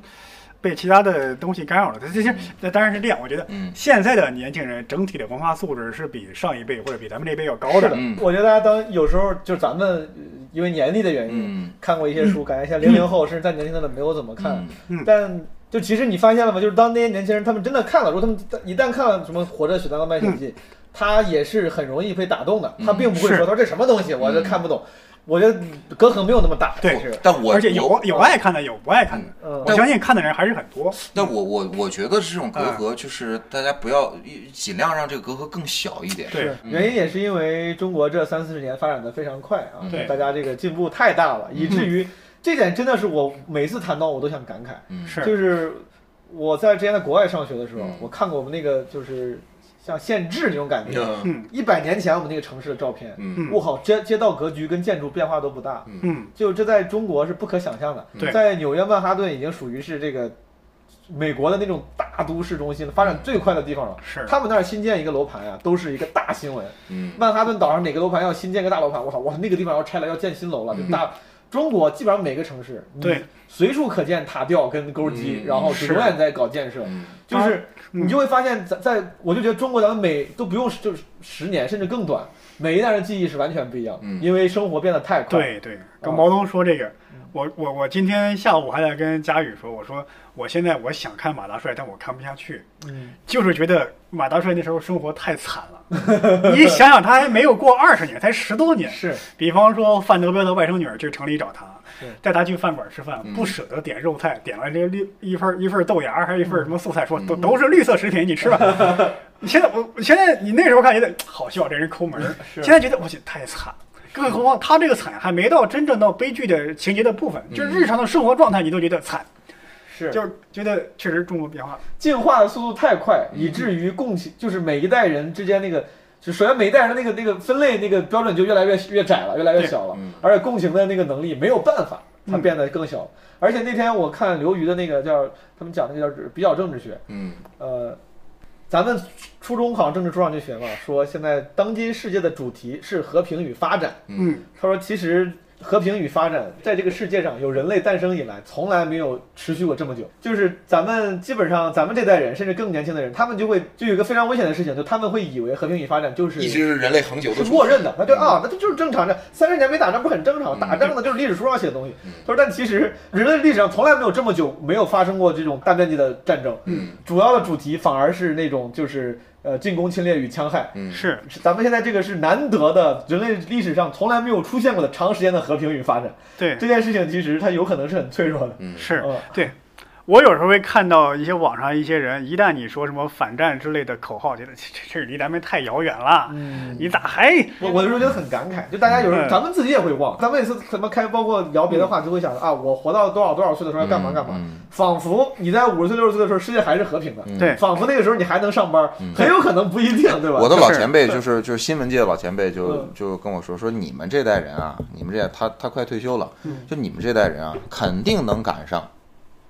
Speaker 3: 被其他的东西干扰了。这这这当然是这样，我觉得
Speaker 1: 嗯
Speaker 3: 现在的年轻人整体的文化素质是比上一辈或者比咱们这辈要高的。
Speaker 1: 嗯
Speaker 4: 我觉得大家当有时候就是咱们呃因为年龄的原因，
Speaker 1: 嗯
Speaker 4: 看过一些书，感觉像零零后甚至再年轻的没有怎么看
Speaker 1: 嗯，，
Speaker 4: 但。就其实你发现了吗？就是当那些年轻人他们真的看了，如果他们一旦看了什么《活着》《雪藏的冒险记》，他也是很容易被打动的。
Speaker 1: 嗯
Speaker 4: 他并不会
Speaker 3: 是
Speaker 4: 说他说这什么东西，我这看不懂。我觉得隔阂没有那么大，
Speaker 3: 对
Speaker 4: 其实
Speaker 1: 但我
Speaker 3: 而且有
Speaker 1: 我
Speaker 3: 有爱看的，有不爱看的。
Speaker 4: 嗯
Speaker 3: 我相信看的人还是很多。
Speaker 1: 但我我我觉得这种隔阂就是大家不要尽量让这个隔阂更小一点。
Speaker 3: 对，
Speaker 1: 嗯
Speaker 4: 原因也是因为中国这三四十年发展的非常快啊，
Speaker 1: 对
Speaker 4: 大家这个进步太大了，以至于这点真的是我每次谈到我都想感慨，
Speaker 1: 嗯
Speaker 3: 是
Speaker 4: 就是我在之前在国外上学的时候
Speaker 1: 嗯，
Speaker 4: 我看过我们那个就是像县志那种感觉，
Speaker 1: 嗯
Speaker 4: 一百年前我们那个城市的照片，
Speaker 1: 嗯
Speaker 4: 我靠，街街道格局跟建筑变化都不大，
Speaker 3: 嗯，
Speaker 4: 就这在中国是不可想象的。
Speaker 3: 对
Speaker 4: 在纽约曼哈顿已经属于是这个美国的那种大都市中心了，发展最快的地方了。
Speaker 3: 是
Speaker 4: 他们那儿新建一个楼盘啊，都是一个大新闻。
Speaker 1: 嗯
Speaker 4: 曼哈顿岛上哪个楼盘要新建个大楼盘，我操，哇，那个地方要拆了，要建新楼了，就大。中国基本上每个城市，
Speaker 3: 嗯
Speaker 4: 你
Speaker 3: 对，
Speaker 4: 随处可见塔吊跟钩机，
Speaker 1: 嗯
Speaker 4: 然后
Speaker 3: 是
Speaker 4: 永远在搞建设，
Speaker 1: 嗯
Speaker 4: 就是
Speaker 3: 嗯
Speaker 4: 你就会发现在，在我就觉得中国咱们每都不用十就是十年甚至更短，每一代人记忆是完全不一样的，
Speaker 1: 嗯
Speaker 4: 因为生活变得太快。
Speaker 3: 对对，跟毛东说这个，我我我今天下午还在跟佳宇说，我说我现在我想看马大帅，但我看不下去，
Speaker 4: 嗯，
Speaker 3: 就是觉得马大帅那时候生活太惨了。你想想，他还没有过二十年，才十多年。
Speaker 4: 是
Speaker 3: 比方说范德彪的外甥女儿去城里找他
Speaker 4: 对，
Speaker 3: 带他去饭馆吃饭，
Speaker 1: 嗯
Speaker 3: 不舍得点肉菜，点了这绿一份一份豆芽，还有一
Speaker 1: 嗯
Speaker 3: 份什么素菜，说都都是绿色食品，你吃吧。 你现在我现在你那时候看觉得好笑，这人抠门儿，
Speaker 4: 是
Speaker 3: 现在觉得我去太惨。更何况他这个惨还没到真正到悲剧的情节的部分，就是
Speaker 1: 嗯
Speaker 3: 日常的生活状态你都觉得惨，
Speaker 4: 是，
Speaker 3: 就是觉得确实中国变化。
Speaker 4: 进化的速度太快，以至于共情就是每一代人之间那个，就首先每一代人的那个那个分类那个标准就越来越越窄了，越来越小了，
Speaker 1: 嗯
Speaker 4: 而且共情的那个能力没有办法，它
Speaker 3: 嗯
Speaker 4: 变得更小了。而且那天我看刘瑜的那个叫他们讲那个叫比较政治学，
Speaker 1: 嗯
Speaker 4: 呃，咱们初中考政治书上就学嘛，说现在当今世界的主题是和平与发展。
Speaker 3: 嗯，
Speaker 4: 他说，其实和平与发展在这个世界上，有人类诞生以来，从来没有持续过这么久。就是咱们基本上，咱们这代人，甚至更年轻的人，他们就会就有一个非常危险的事情，就他们会以为和平与发展就是
Speaker 1: 一直是人类恒久的嗯
Speaker 4: 是默认的，他就啊，那这就是正常的，三十年没打仗不是很正常？打仗的就是历史书上写的东西。他说，但其实人类历史上从来没有这么久没有发生过这种大面积的战争，
Speaker 1: 嗯，
Speaker 4: 主要的主题反而是那种就是呃进攻、侵略与戕害，
Speaker 1: 嗯
Speaker 3: 是
Speaker 4: 是咱们现在这个是难得的人类历史上从来没有出现过的长时间的和平与发展。
Speaker 3: 对，
Speaker 4: 这件事情其实它有可能是很脆弱的。
Speaker 1: 嗯
Speaker 3: 是
Speaker 4: 嗯
Speaker 3: 对。我有时候会看到一些网上一些人，一旦你说什么反战之类的口号，觉得这这这离咱们太遥远了，
Speaker 4: 嗯，
Speaker 3: 你咋还
Speaker 4: 我我有时候觉得很感慨，就大家有时候
Speaker 3: 嗯
Speaker 4: 咱们自己也会忘，咱们也是什么开，包括聊别的话题会想啊，我活到多少多少岁的时候要干嘛干嘛，
Speaker 1: 嗯
Speaker 4: 仿佛你在五十岁六十岁的时候，世界还是和平的，
Speaker 1: 嗯
Speaker 3: 对
Speaker 4: 仿佛那个时候你还能上班
Speaker 1: 嗯，
Speaker 4: 很有可能不一定，对吧？
Speaker 1: 我的老
Speaker 3: 就是
Speaker 1: 前辈就是就是新闻界的老前辈就
Speaker 4: 嗯
Speaker 1: 就跟我说说你们这代人啊，你们这代他他快退休了
Speaker 4: 嗯，
Speaker 1: 就你们这代人啊，肯定能赶上。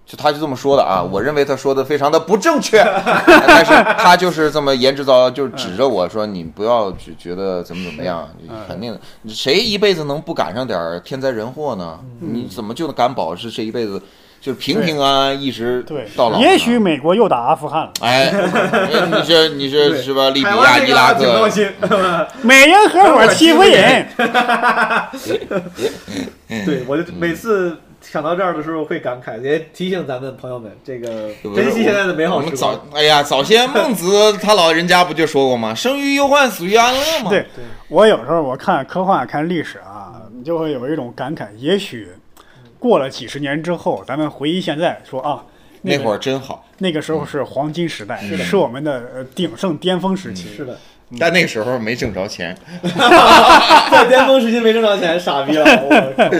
Speaker 1: 就他就这么说的啊，我认为他说的非常的不正确，但是他就是这么言之凿凿，就是指着我说你不要只觉得怎么怎么样，你
Speaker 3: 嗯
Speaker 1: 肯定谁一辈子能不赶上点儿天灾人祸呢？你怎么就敢保是这一辈子就是平平安安一直
Speaker 3: 对
Speaker 1: 到老？？
Speaker 3: 也许美国又打阿富汗了，
Speaker 1: 哎，你这你这是吧？利比
Speaker 4: 台湾
Speaker 1: 亚、
Speaker 4: 这
Speaker 1: 伊
Speaker 4: 个
Speaker 1: 拉
Speaker 4: 啊挺
Speaker 1: 克
Speaker 4: 闹，心，
Speaker 3: 美英合伙欺负人，
Speaker 1: 嗯
Speaker 4: 对我就每次想到这儿的时候会感慨，也提醒咱们朋友们，这个
Speaker 1: 对不对
Speaker 4: 珍惜现在的美
Speaker 1: 我
Speaker 4: 好
Speaker 1: 们
Speaker 4: 时
Speaker 1: 早
Speaker 4: 光。，
Speaker 1: 哎呀，早先孟 子他老人家不就说过吗？生于忧患，死于安乐嘛。
Speaker 3: 对，我有时候我看科幻、看历史啊，你就会有一种感慨，也许过了几十年之后，咱们回忆现在，说啊，
Speaker 1: 那
Speaker 3: 个
Speaker 1: 会儿真好，
Speaker 3: 那个时候是黄金时代，嗯是我们的嗯呃鼎盛巅峰时期。
Speaker 4: 是的，
Speaker 1: 但那时候没挣着钱。
Speaker 4: 在巅峰时期没挣着钱，傻逼了！我靠
Speaker 3: 对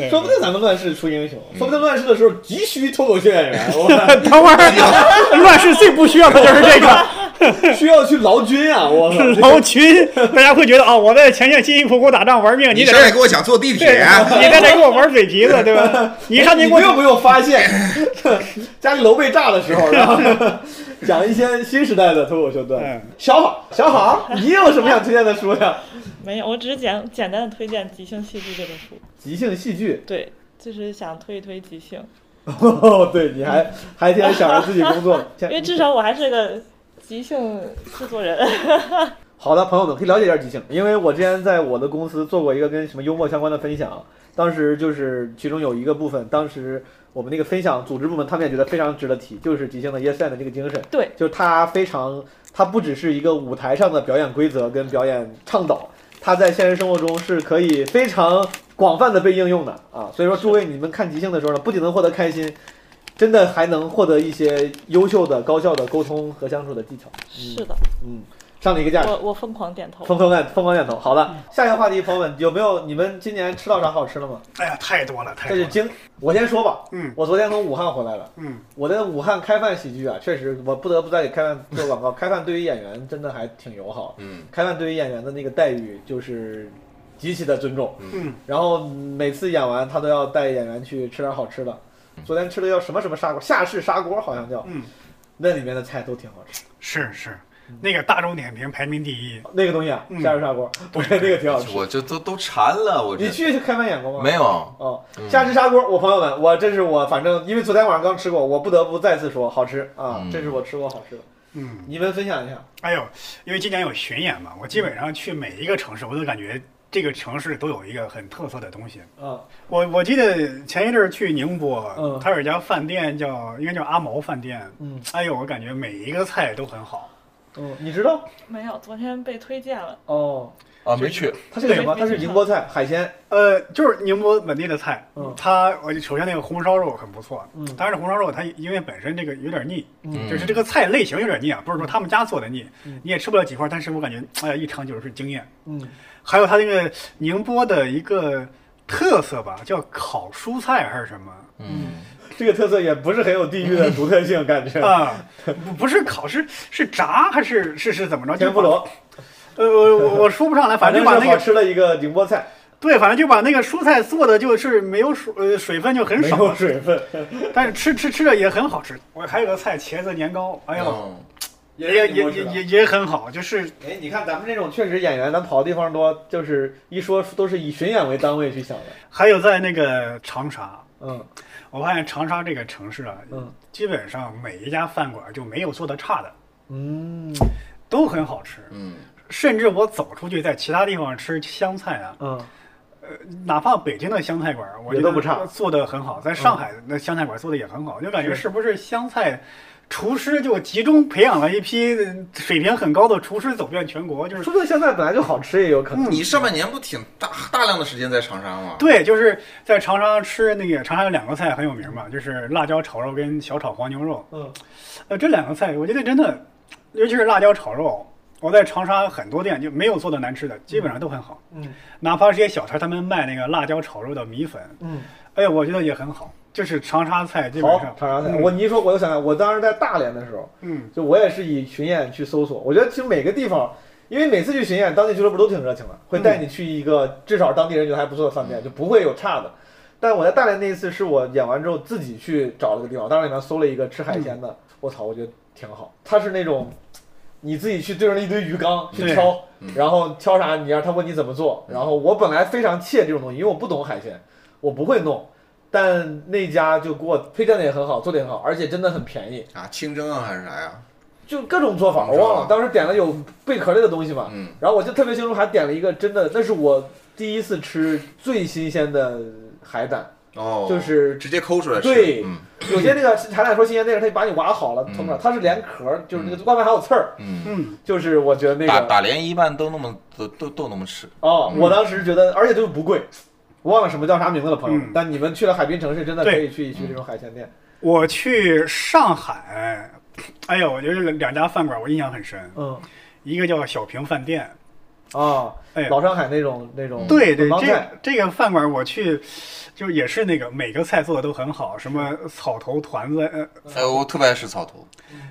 Speaker 3: 嗯
Speaker 4: 说不定咱们乱世出英雄，说不定乱世的时候急需脱口秀演员，我
Speaker 3: 等会儿， 乱世最不需要的就是这个
Speaker 4: 需要去劳军啊！我 靠
Speaker 3: 楼群，大家会觉得啊、我在前线辛辛苦苦打仗玩命，你
Speaker 1: 上
Speaker 3: 在这
Speaker 1: 来
Speaker 3: 儿
Speaker 1: 给我讲坐地
Speaker 3: 对
Speaker 1: 铁，
Speaker 9: 啊
Speaker 3: 你在这儿给我玩嘴皮子，对 吧？你一上去
Speaker 4: 你
Speaker 3: 给我
Speaker 4: 没有没有发现， 家里楼被炸的时候，然后讲一些新时代的脱口秀段
Speaker 3: 嗯
Speaker 4: 子。小好，小好，你有什么想推荐的书呀？
Speaker 5: 没有，我只是简简单的推荐《即兴戏剧》这本书，
Speaker 4: 即兴戏剧，
Speaker 5: 对，就是想推一推即兴，
Speaker 4: 哦，对，你还还天天想着自己工作，
Speaker 5: 因为至少我还是个即兴制作人。
Speaker 4: 好的，朋友们可以了解一下即兴，因为我之前在我的公司做过一个跟什么幽默相关的分享，当时就是其中有一个部分，当时我们那个分享组织部门他们也觉得非常值得提，就是即兴的 Yes and 的这个精神，
Speaker 5: 对，
Speaker 4: 就是它非常，它不只是一个舞台上的表演规则跟表演倡导，它在现实生活中是可以非常广泛的被应用的啊，所以说诸位你们看即兴的时候呢，不仅能获得开心。真的还能获得一些优秀的、高效的沟通和相处的技巧。
Speaker 5: 是的，
Speaker 4: 嗯，上了一个价值。
Speaker 5: 我我疯狂点头。
Speaker 4: 疯狂点疯狂点头。好的，下一个话题，朋友们，有没有你们今年吃到啥好吃的吗？
Speaker 3: 哎呀，太多了，太多
Speaker 4: 这是
Speaker 3: 了。
Speaker 4: 经，我先说吧。
Speaker 3: 嗯
Speaker 4: 我昨天从武汉回来了。
Speaker 3: 嗯，
Speaker 4: 我在武汉开饭喜剧啊，确实，我不得不在给开饭做广告。开饭对于演员真的还挺友好，
Speaker 1: 嗯，
Speaker 4: 开饭对于演员的那个待遇就是极其的尊重，
Speaker 3: 嗯，
Speaker 4: 然后每次演完他都要带演员去吃点好吃的。昨天吃的叫什么什么砂锅，夏氏砂锅好像叫，
Speaker 3: 嗯，
Speaker 4: 那里面的菜都挺好吃。
Speaker 3: 是是，那个大众点评排名第一，
Speaker 4: 那个东西啊，
Speaker 3: 嗯
Speaker 4: 夏氏砂锅，我觉得那个挺好吃。
Speaker 1: 我这都都馋了，我
Speaker 4: 你
Speaker 1: 这
Speaker 4: 去开饭演过吗？
Speaker 1: 没有。
Speaker 4: 哦，夏至砂锅，我朋友们，我这是我反正因为昨天晚上刚吃过，我不得不再次说好吃啊，
Speaker 1: 嗯
Speaker 4: 这是我吃过好吃的，
Speaker 3: 嗯，
Speaker 4: 你们分享一下。
Speaker 3: 哎呦，因为今年有巡演嘛，我基本上去每一个城市，我都感觉这个城市都有一个很特色的东西。
Speaker 4: 啊，
Speaker 3: 我我记得前一阵儿去宁
Speaker 4: 嗯
Speaker 3: 波，它有一家饭店叫应该叫阿毛饭店，
Speaker 4: 嗯
Speaker 3: 哎呦，我感觉每一个菜都很好。
Speaker 4: 嗯，你知道
Speaker 5: 没有，昨天被推荐了，
Speaker 4: 哦，
Speaker 1: 啊，没去。
Speaker 4: 它是个什么？
Speaker 5: 对
Speaker 4: 它是宁波菜，海鲜。
Speaker 3: 呃，就是宁波本地的菜
Speaker 4: 嗯，
Speaker 3: 它我就首先那个红烧肉很不错，
Speaker 4: 嗯
Speaker 3: 但是红烧肉它因为本身这个有点腻，
Speaker 1: 嗯
Speaker 3: 就是这个菜类型有点腻啊，不是说他们家做的腻
Speaker 4: 嗯，
Speaker 3: 你也吃不了几块，但是我感觉哎呀一尝就是惊艳。
Speaker 4: 嗯，
Speaker 3: 还有它那个宁波的一个特色吧，叫烤蔬菜还是什么？
Speaker 1: 嗯，
Speaker 4: 这个特色也不是很有地域的独特性，感觉。
Speaker 3: 啊，不不是烤，是是炸还是是是怎么着？
Speaker 4: 天妇罗，
Speaker 3: 呃，我我我说不上来， 反正
Speaker 4: 是
Speaker 3: 就把
Speaker 4: 好
Speaker 3: 那个
Speaker 4: 吃的一个宁波菜，
Speaker 3: 对，反正就把那个蔬菜做的就是没有水呃水分就很
Speaker 4: 没
Speaker 3: 少，
Speaker 4: 有水分，
Speaker 3: 但是吃吃吃着也很好吃。我还有个菜茄子年糕，哎
Speaker 4: 哦
Speaker 3: 呦，
Speaker 1: 嗯
Speaker 3: 也也也
Speaker 4: 也
Speaker 3: 也也也很好，就是
Speaker 4: 哎，你看咱们这种确实演员，咱跑的地方多，就是一说都是以巡演为单位去想的。
Speaker 3: 还有在那个长沙，
Speaker 4: 嗯
Speaker 3: 我发现长沙这个城市啊，
Speaker 4: 嗯
Speaker 3: 基本上每一家饭馆就没有做的差的，
Speaker 4: 嗯
Speaker 3: 都很好吃。
Speaker 1: 嗯
Speaker 3: 甚至我走出去在其他地方吃湘菜啊，
Speaker 4: 嗯，
Speaker 3: 哪怕北京的湘菜馆儿，我
Speaker 4: 也
Speaker 3: 觉
Speaker 4: 都
Speaker 3: 得
Speaker 4: 不差嗯
Speaker 3: 做的很好，在上海的湘菜馆儿做的也很好，就感觉
Speaker 4: 是
Speaker 3: 是不是湘菜厨师就集中培养了一批水平很高的厨师，走遍全国，就是
Speaker 4: 说不定现在本来就好吃也有可能。
Speaker 3: 嗯，
Speaker 9: 你上半年不挺大大量的时间在长沙吗？
Speaker 3: 对，就是在长沙吃那个长沙有两个菜很有名嘛，就是辣椒炒肉跟小炒黄牛肉。
Speaker 4: 嗯，
Speaker 3: 呃，这两个菜我觉得真的，尤其是辣椒炒肉，我在长沙很多店就没有做的难吃的，基本上都很好。
Speaker 4: 嗯，
Speaker 3: 哪怕是些小摊儿，他们卖那个辣椒炒肉的米粉，
Speaker 4: 嗯，
Speaker 3: 哎呀，我觉得也很好。就是长沙菜基本
Speaker 4: 好
Speaker 3: 上，，
Speaker 4: 长沙菜。
Speaker 3: 嗯
Speaker 4: 我你一说，我又想想，我当时在大连的时候，
Speaker 3: 嗯，
Speaker 4: 就我也是以巡演去搜索。我觉得其实每个地方，因为每次去巡演，当地俱乐部都挺热情的，会带你去一个至少当地人觉得还不错的饭店，就不会有差的。
Speaker 3: 嗯
Speaker 4: 但我在大连那一次是我演完之后自己去找了个地方，当时里面搜了一个吃海
Speaker 3: 嗯
Speaker 4: 鲜的，我操，我觉得挺好。它是那种你自己去对着一堆鱼缸去
Speaker 3: 对嗯
Speaker 4: 挑，
Speaker 9: 嗯
Speaker 4: 然后挑啥你让他问你怎么做，然后我本来非常怯这种东西，因为我不懂海鲜，我不会弄。但那家就给我推荐的也很好，做的也很好，而且真的很便宜，
Speaker 9: 啊，清蒸啊还是啥呀？
Speaker 4: 就各种做法，我忘了。当时点了有贝壳类的东西嘛，
Speaker 9: 嗯，
Speaker 4: 然后我就特别清楚，还点了一个真的，那是我第一次吃最新鲜的海胆，
Speaker 9: 哦，
Speaker 4: 就是
Speaker 9: 直接抠出来吃。
Speaker 4: 对
Speaker 9: 嗯
Speaker 4: 有些那个海胆说新鲜那个，他就把你挖好了，从那儿它是连壳儿，就是那个外面还有刺儿，
Speaker 9: 嗯，
Speaker 3: 嗯，
Speaker 4: 就是我觉得那
Speaker 9: 打
Speaker 4: 个
Speaker 9: 打连一般都那么都都都那么吃。
Speaker 4: 哦，
Speaker 3: 嗯
Speaker 4: 我当时觉得，而且就是不贵，我忘了什么叫啥名字了，朋友们
Speaker 3: 嗯。
Speaker 4: 但你们去了海滨城市，真的可
Speaker 3: 对嗯
Speaker 4: 以去一去这种海鲜店。
Speaker 3: 我去上海，哎呀，我觉得两家饭馆我印象很深，
Speaker 4: 嗯
Speaker 3: 一个叫小平饭店，
Speaker 4: 啊
Speaker 3: 哎，
Speaker 4: 老上海那种那种
Speaker 3: 对对，
Speaker 4: 老
Speaker 3: 这
Speaker 4: 菜
Speaker 3: 个这个饭馆我去，就也是那个每个菜做的都很好，什么草头团子，呃，
Speaker 4: 嗯
Speaker 9: 哎，我特别爱吃草头，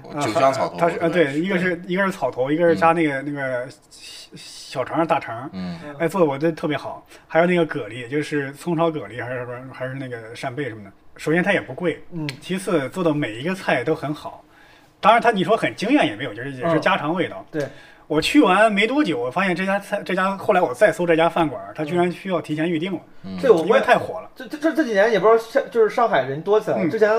Speaker 9: 我
Speaker 3: 啊
Speaker 9: 九香草头。嗯
Speaker 3: 它是
Speaker 9: 我
Speaker 3: 呃
Speaker 9: 特别爱
Speaker 3: 对，
Speaker 9: 吃
Speaker 3: 一个是一个是草头，一个是加那个那个小小肠儿大肠儿，
Speaker 9: 嗯
Speaker 3: 哎，做的我觉得特别好。还有那个蛤蜊，就是葱烧蛤蜊，还是什么，还是那个扇贝什么的。首先它也不贵，
Speaker 4: 嗯，
Speaker 3: 其次做的每一个菜都很好。当然，它你说很惊艳也没有，就是也是
Speaker 4: 嗯
Speaker 3: 家常味道。
Speaker 4: 对，
Speaker 3: 我去完没多久，我发现这家菜这家后来我再搜这家饭馆儿，
Speaker 4: 嗯
Speaker 3: 它居然需要提前预定了，
Speaker 4: 这我
Speaker 3: 嗯因为
Speaker 4: 问，
Speaker 3: 太火了。
Speaker 4: 这这这这几年也不知道上就是上海人多起来了。
Speaker 3: 嗯
Speaker 4: 之前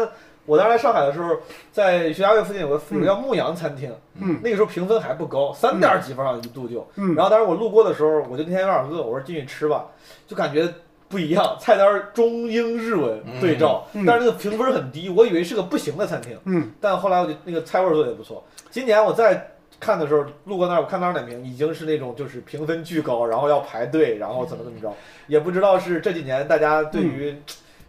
Speaker 4: 我当时来上海的时候，在徐家汇附近有个有个叫牧羊餐厅，
Speaker 3: 嗯
Speaker 4: 那个时候评分还不高，三点几分好像一度就。
Speaker 3: 嗯
Speaker 4: 然后当时我路过的时候，我就那天有点饿，我说进去吃吧，就感觉不一样，菜单儿中英日文对照，
Speaker 3: 嗯嗯
Speaker 4: 但是那个评分很低，我以为是个不行的餐厅，
Speaker 3: 嗯，
Speaker 4: 但后来我就那个菜味儿做的也不错。今年我再看的时候，路过那儿，我看那儿点评已经是那种就是评分巨高，然后要排队，然后怎么怎么着，也不知道是这几年大家对于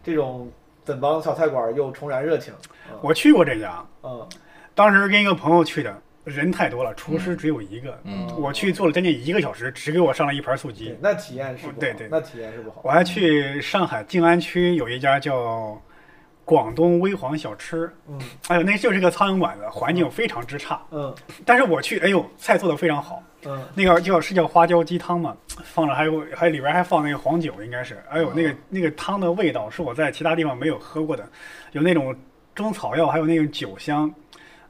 Speaker 4: 这种本帮小菜馆儿又重燃热情。
Speaker 3: 我去过这家，啊
Speaker 4: 嗯，
Speaker 3: 当时跟一个朋友去的，人太多了，厨师只有一个。
Speaker 9: 嗯，
Speaker 3: 我去做了将近一个小时，只给我上了一盘素鸡
Speaker 4: 对。，那体验是不好，
Speaker 3: 对对
Speaker 4: 那体验是不好。
Speaker 3: 我还去上海静安区有一家叫广东微黄小吃，
Speaker 4: 嗯
Speaker 3: 哎呦，那就是个苍蝇馆子，环境非常之差。
Speaker 4: 嗯
Speaker 3: 但是我去，哎呦，菜做的非常好，
Speaker 4: 嗯，
Speaker 3: 那个叫是叫花椒鸡汤嘛，放了还有还有里边还放那个黄酒，应该是，哎呦，那个那个汤的味道是我在其他地方没有喝过的，有那种中草药，还有那种酒香，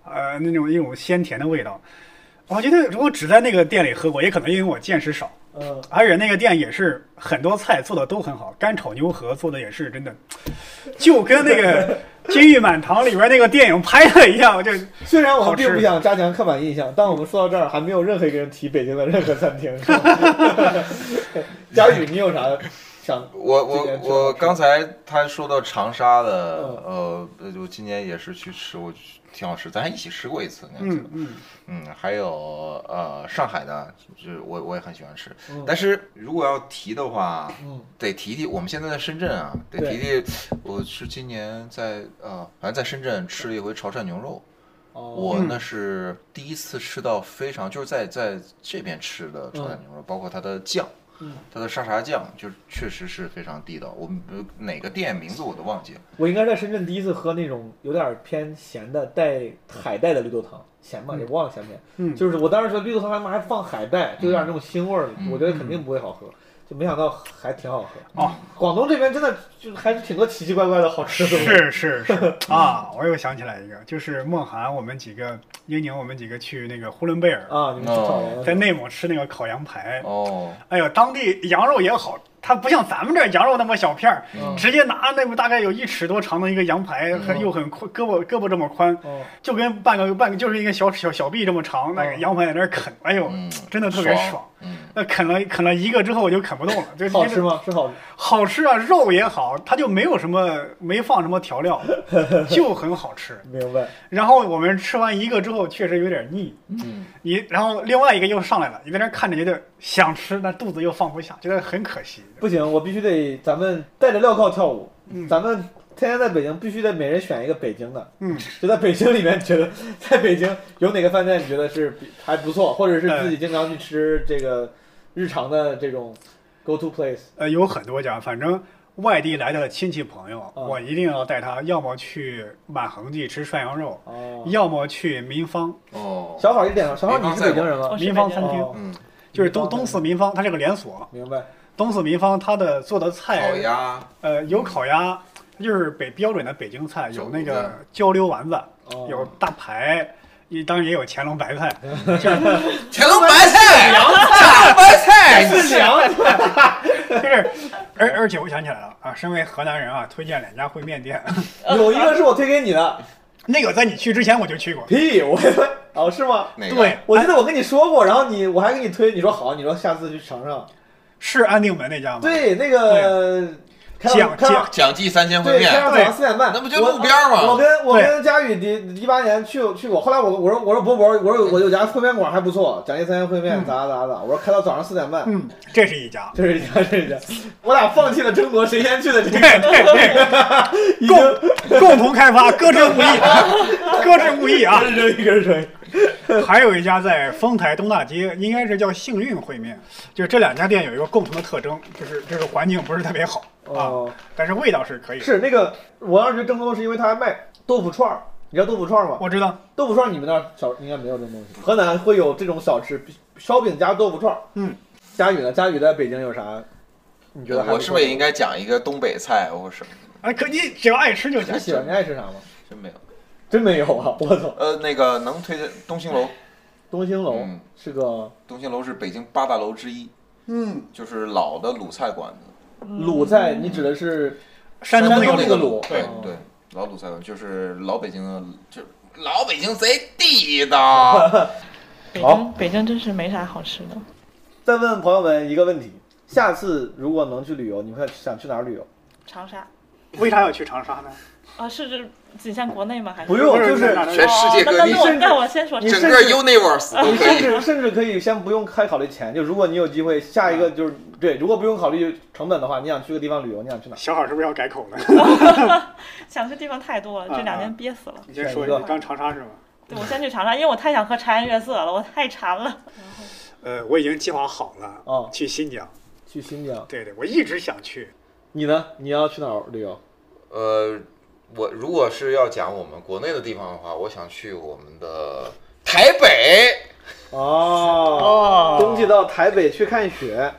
Speaker 3: 呃，那种一种鲜甜的味道。我觉得如果只在那个店里喝过，也可能因为我见识少。
Speaker 4: 嗯，
Speaker 3: 而且那个店也是很多菜做的都很好，干炒牛河做的也是真的，就跟那个 《金玉满堂》里边那个电影拍的一样，我就
Speaker 4: 虽然我
Speaker 3: 好
Speaker 4: 们
Speaker 3: 吃
Speaker 4: 并不想加强刻板印象，但我们说到这儿还没有任何一个人提北京的任何餐厅。 佳宇，你有啥想？
Speaker 1: 我
Speaker 4: 这边
Speaker 1: 我
Speaker 4: 吃好
Speaker 1: 我
Speaker 4: 吃
Speaker 1: 刚才他说到长沙的，
Speaker 4: 嗯
Speaker 1: 呃，呃我今年也是去吃，我去挺好吃，咱还一起吃过一次，你还记得
Speaker 3: 嗯嗯
Speaker 1: 嗯，还有呃上海的，就是我我也很喜欢吃。
Speaker 4: 嗯
Speaker 1: 但是如果要提的话，
Speaker 4: 嗯
Speaker 1: 得提提我们现在在深圳啊，得
Speaker 4: 对
Speaker 1: 提提，我是今年在呃，反正在深圳吃了一回潮汕牛肉，
Speaker 4: 哦
Speaker 1: 我
Speaker 3: 嗯
Speaker 1: 那是第一次吃到非常就是在在这边吃的潮汕牛肉，包括它的酱
Speaker 4: 嗯。
Speaker 1: 它的沙茶酱就是确实是非常地道，我们呃哪个店名字我都忘记了。
Speaker 4: 我应该在深圳第一次喝那种有点偏咸的带海带的绿豆汤，咸吧，也忘了咸不咸。
Speaker 3: 嗯，
Speaker 4: 就是我当时觉得绿豆汤他妈还放海带，就有点那种腥味儿，
Speaker 1: 嗯
Speaker 4: 我觉得肯定不会好喝。就没想到还挺好喝
Speaker 3: 哦！
Speaker 4: 广东这边真的就还是挺多奇奇怪怪的好吃的东西。
Speaker 3: 是是是啊！我又想起来一个，就是梦涵我们几个英宁我们几个去那个呼伦贝尔，
Speaker 4: 啊，你们
Speaker 3: 哦
Speaker 4: 去草原了
Speaker 3: 在内蒙吃那个烤羊排，
Speaker 1: 哦，
Speaker 3: 哎呦，当地羊肉也好，它不像咱们这儿羊肉那么小片儿，
Speaker 4: 嗯
Speaker 3: 直接拿那么大概有一尺多长的一个羊排，
Speaker 1: 嗯
Speaker 3: 很又很宽，胳膊胳膊这么宽，
Speaker 4: 哦，
Speaker 3: 就跟半个半个就是一个小小小臂这么长，那个
Speaker 4: 嗯
Speaker 3: 羊排在那儿啃，哎呦，
Speaker 1: 嗯
Speaker 3: 真的特别
Speaker 1: 爽
Speaker 3: 爽。
Speaker 1: 嗯
Speaker 3: 那啃了啃了一个之后我就啃不动了，就
Speaker 4: 好吃？吗？是好吃。
Speaker 3: 好吃啊，肉也好，它就没有什么没放什么调料，就很好吃。
Speaker 4: 明白。
Speaker 3: 然后我们吃完一个之后确实有点腻，
Speaker 4: 嗯，
Speaker 3: 你然后另外一个又上来了，你在那儿看着觉得想吃，但肚子又放不下，觉得很可惜。
Speaker 4: 不行，我必须得咱们带着镣铐跳舞。
Speaker 3: 嗯
Speaker 4: 咱们天天在北京，必须得每人选一个北京的。
Speaker 3: 嗯，
Speaker 4: 就在北京里面，觉得在北京有哪个饭店你觉得是比还不错，或者是自己经常去吃这个日常的这种 go to place。
Speaker 3: 呃，有很多家，反正外地来的亲戚朋友，
Speaker 4: 嗯
Speaker 3: 我一定要带他，要么去满恒记吃涮羊肉，
Speaker 4: 哦，
Speaker 3: 要么去民芳，
Speaker 1: 哦，
Speaker 4: 小好一点，小好
Speaker 3: 哎
Speaker 4: 你是北京人
Speaker 5: 我
Speaker 4: 吗？
Speaker 5: 是
Speaker 3: 民
Speaker 5: 北
Speaker 3: 芳
Speaker 5: 京
Speaker 3: 餐
Speaker 5: 人
Speaker 3: 厅
Speaker 4: 哦
Speaker 1: 嗯，
Speaker 3: 就是东东四民芳，它是个连锁。
Speaker 4: 明白。
Speaker 3: 东四民芳它的做的
Speaker 1: 烤
Speaker 3: 菜，
Speaker 1: 鸭，
Speaker 3: 呃，有烤鸭，就是北标准的北京菜，有那
Speaker 1: 肘子
Speaker 3: 个焦溜丸子，
Speaker 4: 哦，
Speaker 3: 有大排，也当然也有乾隆白菜。
Speaker 1: 乾隆白菜，乾隆白菜， 你
Speaker 4: 是凉的。
Speaker 3: 就是，而而且我想起来了啊，身为河南人啊，推荐两家烩面店，
Speaker 4: 有一个是我推给你的，
Speaker 3: 那个在你去之前我就去过。
Speaker 4: 屁！我哦是吗？
Speaker 1: 哪个？
Speaker 3: 对，，
Speaker 4: 我记得我跟你说过，然后你我还给你推，你说好，你说下次去尝尝。
Speaker 3: 是安定门那家吗？，
Speaker 4: 对，那个开
Speaker 3: 讲
Speaker 4: 朗开朗
Speaker 3: 讲
Speaker 1: 蒋记三千烩
Speaker 4: 对，天
Speaker 1: 面，
Speaker 4: 上
Speaker 3: 对
Speaker 4: 早上四点半，
Speaker 1: 那不就路边
Speaker 4: 我
Speaker 1: 吗？
Speaker 4: 我跟我
Speaker 3: 对
Speaker 4: 跟佳宇一一八年去去过，后来我我说我说伯伯，我说我有家烩面馆还不错，蒋记三鲜烩面咋咋咋，我说开到早上四点半，
Speaker 3: 嗯，这是一家。
Speaker 4: 这是一家这是一家，我俩放弃了争夺谁先去的这
Speaker 3: 对
Speaker 4: 个，
Speaker 3: 对对，
Speaker 4: 已经
Speaker 3: 共共同开发，各执不 易，各执不易啊！
Speaker 4: 一人一根水，
Speaker 3: 还有一家在丰台东大街，应该是叫幸运烩面。就是这两家店有一个共同的特征，就是就是环境不是特别好啊，
Speaker 4: 哦，
Speaker 3: 但是味道是可以的。
Speaker 4: 是那个我当时更多是因为他还卖豆腐串儿。你知道豆腐串儿吗？
Speaker 3: 我知道，
Speaker 4: 豆腐串儿你们那儿小应该没有这种东西。河南会有这种小吃，烧饼加豆腐串儿。
Speaker 3: 嗯，
Speaker 4: 佳宇呢？佳宇在北京有啥？你觉得还
Speaker 1: 我是不是也应该
Speaker 4: 该？
Speaker 1: 讲一个东北菜？我是
Speaker 3: 哎，可你只要爱吃就行
Speaker 4: 你。喜欢你爱吃啥吗？
Speaker 1: 真没有。
Speaker 4: 真没有啊！我操，
Speaker 1: 呃，那个能推荐东兴楼，
Speaker 4: 东兴楼
Speaker 1: 嗯
Speaker 4: 是个
Speaker 1: 东兴楼是北京八大楼之一，
Speaker 3: 嗯，
Speaker 1: 就是老的鲁菜馆子。
Speaker 4: 鲁菜，你指的是
Speaker 3: 山
Speaker 4: 东
Speaker 3: 东
Speaker 4: 那个
Speaker 3: 那
Speaker 1: 那
Speaker 3: 个
Speaker 1: 鲁
Speaker 4: 鲁，
Speaker 1: 对
Speaker 5: 嗯
Speaker 4: 哦
Speaker 1: 对，老鲁菜馆就是老北京的，就老北京贼地道。
Speaker 5: 北
Speaker 4: 好
Speaker 5: 京北京真是没啥好吃的。
Speaker 4: 再问朋友们一个问题：下次如果能去旅游，你们会想去哪儿旅游？
Speaker 5: 长沙
Speaker 3: 为啥要去长沙呢？
Speaker 5: 啊，是指仅限国内吗？还是
Speaker 4: 不用，就是
Speaker 3: 哪儿
Speaker 1: 全世界
Speaker 5: 哦那
Speaker 1: 各地
Speaker 5: 那我
Speaker 4: 甚至
Speaker 5: 那我先说
Speaker 4: 你
Speaker 5: 长
Speaker 1: 整
Speaker 5: 沙，
Speaker 1: 个
Speaker 4: 甚至
Speaker 1: universe 都
Speaker 4: 你
Speaker 1: 可
Speaker 4: 甚
Speaker 1: 以。
Speaker 4: 至甚至可以先不用太考虑钱，就如果你有机会，下一个就是对，如果不用考虑成本的话，你想去个地方旅游，你想去哪儿？
Speaker 3: 小好是不是要改口 了？
Speaker 5: 想去地方太多了，这
Speaker 1: 啊
Speaker 5: 两年憋死了。
Speaker 3: 你先说一个，你刚长沙是吗？
Speaker 5: 对，我先去长沙，因为我太想喝茶颜悦色了，我太馋了。
Speaker 3: 呃，我已经计划好了，
Speaker 4: 哦
Speaker 3: 去新疆。
Speaker 4: 去新疆。
Speaker 3: 对对，我一直想去。
Speaker 4: 你呢？你要去哪儿旅游？
Speaker 1: 呃，我如果是要讲我们国内的地方的话，我想去我们的台北。
Speaker 4: 啊哦，
Speaker 3: 哦
Speaker 4: 冬季到台北去看雪。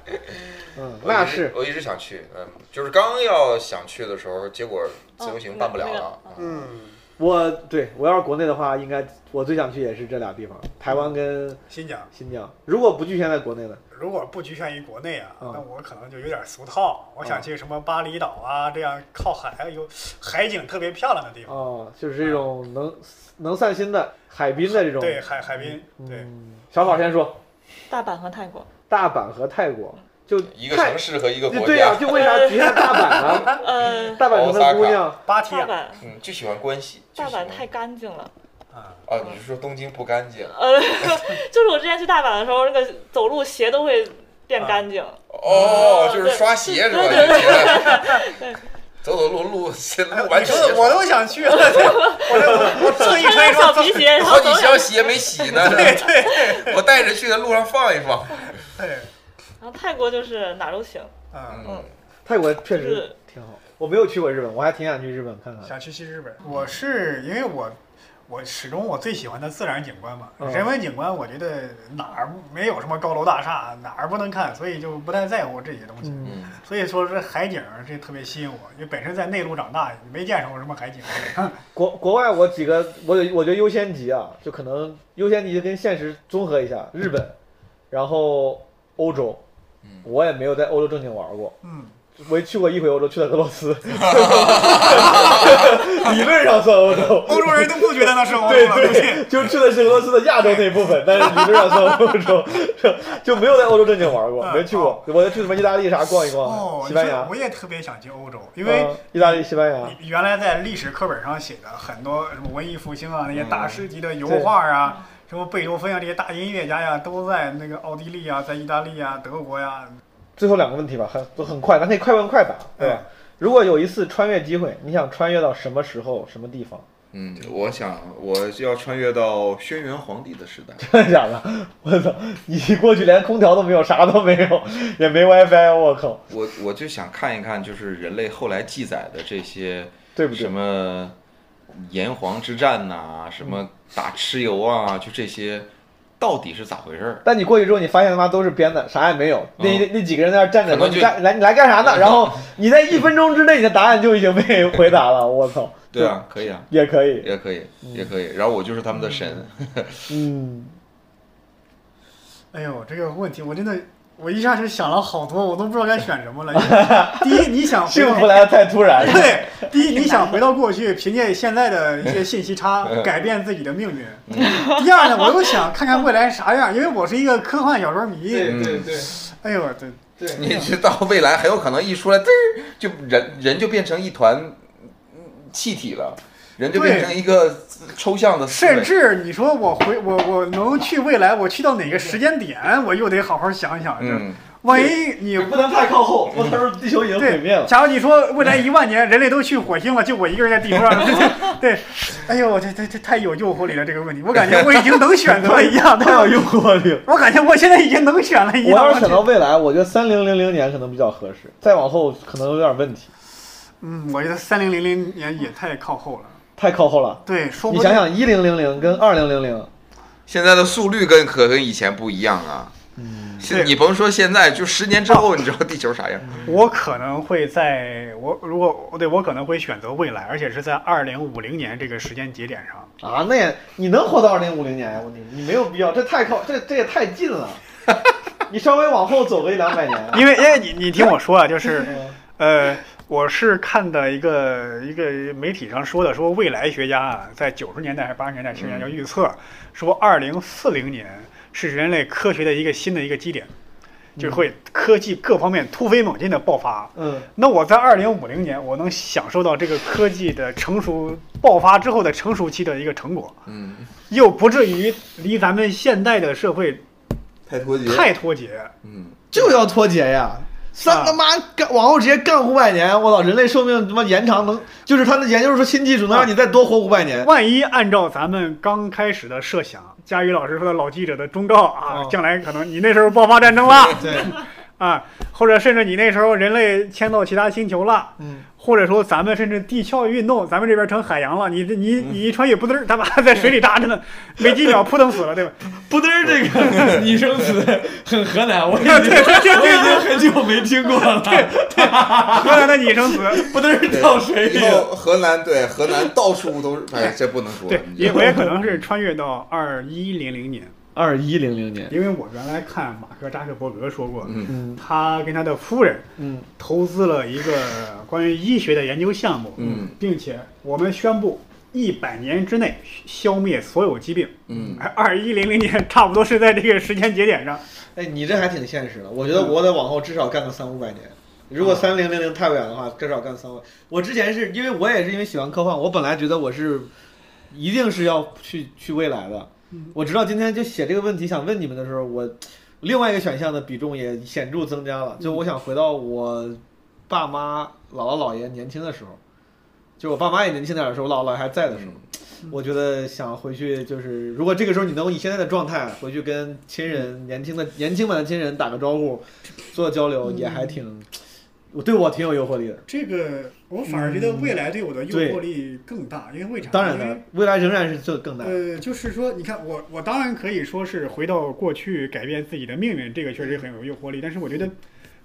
Speaker 4: 嗯， 那是
Speaker 1: 我一直我一直想去，嗯，就是刚要想去的时候，结果自由行办不了
Speaker 5: 哦
Speaker 1: 了。嗯
Speaker 3: 嗯，
Speaker 4: 我对我要是国内的话，应该我最想去也是这俩地方，台湾跟
Speaker 3: 新疆
Speaker 4: 新疆。如果不局限在国内呢？
Speaker 3: 如果不局限于国内啊，
Speaker 4: 嗯
Speaker 3: 那我可能就有点俗
Speaker 4: 啊
Speaker 3: 套。我想去什么巴厘岛啊，这样靠海有海景特别漂亮的地方。
Speaker 4: 哦，就是这种能能散心的海滨的这种。
Speaker 3: 对，海海滨，对，
Speaker 4: 嗯，小宝先说，
Speaker 5: 大阪和泰国，
Speaker 4: 大阪和泰国就
Speaker 1: 一个
Speaker 4: 泰
Speaker 1: 城市和一个国
Speaker 4: 对
Speaker 5: 啊
Speaker 4: 呀、
Speaker 1: 家，
Speaker 4: 就为啥局限大 阪呢？
Speaker 5: 呃，
Speaker 4: 大阪城的姑娘，
Speaker 3: 芭提啊哎
Speaker 5: 大
Speaker 3: 雅
Speaker 5: 阪
Speaker 1: 嗯，就喜欢关系。就
Speaker 5: 大
Speaker 1: 喜欢
Speaker 5: 阪太干净了。
Speaker 3: 啊，
Speaker 1: 啊，你是说东京不干净？
Speaker 5: 呃，就是我之前去大阪的时候，那个走路鞋都会变干净。
Speaker 4: 啊
Speaker 1: 哦，
Speaker 5: 嗯
Speaker 1: 就是刷鞋是吧？
Speaker 5: 对对
Speaker 1: 就觉得 走走路路先
Speaker 3: 哎
Speaker 1: 路
Speaker 3: 我
Speaker 1: 完
Speaker 3: 都
Speaker 1: 全
Speaker 3: 我都想去了，对我这我我特意
Speaker 5: 穿
Speaker 3: 穿一
Speaker 5: 着
Speaker 3: 双
Speaker 5: 小皮鞋，然
Speaker 1: 好
Speaker 5: 后走
Speaker 1: 几
Speaker 5: 两
Speaker 1: 箱鞋没洗呢。对对， 我带着去的路上放一放。
Speaker 3: 对，
Speaker 5: 然后泰国就是哪儿都行，
Speaker 3: 嗯，
Speaker 1: 嗯，
Speaker 4: 泰国确
Speaker 5: 就
Speaker 4: 实
Speaker 5: 是
Speaker 4: 挺好。我没有去过日本，我还挺想去日本看看。
Speaker 3: 想去新日本。
Speaker 4: 嗯
Speaker 3: 我是因为我我始终我最喜欢的自然景观嘛，
Speaker 4: 嗯
Speaker 3: 人文景观我觉得哪儿没有什么高楼大厦，哪儿不能看，所以就不太在乎这些东西。
Speaker 4: 嗯，
Speaker 1: 嗯，
Speaker 3: 所以说这海景儿这特别吸引我，因为本身在内陆长大，没见识过什么 海景。
Speaker 4: 国国外我几个，我有我觉得优先级啊，就可能优先级跟现实综合一下，日本，然后欧洲
Speaker 1: 嗯，
Speaker 4: 我也没有在欧洲正经玩过，
Speaker 3: 嗯，
Speaker 4: 我去过一回欧洲，去了俄罗 斯，理论上算 欧洲，
Speaker 3: 欧洲人都不觉得那是欧洲
Speaker 4: 对
Speaker 3: 了，估计
Speaker 4: 对，就去的是俄罗斯的亚洲那部分，但是理论上算欧洲，就没有在欧洲正经玩过，没去过。我去什么意大利啥逛一
Speaker 3: 嗯哦
Speaker 4: 逛，，西
Speaker 3: 你
Speaker 4: 班
Speaker 3: 说
Speaker 4: 牙，
Speaker 3: 我也特别想去欧洲，因为
Speaker 4: 呃意大利、西班牙，
Speaker 3: 原来在历史课本上写的很多什么文艺复兴啊，那些
Speaker 4: 嗯
Speaker 3: 大师级的油画啊，什么贝多芬啊，这些大音乐家呀，都在那个奥地利啊，在意大利啊，德国呀，
Speaker 4: 最后两个问题吧，很都很快，咱可以快问快答，
Speaker 1: 嗯
Speaker 4: 对吧？如果有一次穿越机会，你想穿越到什么时候、什么地方？
Speaker 1: 嗯，我想我要穿越到轩辕皇帝的时代，
Speaker 4: 真的假的？ 我操！你过去连空调都没有，啥都没有， 也没 WiFi，我靠！
Speaker 1: 我我就想看一看，就是人类后来记载的这些
Speaker 4: 对不对
Speaker 1: 什么炎黄之战呐、什么
Speaker 4: 嗯
Speaker 1: 打蚩尤啊，就这些到底是咋回事儿？
Speaker 4: 但你过去之后，你发现他妈都是编的，啥也没有。那那那几个人在那儿站
Speaker 1: 嗯
Speaker 4: 着，
Speaker 1: 可能
Speaker 4: 说你
Speaker 1: 就嗯
Speaker 4: 干来你来干啥呢？然后你在一分钟之内，你的答案就已经被回答了。我操！
Speaker 1: 对啊，可以啊，
Speaker 4: 也可以，
Speaker 1: 也可以，也可以。然后我就是他们的神，
Speaker 4: 嗯，
Speaker 3: 哎呦，这个问题我真的，我一下就想了好多，我都不知道该选什么了。因为第一，你想回
Speaker 4: 幸
Speaker 3: 到
Speaker 4: 福来的太突 然了。
Speaker 3: 对，第一你想回到过去，凭借现在的一些信息差改变自己的命运。 第二呢，我又想看看未来啥样，因为我是一个科幻小说迷。
Speaker 7: 对对
Speaker 3: 哎呦，这
Speaker 7: 对
Speaker 1: 你
Speaker 3: 啊
Speaker 1: 知道未来很有可能一出来，嘚儿就人人就变成一团嗯气体了，人就变
Speaker 3: 对
Speaker 1: 成一个抽象的思维
Speaker 3: 甚至你说我回我我能去未来，我去到哪个时间点，我又得好好想想。这
Speaker 1: 嗯，
Speaker 3: 万一你
Speaker 4: 不能太靠后，我操！地球已经毁灭
Speaker 3: 对，
Speaker 4: 了。
Speaker 3: 假如你说未来一万年人类都去火星了，就我一个人在地球上，对，哎呦，这这这太有诱惑力了这个问题，我感觉我已经能选择一 样，
Speaker 4: 太有诱惑力了。
Speaker 3: 我感觉我现在已经能选了 一
Speaker 4: 我
Speaker 3: 样
Speaker 4: 要
Speaker 3: 了
Speaker 4: 是。想到未来，我觉得三零零零年可能比较合适，再往后可能有点问题，
Speaker 3: 嗯，我觉得三零零零年也太靠后了。
Speaker 4: 太靠后了。
Speaker 3: 对，说不
Speaker 4: 你
Speaker 3: 定
Speaker 4: 想想，一零零零跟二零零零，
Speaker 1: 现在的速率跟可跟以前不一样啊。现
Speaker 3: 嗯对哦
Speaker 1: 你甭说现在，就十年之后，你知道地球啥样？嗯
Speaker 3: 我可能会在我如果对我可能会选择未来，而且是在二零五零年这个时间节点上。
Speaker 4: 啊，那也你能活到二零五零年呀？我你你没有必要，这太靠这这也太近 了。你稍微往后走个一两 百年，啊
Speaker 3: 因为因为你你听我说啊，就是，
Speaker 1: 嗯
Speaker 3: 呃，我是看的一个一个媒体上说的，说未来学家啊，在九十年代还是八十年代、七十
Speaker 1: 嗯
Speaker 3: 年代就预测，说二零四零年是人类科学的一个新的一个基点，
Speaker 1: 嗯
Speaker 3: 就会科技各方面突飞猛进的爆发。
Speaker 4: 嗯，
Speaker 3: 那我在二零五零年，我能享受到这个科技的成熟爆发之后的成熟期的一个成果，
Speaker 1: 嗯，
Speaker 3: 又不至于离咱们现代的社会
Speaker 1: 太脱节
Speaker 3: 太脱节。
Speaker 1: 嗯，
Speaker 4: 就要脱节呀。三他妈干往后直接干五百年，我操！人类寿命他妈延长能，就是他的研究说新技术能让你再多活五百年。
Speaker 3: 万一按照咱们刚开始的设想，佳宇老师说的老记者的忠告啊
Speaker 4: 哦，
Speaker 3: 将来可能你那时候爆发战争了
Speaker 4: 对，
Speaker 3: 啊，或者甚至你那时候人类迁到其他星球了，
Speaker 4: 嗯，
Speaker 3: 或者说咱们甚至地壳运动，咱们这边成海洋了，你这你你一穿越，扑嘚儿，他妈在水里扎着呢，没几秒扑腾死了，对吧？
Speaker 7: 不嘚儿这个拟声词很河南，我已经
Speaker 3: 对对对
Speaker 7: 我已经很久没听过了。
Speaker 3: 河南的拟声词。
Speaker 7: 不嘚儿掉水里
Speaker 1: 以，后河南对河南到处都是，哎，这不能说。
Speaker 3: 对，
Speaker 1: 你
Speaker 3: 也 我也可能是穿越到二一零零年，
Speaker 4: 二一零零年，
Speaker 3: 因为我原来看马克扎克伯格说过，
Speaker 1: 嗯
Speaker 4: 嗯
Speaker 3: 他跟他的夫人
Speaker 4: 嗯，
Speaker 3: 投资了一个关于医学的研究项目，
Speaker 1: 嗯，
Speaker 3: 并且我们宣布一百年之内消灭所有疾病。
Speaker 1: 嗯，
Speaker 3: 二一零零年差不多是在这个时间节点上，
Speaker 4: 哎，你这还挺现实的。我觉得我得往后至少干个三五百年。如果三零零零太远的话，至少干三五。我之前是因为我也是因为喜欢科幻，我本来觉得我是一定是要去去未来的。我直到今天就写这个问题想问你们的时候，我另外一个选项的比重也显著增加了，就我想回到我爸妈姥姥姥爷年轻的时候，就我爸妈也年轻点儿的时候，我姥姥姥爷还在的时候。
Speaker 5: 嗯
Speaker 4: 我觉得想回去，就是如果这个时候你能以现在的状态回去跟亲人、年轻的年轻版的亲人打个招 呼，做交流，也还
Speaker 5: 嗯
Speaker 4: 挺，我对我挺有诱惑力的。
Speaker 3: 这个我反而觉得未来对我的诱惑力更大，因为为啥？
Speaker 4: 当然
Speaker 3: 因为
Speaker 4: 了，未来仍然是最更大。
Speaker 3: 呃，就是说，你看我，我当然可以说是回到过去改变自己的命运，这个确
Speaker 5: 嗯
Speaker 3: 实很有诱惑力。但是我觉得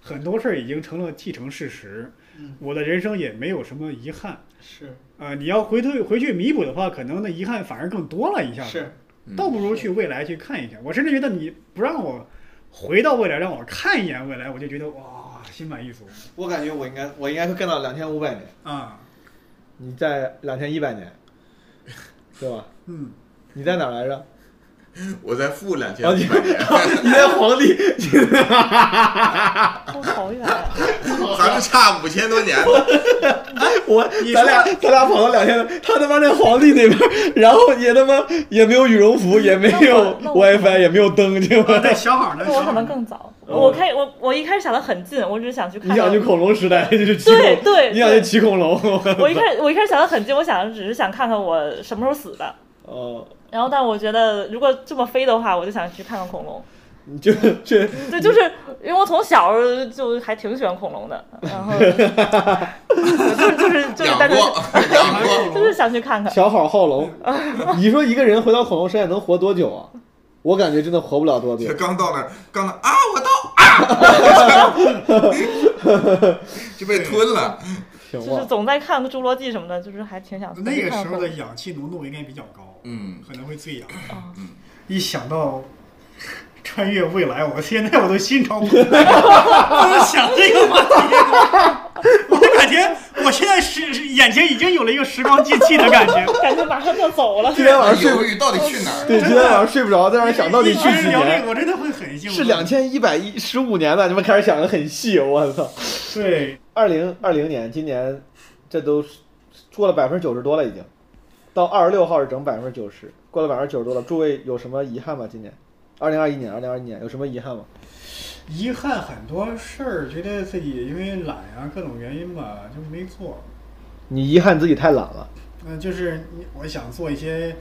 Speaker 3: 很多事儿已经成了既成事实，
Speaker 5: 嗯
Speaker 3: 我的人生也没有什么遗憾。
Speaker 4: 是
Speaker 3: 呃，你要回退回去弥补的话，可能那遗憾反而更多了一下子。
Speaker 4: 是，
Speaker 3: 倒不如去未来去看一下。我甚至觉得你不让我回到未来，让我看一眼未来，我就觉得哇，心满意足
Speaker 4: 我感觉我应该我应该会干到两千五百年，
Speaker 3: 啊，
Speaker 4: 你在两千一百 年，对吧？
Speaker 3: 嗯，
Speaker 4: 你在哪儿来 着？
Speaker 9: 我在负两千
Speaker 3: 哦
Speaker 4: 然后你 你在皇 帝，
Speaker 5: 都好远，啊
Speaker 9: 咱们差五千多 年呢。
Speaker 4: 我咱俩咱俩跑到两千，他他妈在皇帝那边，然后也他妈也没有羽绒服，也没有
Speaker 5: 那我那我
Speaker 4: WiFi，也没有灯，对吧？
Speaker 3: 对，小好呢，
Speaker 5: 那我
Speaker 3: 小
Speaker 5: 可
Speaker 3: 好
Speaker 5: 能
Speaker 3: 呢
Speaker 5: 更早。 我开我我一开始想的很近，我只是想去看。
Speaker 4: 你想去恐龙时代，就是骑
Speaker 5: 对
Speaker 4: 恐，
Speaker 5: 对
Speaker 4: 你想去
Speaker 5: 对
Speaker 4: 骑恐龙，
Speaker 5: 我一开始我一开始想的很近，我想只是想看看我什么时候死的。
Speaker 4: 哦，
Speaker 5: 然后，但我觉得如果这么飞的话，我就想去看看恐龙。
Speaker 4: 你 就这
Speaker 5: 对，就是因为我从小就还挺喜欢恐龙的，然后 就是就是就是
Speaker 9: 养
Speaker 5: 单纯
Speaker 9: 过， 养过。
Speaker 5: 就是想去看看。
Speaker 4: 小好好 龙，你说一个人回到恐龙时代能活多久啊？我感觉真的活不了多久
Speaker 9: 这。刚到那儿，刚到啊，我到啊， 就被吞了。
Speaker 4: 行
Speaker 5: 就是
Speaker 4: 吧，
Speaker 5: 总在看《侏罗纪》什么的，就是还挺想再
Speaker 3: 那
Speaker 5: 去
Speaker 3: 个
Speaker 5: 看
Speaker 3: 时
Speaker 5: 看
Speaker 3: 候的
Speaker 5: 恐龙。
Speaker 3: 氧气浓度应该比较高，
Speaker 9: 嗯，
Speaker 3: 可能会最氧。
Speaker 5: 啊
Speaker 3: 嗯一想到穿越未来，我现在我都心潮澎湃，我都想这个话题，我都感觉我现在是是眼前已经有了一个时光机器的感觉。
Speaker 5: 感觉马上就要走 了。
Speaker 4: 今天晚上睡
Speaker 9: 犹
Speaker 4: 不
Speaker 9: 豫到底去哪儿？
Speaker 4: 对，今天晚上睡不着，在那儿想到底
Speaker 3: 一
Speaker 4: 去几
Speaker 3: 直聊这
Speaker 4: 年
Speaker 3: 个，。我真的会很幸福。
Speaker 4: 是两千一百一十五年了，你们开始想的很细，我操！
Speaker 3: 对，
Speaker 4: 二零二零年，今年这都是过了百分之九十多了，已经到二十六号是整百分之九十，过了百分之九十多了。诸位有什么遗憾吗？今年二零二一年，二零二一年有什么遗憾吗？
Speaker 3: 遗憾很多事儿，觉得自己因为懒呀、各种原因吧，就没做。
Speaker 4: 你遗憾自己太懒了，
Speaker 3: 嗯、就是你我想做一些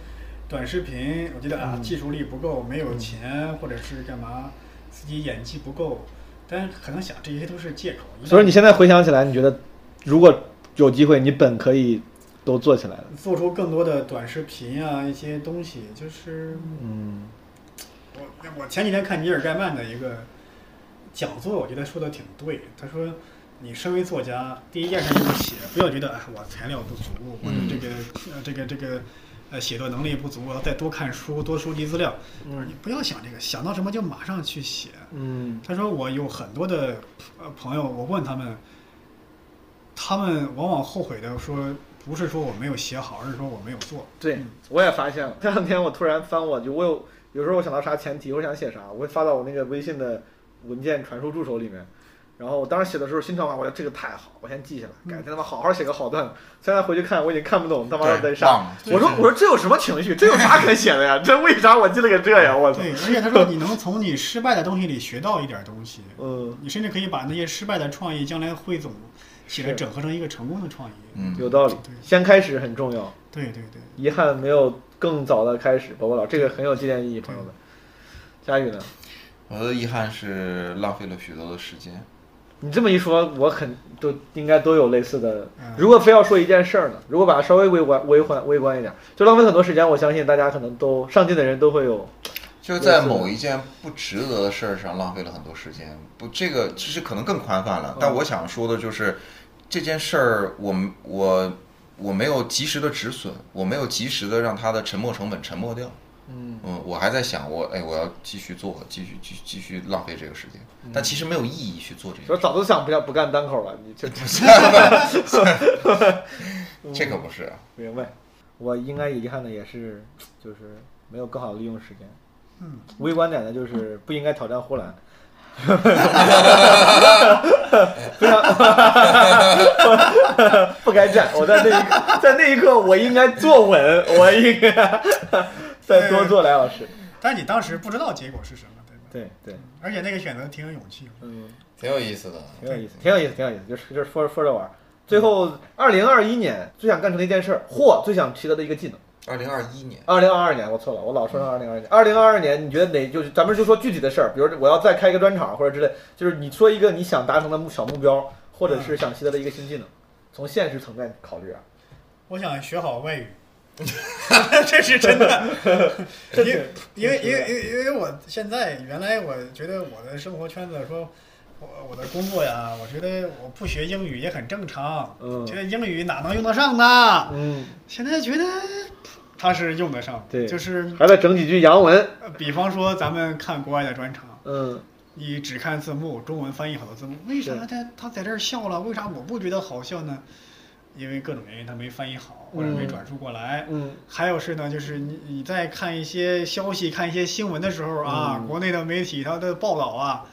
Speaker 3: 短视频，我觉得
Speaker 4: 嗯
Speaker 3: 啊技术力不够，没有钱，或者是干嘛，自己演技不够，但可能想这些都是借口。一旦
Speaker 4: 所以你现在回想起来，你觉得如果有机会，你本可以都做起来了。
Speaker 3: 做出更多的短视频啊，一些东西，就是
Speaker 4: 嗯，
Speaker 3: 我我前几天看尼尔盖曼的一个讲座，我觉得说的挺对。他说，你身为作家，第一件事就是写，不要觉得哎我材料不足，我的这个、呃这个这个呃写作能力不足，我要再多看书，多收集资料。他说你不要想这个，想到什么就马上去写。
Speaker 4: 嗯，
Speaker 3: 他说我有很多的呃朋友，我问他们，他们往往后悔的说，不是说我没有写好，而是说我没有做。
Speaker 4: 对，我也发现了。 这两天我突然翻我就我有有时候我想到啥前提，我想写啥，我会发到我那个微信的文件传输助手里面。然后我当时写的时候心潮嘛，我说这个太好，我先记下
Speaker 3: 嗯
Speaker 4: 来，改天他妈好好写个好段子。现在回去看，我已经看不懂他妈的在
Speaker 9: 对，
Speaker 4: 啥
Speaker 9: 忘。了。
Speaker 4: 我说我说这有什么情绪？这有啥可写的呀？ 这为啥我记了个这呀？我操！
Speaker 3: 对，而且他说你能从你失败的东西里学到一点东西，
Speaker 4: 嗯，
Speaker 3: 你甚至可以把那些失败的创意将来汇总起来，
Speaker 4: 是
Speaker 3: 整合成一个成功的创意。
Speaker 9: 嗯，
Speaker 4: 有道理
Speaker 3: 对，
Speaker 4: 先开始很重要。
Speaker 3: 对对对，
Speaker 4: 遗憾没有更早的开始，宝宝老这个很有纪念意义，朋友们。
Speaker 3: 嗯
Speaker 4: 佳宇呢？
Speaker 9: 我的遗憾是浪费了许多的时间。
Speaker 4: 你这么一说，我很都应该都有类似的
Speaker 3: 嗯。
Speaker 4: 如果非要说一件事儿呢，如果把它稍微微观、微观、微观一点，就浪费很多时间。我相信大家可能都上进的人都会有。
Speaker 9: 就在某一件不值得的事儿上浪费了很多时间，不，这个其实可能更宽泛了。但我想说的就是，这件事儿，我们我我没有及时的止损，我没有及时的让它的沉没成本沉没掉。
Speaker 4: 嗯
Speaker 9: 嗯，我还在想，我哎，我要继续做，继续继续继续浪费这个时间，但其实没有意义去做这
Speaker 4: 说
Speaker 9: 个。
Speaker 4: 早都想不要不干单口了，你这
Speaker 9: 这可不是啊，
Speaker 4: 明白。我应该遗憾的也是，就是没有更好的利用时间。
Speaker 3: 嗯，
Speaker 4: 微观点呢，就是不应该挑战呼兰。非常 不该站，我在那一刻，在那一刻，我应该坐稳，我应该再多做俩小时。
Speaker 3: 但你当时不知道结果是什么，对吧？
Speaker 4: 对对，
Speaker 3: 而且那个选择挺有勇气的。
Speaker 4: 嗯，
Speaker 9: 挺有意思的。
Speaker 4: 挺有意思，挺有意思，挺有意思，就是就是说说着玩儿。最后，二零二一年最想干成的一件事儿，或最想习得的一个技能。
Speaker 9: 二零二一年，
Speaker 4: 二零二二年，我错了，我老说成二零二年。二零二二年，你觉得哪就是咱们就说具体的事儿，比如我要再开一个专场或者之类，就是你说一个你想达成的目小目标，或者是想习得的一个新技能，从现实层面考虑啊。
Speaker 3: 我想学好外 语，这是真的。因为因为因为因为因为我现在原来我觉得我的生活圈子说，我我的工作呀，我觉得我不学英语也很正常，
Speaker 4: 嗯
Speaker 3: 觉得英语哪能用得上呢？
Speaker 4: 嗯，
Speaker 3: 现在觉得它是用得上，
Speaker 4: 对
Speaker 3: 就是
Speaker 4: 还得整几句洋文。
Speaker 3: 呃比方说咱们看国外的专场，
Speaker 4: 嗯
Speaker 3: 你只看字幕，中文翻译好的字幕，为啥他他在这儿笑了？为啥我不觉得好笑呢？因为各种原因，他没翻译好，或者没转述过来。
Speaker 4: 嗯嗯
Speaker 3: 还有是呢，就是你你在看一些消息、看一些新闻的时候啊，国内的媒体它的报道啊，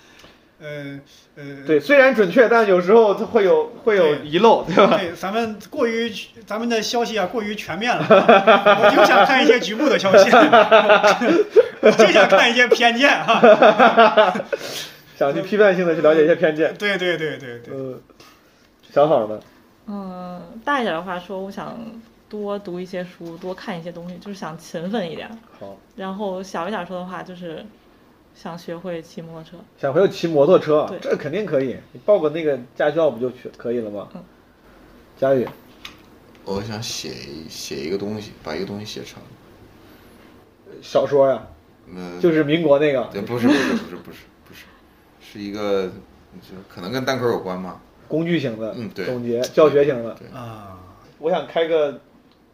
Speaker 3: 呃呃，
Speaker 4: 对，虽然准确，但有时候它会有会有
Speaker 3: 对
Speaker 4: 遗漏，对吧？
Speaker 3: 对，咱们过于咱们的消息啊过于全面了，啊我就想看一些局部的消息，我就想看一些偏见啊。
Speaker 4: 想去批判性的去了解一些偏见。
Speaker 3: 对对对对对，
Speaker 4: 嗯，小好呢？
Speaker 5: 嗯，大一点的话说，我想多读一些书，多看一些东西，就是想勤奋一点。
Speaker 4: 好，
Speaker 5: 然后小一点说的话，就是想学会骑摩托车。
Speaker 4: 想回头骑摩托车啊
Speaker 5: 对，
Speaker 4: 这肯定可以。你报个那个驾校不就去可以了吗
Speaker 5: 嗯？
Speaker 4: 佳宇，
Speaker 1: 我想写一写一个东西，把一个东西写成。
Speaker 4: 小说呀、
Speaker 1: 嗯，
Speaker 4: 就是民国那个
Speaker 1: 对，不是不是不是不是不是，是一个就是可能跟单口有关嘛。
Speaker 4: 工具型的，
Speaker 1: 嗯对
Speaker 4: 总结教学型的。
Speaker 1: 对，
Speaker 3: 啊，
Speaker 4: 我想开个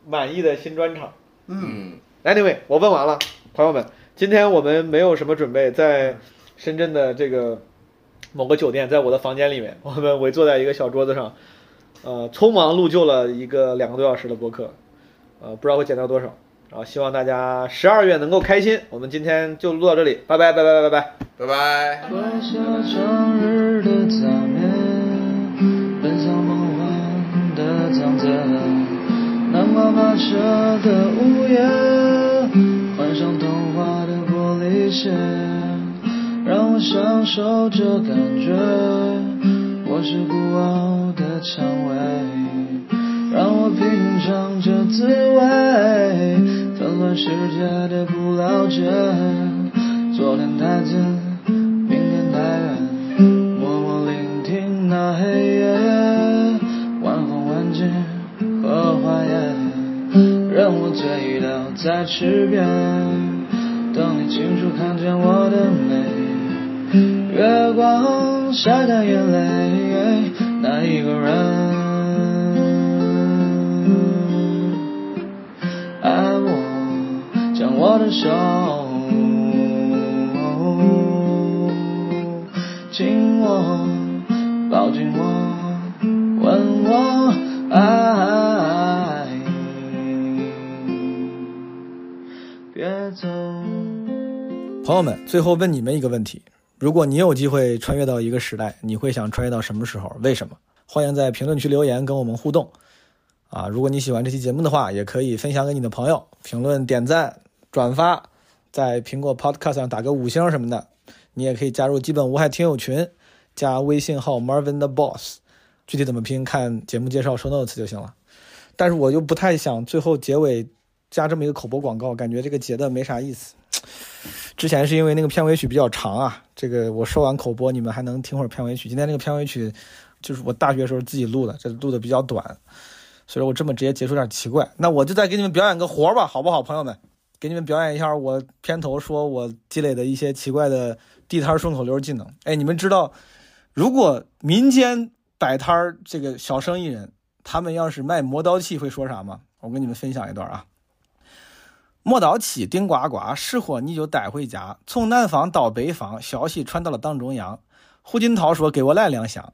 Speaker 4: 满意的新专场。
Speaker 1: 嗯，
Speaker 4: Anyway，我问完了，朋友们，今天我们没有什么准备，在深圳的这个某个酒店，在我的房间里面，我们围坐在一个小桌子上，呃，匆忙录就了一个两个多小时的播客，呃，不知道会剪掉多少，然后希望大家十二月能够开心。我们今天就录到这里，拜拜拜拜拜拜。
Speaker 1: 拜拜。
Speaker 10: 摘下整日的假面，奔向梦幻的疆界，南瓜马车的午夜，换上童话的玻璃鞋，让我享受这感觉。我是孤傲的蔷薇，让我品尝这滋味，纷乱世界的不了解。昨天太近，明天太远，默默聆听那黑夜，晚风晚景和花烟，任我醉倒在池边，等你清楚看见我的美，月光晒干眼泪，哎那一个人。爱我，将我的手紧握，抱紧我，吻我，爱。别走。
Speaker 8: 朋友们，最后问你们一个问题：如果你有机会穿越到一个时代，你会想穿越到什么时候？为什么？欢迎在评论区留言跟我们互动。啊，如果你喜欢这期节目的话，也可以分享给你的朋友，评论、点赞、转发，在苹果 Podcast 上打个五星什么的。你也可以加入基本无害听友群，加微信号 Marvin the Boss，具体怎么拼看节目介绍 show notes 就行了。但是我又不太想最后结尾加这么一个口播广告，感觉这个节的没啥意思。之前是因为那个片尾曲比较长啊，这个我说完口播，你们还能听会儿片尾曲。今天这个片尾曲就是我大学时候自己录的，这录的比较短，所以我这么直接结束有点奇怪。那我就再给你们表演个活儿吧，好不好，朋友们？给你们表演一下我片头说我积累的一些奇怪的地摊顺口溜技能。哎，你们知道，如果民间摆摊儿这个小生意人，他们要是卖磨刀器会说啥吗？我跟你们分享一段啊。磨刀起，顶呱呱，是货你就带回家。从南方到北方，消息传到了党中央。胡锦涛说：“给我来两箱。”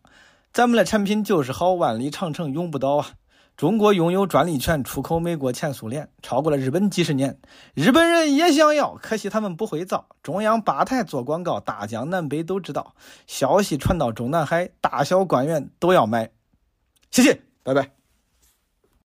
Speaker 8: 咱们的产品就是好，万里长城永不倒啊！中国拥有专利权，出口美国、前苏联，超过了日本几十年。日本人也想要，可惜他们不会造。中央八台做广告，大江南北都知道。消息传到中南海，大小官员都要买。谢谢，拜拜。